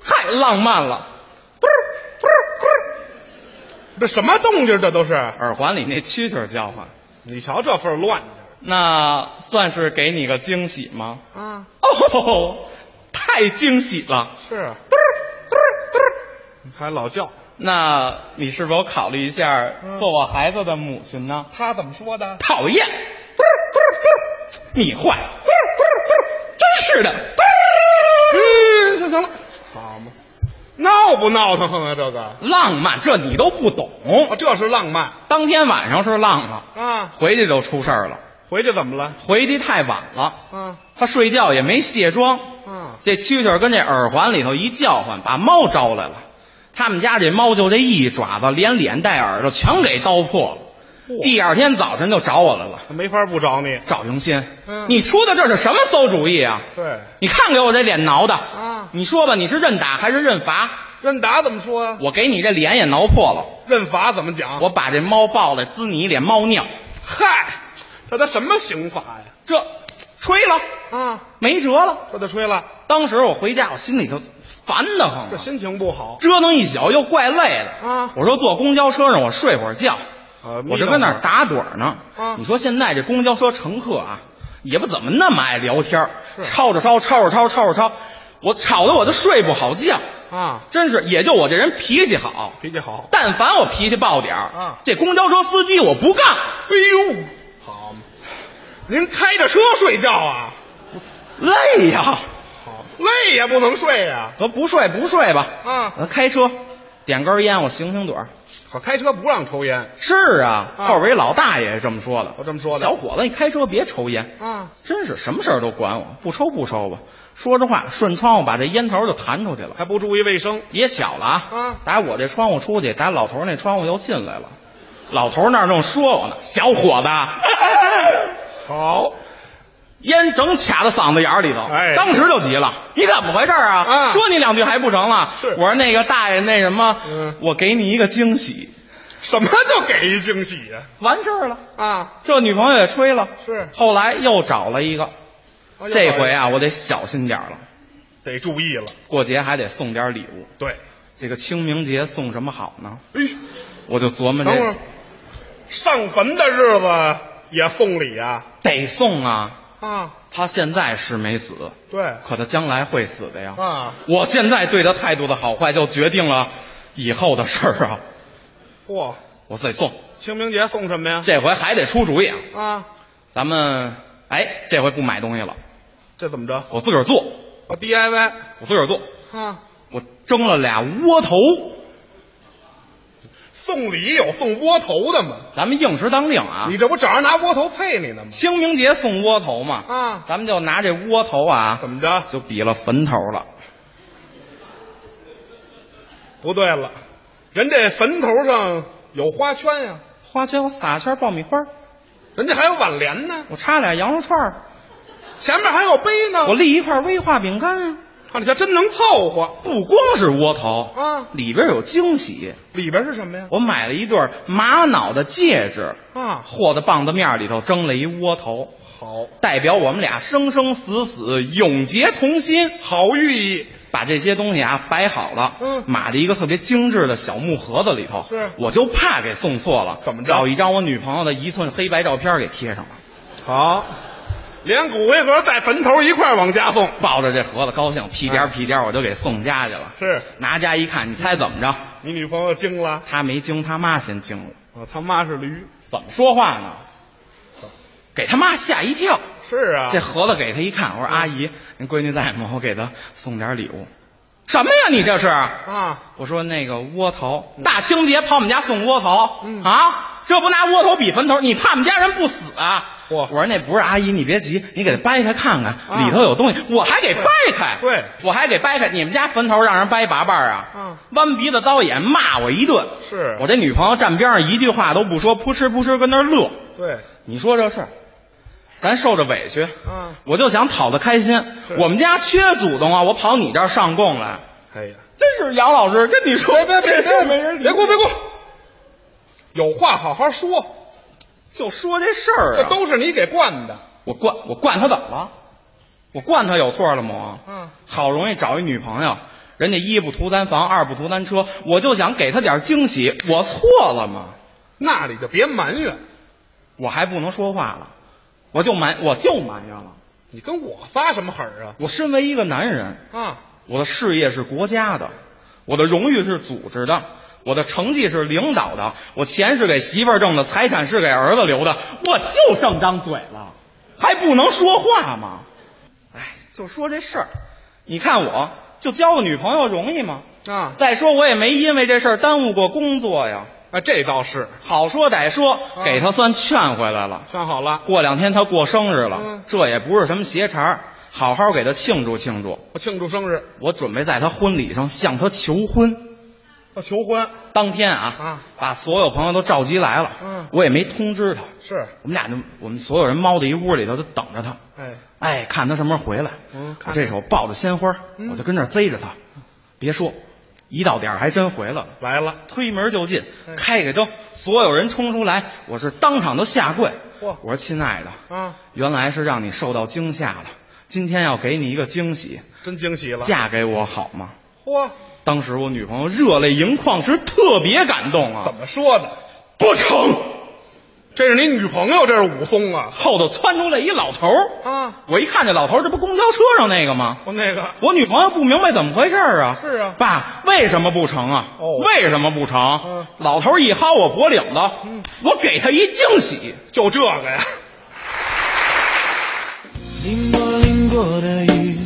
Speaker 13: 太浪漫了！不是不是
Speaker 9: 这什么动静？这都
Speaker 13: 不
Speaker 9: 是
Speaker 13: 是，耳环里那蛐蛐儿叫唤，
Speaker 9: 你瞧这份儿乱劲儿
Speaker 13: 那算是给你个惊喜吗？
Speaker 9: 啊！
Speaker 13: 哦，太惊喜了！
Speaker 9: 是，还老叫
Speaker 13: 那你是否考虑一下
Speaker 9: 嗯
Speaker 13: 做我孩子的母亲呢？
Speaker 9: 他怎么说的？
Speaker 13: 讨厌！你坏！真是的！
Speaker 9: 嗯，行行了，好嘛，闹不闹腾啊？这个啊，
Speaker 13: 浪漫，这你都不懂。
Speaker 9: 这是浪漫
Speaker 13: 当天晚上是浪漫，
Speaker 9: 啊！
Speaker 13: 回去就出事儿了。
Speaker 9: 回去怎么了？
Speaker 13: 回去太晚了，
Speaker 9: 啊
Speaker 13: 他睡觉也没卸妆。
Speaker 9: 啊，
Speaker 13: 这蛐蛐儿跟这耳环里头一叫唤，把猫招来了。他们家这猫就这一爪子，连脸带耳朵全给刀破了。
Speaker 9: 嚯
Speaker 13: 第二天早晨就找我来了，
Speaker 9: 没法不找你。
Speaker 13: 赵迎新，
Speaker 9: 嗯
Speaker 13: 你出的这是什么馊主意啊？
Speaker 9: 对，
Speaker 13: 你看给我这脸挠的
Speaker 9: 啊
Speaker 13: 你说吧，你是认打还是认罚？
Speaker 9: 认打怎么说呀、
Speaker 13: 我给你这脸也挠破了，
Speaker 9: 认罚怎么讲？
Speaker 13: 我把这猫抱来滋你一脸猫尿，
Speaker 9: 嗨，这他什么刑法呀？
Speaker 13: 这吹了，
Speaker 9: 啊，
Speaker 13: 没辙了。
Speaker 9: 这就吹了
Speaker 13: 当时我回家，我心里头烦得慌
Speaker 9: 这
Speaker 13: 啊，
Speaker 9: 心情不好，
Speaker 13: 折腾一宿又怪累的。
Speaker 9: 啊
Speaker 13: 我说坐公交车上我睡会儿觉，我这跟那儿打盹呢。
Speaker 9: 啊
Speaker 13: 你说现在这公交车乘客啊，也不怎么那么爱聊天儿，吵着吵，吵着吵，吵着吵，我吵得我都睡不好觉。
Speaker 9: 啊，
Speaker 13: 真是，也就我这人脾气好，
Speaker 9: 脾气好，
Speaker 13: 但凡我脾气爆点儿，
Speaker 9: 啊
Speaker 13: 这公交车司机我不干。
Speaker 9: 哎呦，好，您开着车睡觉啊？
Speaker 13: 累呀，
Speaker 9: 累也不能睡呀、
Speaker 13: 我不睡不睡吧，
Speaker 9: 啊
Speaker 13: 我开车点根烟，我醒醒盹儿。
Speaker 9: 可开车不让抽烟，
Speaker 13: 是啊，
Speaker 9: 啊
Speaker 13: 后边一老大爷是这么说的，
Speaker 9: 我这么说的
Speaker 13: 小伙子，你开车别抽烟，
Speaker 9: 啊，
Speaker 13: 真是什么事儿都管我，不抽不抽吧。说着话，顺窗户把这烟头就弹出去了，
Speaker 9: 还不注意卫生，
Speaker 13: 也巧了啊
Speaker 9: 啊，
Speaker 13: 打我这窗户出去，打老头那窗户又进来了。老头那儿正说我呢，小伙子，啊
Speaker 9: 好，
Speaker 13: 烟整卡到嗓子眼儿里头，
Speaker 9: 哎
Speaker 13: 当时就急了，你怎么回事儿啊？
Speaker 9: 啊
Speaker 13: 说你两句还不成了？
Speaker 9: 是
Speaker 13: 我说那个大爷那什么，
Speaker 9: 嗯
Speaker 13: 我给你一个惊喜，
Speaker 9: 什么叫给一惊喜呀、
Speaker 13: 完事儿了。
Speaker 9: 啊？
Speaker 13: 这女朋友也吹了，
Speaker 9: 是哎
Speaker 13: 后来又找了一个，这回啊，我得小心点儿了。
Speaker 9: 得注意了，
Speaker 13: 过节还得送点礼物，
Speaker 9: 对，
Speaker 13: 这个清明节送什么好呢？
Speaker 9: 哎，
Speaker 13: 我就琢磨
Speaker 9: 等会
Speaker 13: 这
Speaker 9: 儿上坟的日子也送礼啊？
Speaker 13: 得送啊。
Speaker 9: 啊，
Speaker 13: 他现在是没死，
Speaker 9: 对，
Speaker 13: 可他将来会死的呀。
Speaker 9: 啊，
Speaker 13: 我现在对他态度的好坏，就决定了以后的事儿啊。
Speaker 9: 嚯，
Speaker 13: 我得送，
Speaker 9: 清明节送什么呀？
Speaker 13: 这回还得出主意啊。
Speaker 9: 啊，
Speaker 13: 咱们哎，这回不买东西了，
Speaker 9: 这怎么着？哦
Speaker 13: 我自个儿做，
Speaker 9: 我 DIY
Speaker 13: 我自个儿做。
Speaker 9: 啊，
Speaker 13: 我蒸了俩窝头，
Speaker 9: 送礼有送窝头的吗？
Speaker 13: 咱们应时当令啊。
Speaker 9: 你这不找人拿窝头啐你呢吗？
Speaker 13: 清明节送窝头嘛，
Speaker 9: 啊
Speaker 13: 咱们就拿这窝头啊，
Speaker 9: 怎么着？
Speaker 13: 就比了坟头了。
Speaker 9: 不对了，人这坟头上有花圈呀、
Speaker 13: 花圈我撒圈爆米花，
Speaker 9: 人家还有挽联呢，
Speaker 13: 我插俩羊肉串儿，
Speaker 9: 前面还有碑呢。
Speaker 13: 我立一块威化饼干啊。
Speaker 9: 看你这真能凑合
Speaker 13: 不光是窝头，
Speaker 9: 啊！
Speaker 13: 里边有惊喜。
Speaker 9: 里边是什么呀？
Speaker 13: 我买了一对玛瑙的戒指，
Speaker 9: 啊，
Speaker 13: 和在棒子面里头蒸了一窝头，
Speaker 9: 好，
Speaker 13: 代表我们俩生生死死永结同心。
Speaker 9: 好寓意。
Speaker 13: 把这些东西啊摆好了，
Speaker 9: 嗯
Speaker 13: 码在一个特别精致的小木盒子里头。
Speaker 9: 是
Speaker 13: 我就怕给送错了，
Speaker 9: 怎么着
Speaker 13: 找一张我女朋友的一寸黑白照片给贴上了，
Speaker 9: 好，连骨灰盒带坟头一块儿往家送。啊
Speaker 13: 抱着这盒子高兴，屁颠儿屁颠儿我就给送家去了。
Speaker 9: 是
Speaker 13: 拿家一看，你猜怎么着？
Speaker 9: 你女朋友惊了，
Speaker 13: 他没惊，他妈先惊了。
Speaker 9: 我他妈是驴。
Speaker 13: 怎么说话呢？给他妈吓一跳。
Speaker 9: 是啊，嗯
Speaker 13: 这盒子给他一看，我说阿姨，您闺女在吗？我给她送点礼物。什么呀，你这是？
Speaker 9: 啊，
Speaker 13: 我说那个窝头，大清节跑我们家送窝头，
Speaker 9: 嗯
Speaker 13: 啊，这不拿窝头比坟头，你怕我们家人不死啊？
Speaker 9: 嚯
Speaker 13: 我说那不是阿姨，你别急，你给它掰开看看，
Speaker 9: 啊
Speaker 13: 里头有东西，我还给掰开，
Speaker 9: 对
Speaker 13: 我还给掰开，你们家坟头让人掰八瓣啊，
Speaker 9: 嗯
Speaker 13: 弯鼻子刀眼骂我一顿，
Speaker 9: 是
Speaker 13: 我这女朋友站边上一句话都不说，扑哧扑哧跟那儿乐，
Speaker 9: 对，
Speaker 13: 你说这事儿，咱受着委屈，
Speaker 9: 嗯
Speaker 13: 我就想讨他开心，
Speaker 9: 是
Speaker 13: 我们家缺祖宗啊，我跑你这儿上供来。
Speaker 9: 哎呀，
Speaker 13: 真是杨老师跟你说，
Speaker 9: 别别
Speaker 13: 这
Speaker 9: 别，
Speaker 13: 没人理，
Speaker 9: 别哭别哭，有话好好说，
Speaker 13: 就说这事儿、啊，
Speaker 9: 这都是你给惯的。
Speaker 13: 我惯我惯他怎么了？我惯他有错了吗？
Speaker 9: 嗯，
Speaker 13: 好容易找一女朋友，人家一不图咱房，二不图咱车，我就想给他点惊喜，我错了吗？
Speaker 9: 那你就别埋怨，
Speaker 13: 我还不能说话了，我就埋我就埋怨了。
Speaker 9: 你跟我撒什么狠啊？
Speaker 13: 我身为一个男人，
Speaker 9: 啊，
Speaker 13: 我的事业是国家的，我的荣誉是组织的，我的成绩是领导的，我钱是给媳妇儿挣的，财产是给儿子留的，我就剩张嘴了，还不能说话吗？哎，就说这事儿，你看我就交个女朋友容易吗？
Speaker 9: 啊
Speaker 13: 再说我也没因为这事儿耽误过工作呀。
Speaker 9: 啊，这倒是
Speaker 13: 好说歹说，给他算劝回来了。
Speaker 9: 算好了，
Speaker 13: 过两天他过生日了，
Speaker 9: 嗯
Speaker 13: 这也不是什么邪茬儿，好好给他庆祝庆祝。
Speaker 9: 我庆祝生日，
Speaker 13: 我准备在他婚礼上向他求婚。
Speaker 9: 要求婚
Speaker 13: 当天啊，
Speaker 9: 啊
Speaker 13: 把所有朋友都召集来了。
Speaker 9: 嗯
Speaker 13: 我也没通知他，
Speaker 9: 是，
Speaker 13: 我们俩就我们所有人猫在一屋里头，就等着他。
Speaker 9: 哎，
Speaker 13: 哎，看他什么时候回来。
Speaker 9: 嗯
Speaker 13: 我
Speaker 9: 看
Speaker 13: 这手抱着鲜花，
Speaker 9: 嗯
Speaker 13: 我就跟这儿贼着他。别说，一到点儿还真回来了，
Speaker 9: 来了，
Speaker 13: 推门就进，
Speaker 9: 哎
Speaker 13: 开开灯，所有人冲出来，我是当场都下跪。
Speaker 9: 嚯
Speaker 13: 我说亲爱的，
Speaker 9: 啊，
Speaker 13: 原来是让你受到惊吓了，今天要给你一个惊喜，
Speaker 9: 真惊喜了，
Speaker 13: 嫁给我好吗？
Speaker 34: 嚯，
Speaker 13: 当时我女朋友热泪盈眶时特别感动啊！怎么
Speaker 34: 说的？
Speaker 13: 不成，
Speaker 34: 这是你女朋友，这是武松啊！
Speaker 13: 后头窜出来一老头儿
Speaker 34: 啊，
Speaker 13: 我一看这老头儿，这不公交车上那个吗？
Speaker 34: 我那个
Speaker 13: 我女朋友不明白怎么回事儿啊！
Speaker 34: 是啊
Speaker 13: 爸，为什么不成啊？
Speaker 34: 哦
Speaker 13: 为什么不成？
Speaker 34: 嗯
Speaker 13: 老头儿一薅我脖领子，我给他一惊喜，
Speaker 34: 就这个呀。
Speaker 5: 淋过淋过的雨，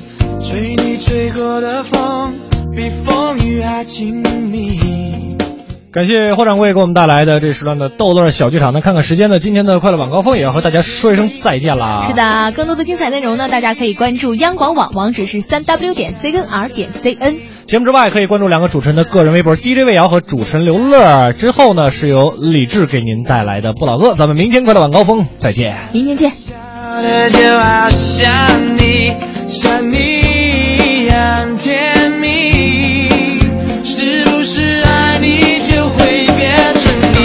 Speaker 5: 吹你吹过的风，比风雨还亲密。
Speaker 4: 感谢霍掌柜给我们带来的这时段的逗乐小剧场。那看看时间呢，今天的快乐晚高峰也要和大家说一声再见啦。
Speaker 2: 是的，更多的精彩内容呢，大家可以关注央广网，网址是三 w 点 c n r 点 c n。
Speaker 4: 节目之外，可以关注两个主持人的个人微博 DJ 魏瑶和主持人刘乐。之后呢，是由李志给您带来的不老歌。咱们明天快乐晚高峰再见。
Speaker 2: 明天见。
Speaker 5: 我的就好像你，像你一样甜蜜。是不是爱你就会变成你？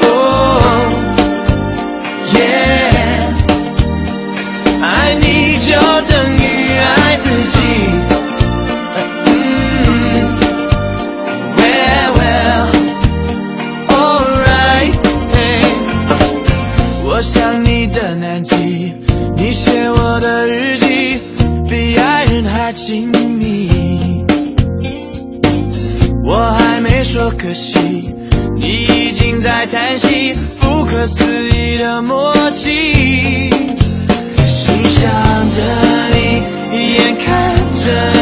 Speaker 5: 哦，耶，爱你就等于爱自己。嗯，Well well，alright，哎。我想你的南极，你写我的日记，比爱人还亲密。我还没说可惜，你已经在叹息，不可思议的默契。欣赏着你，一眼看着哦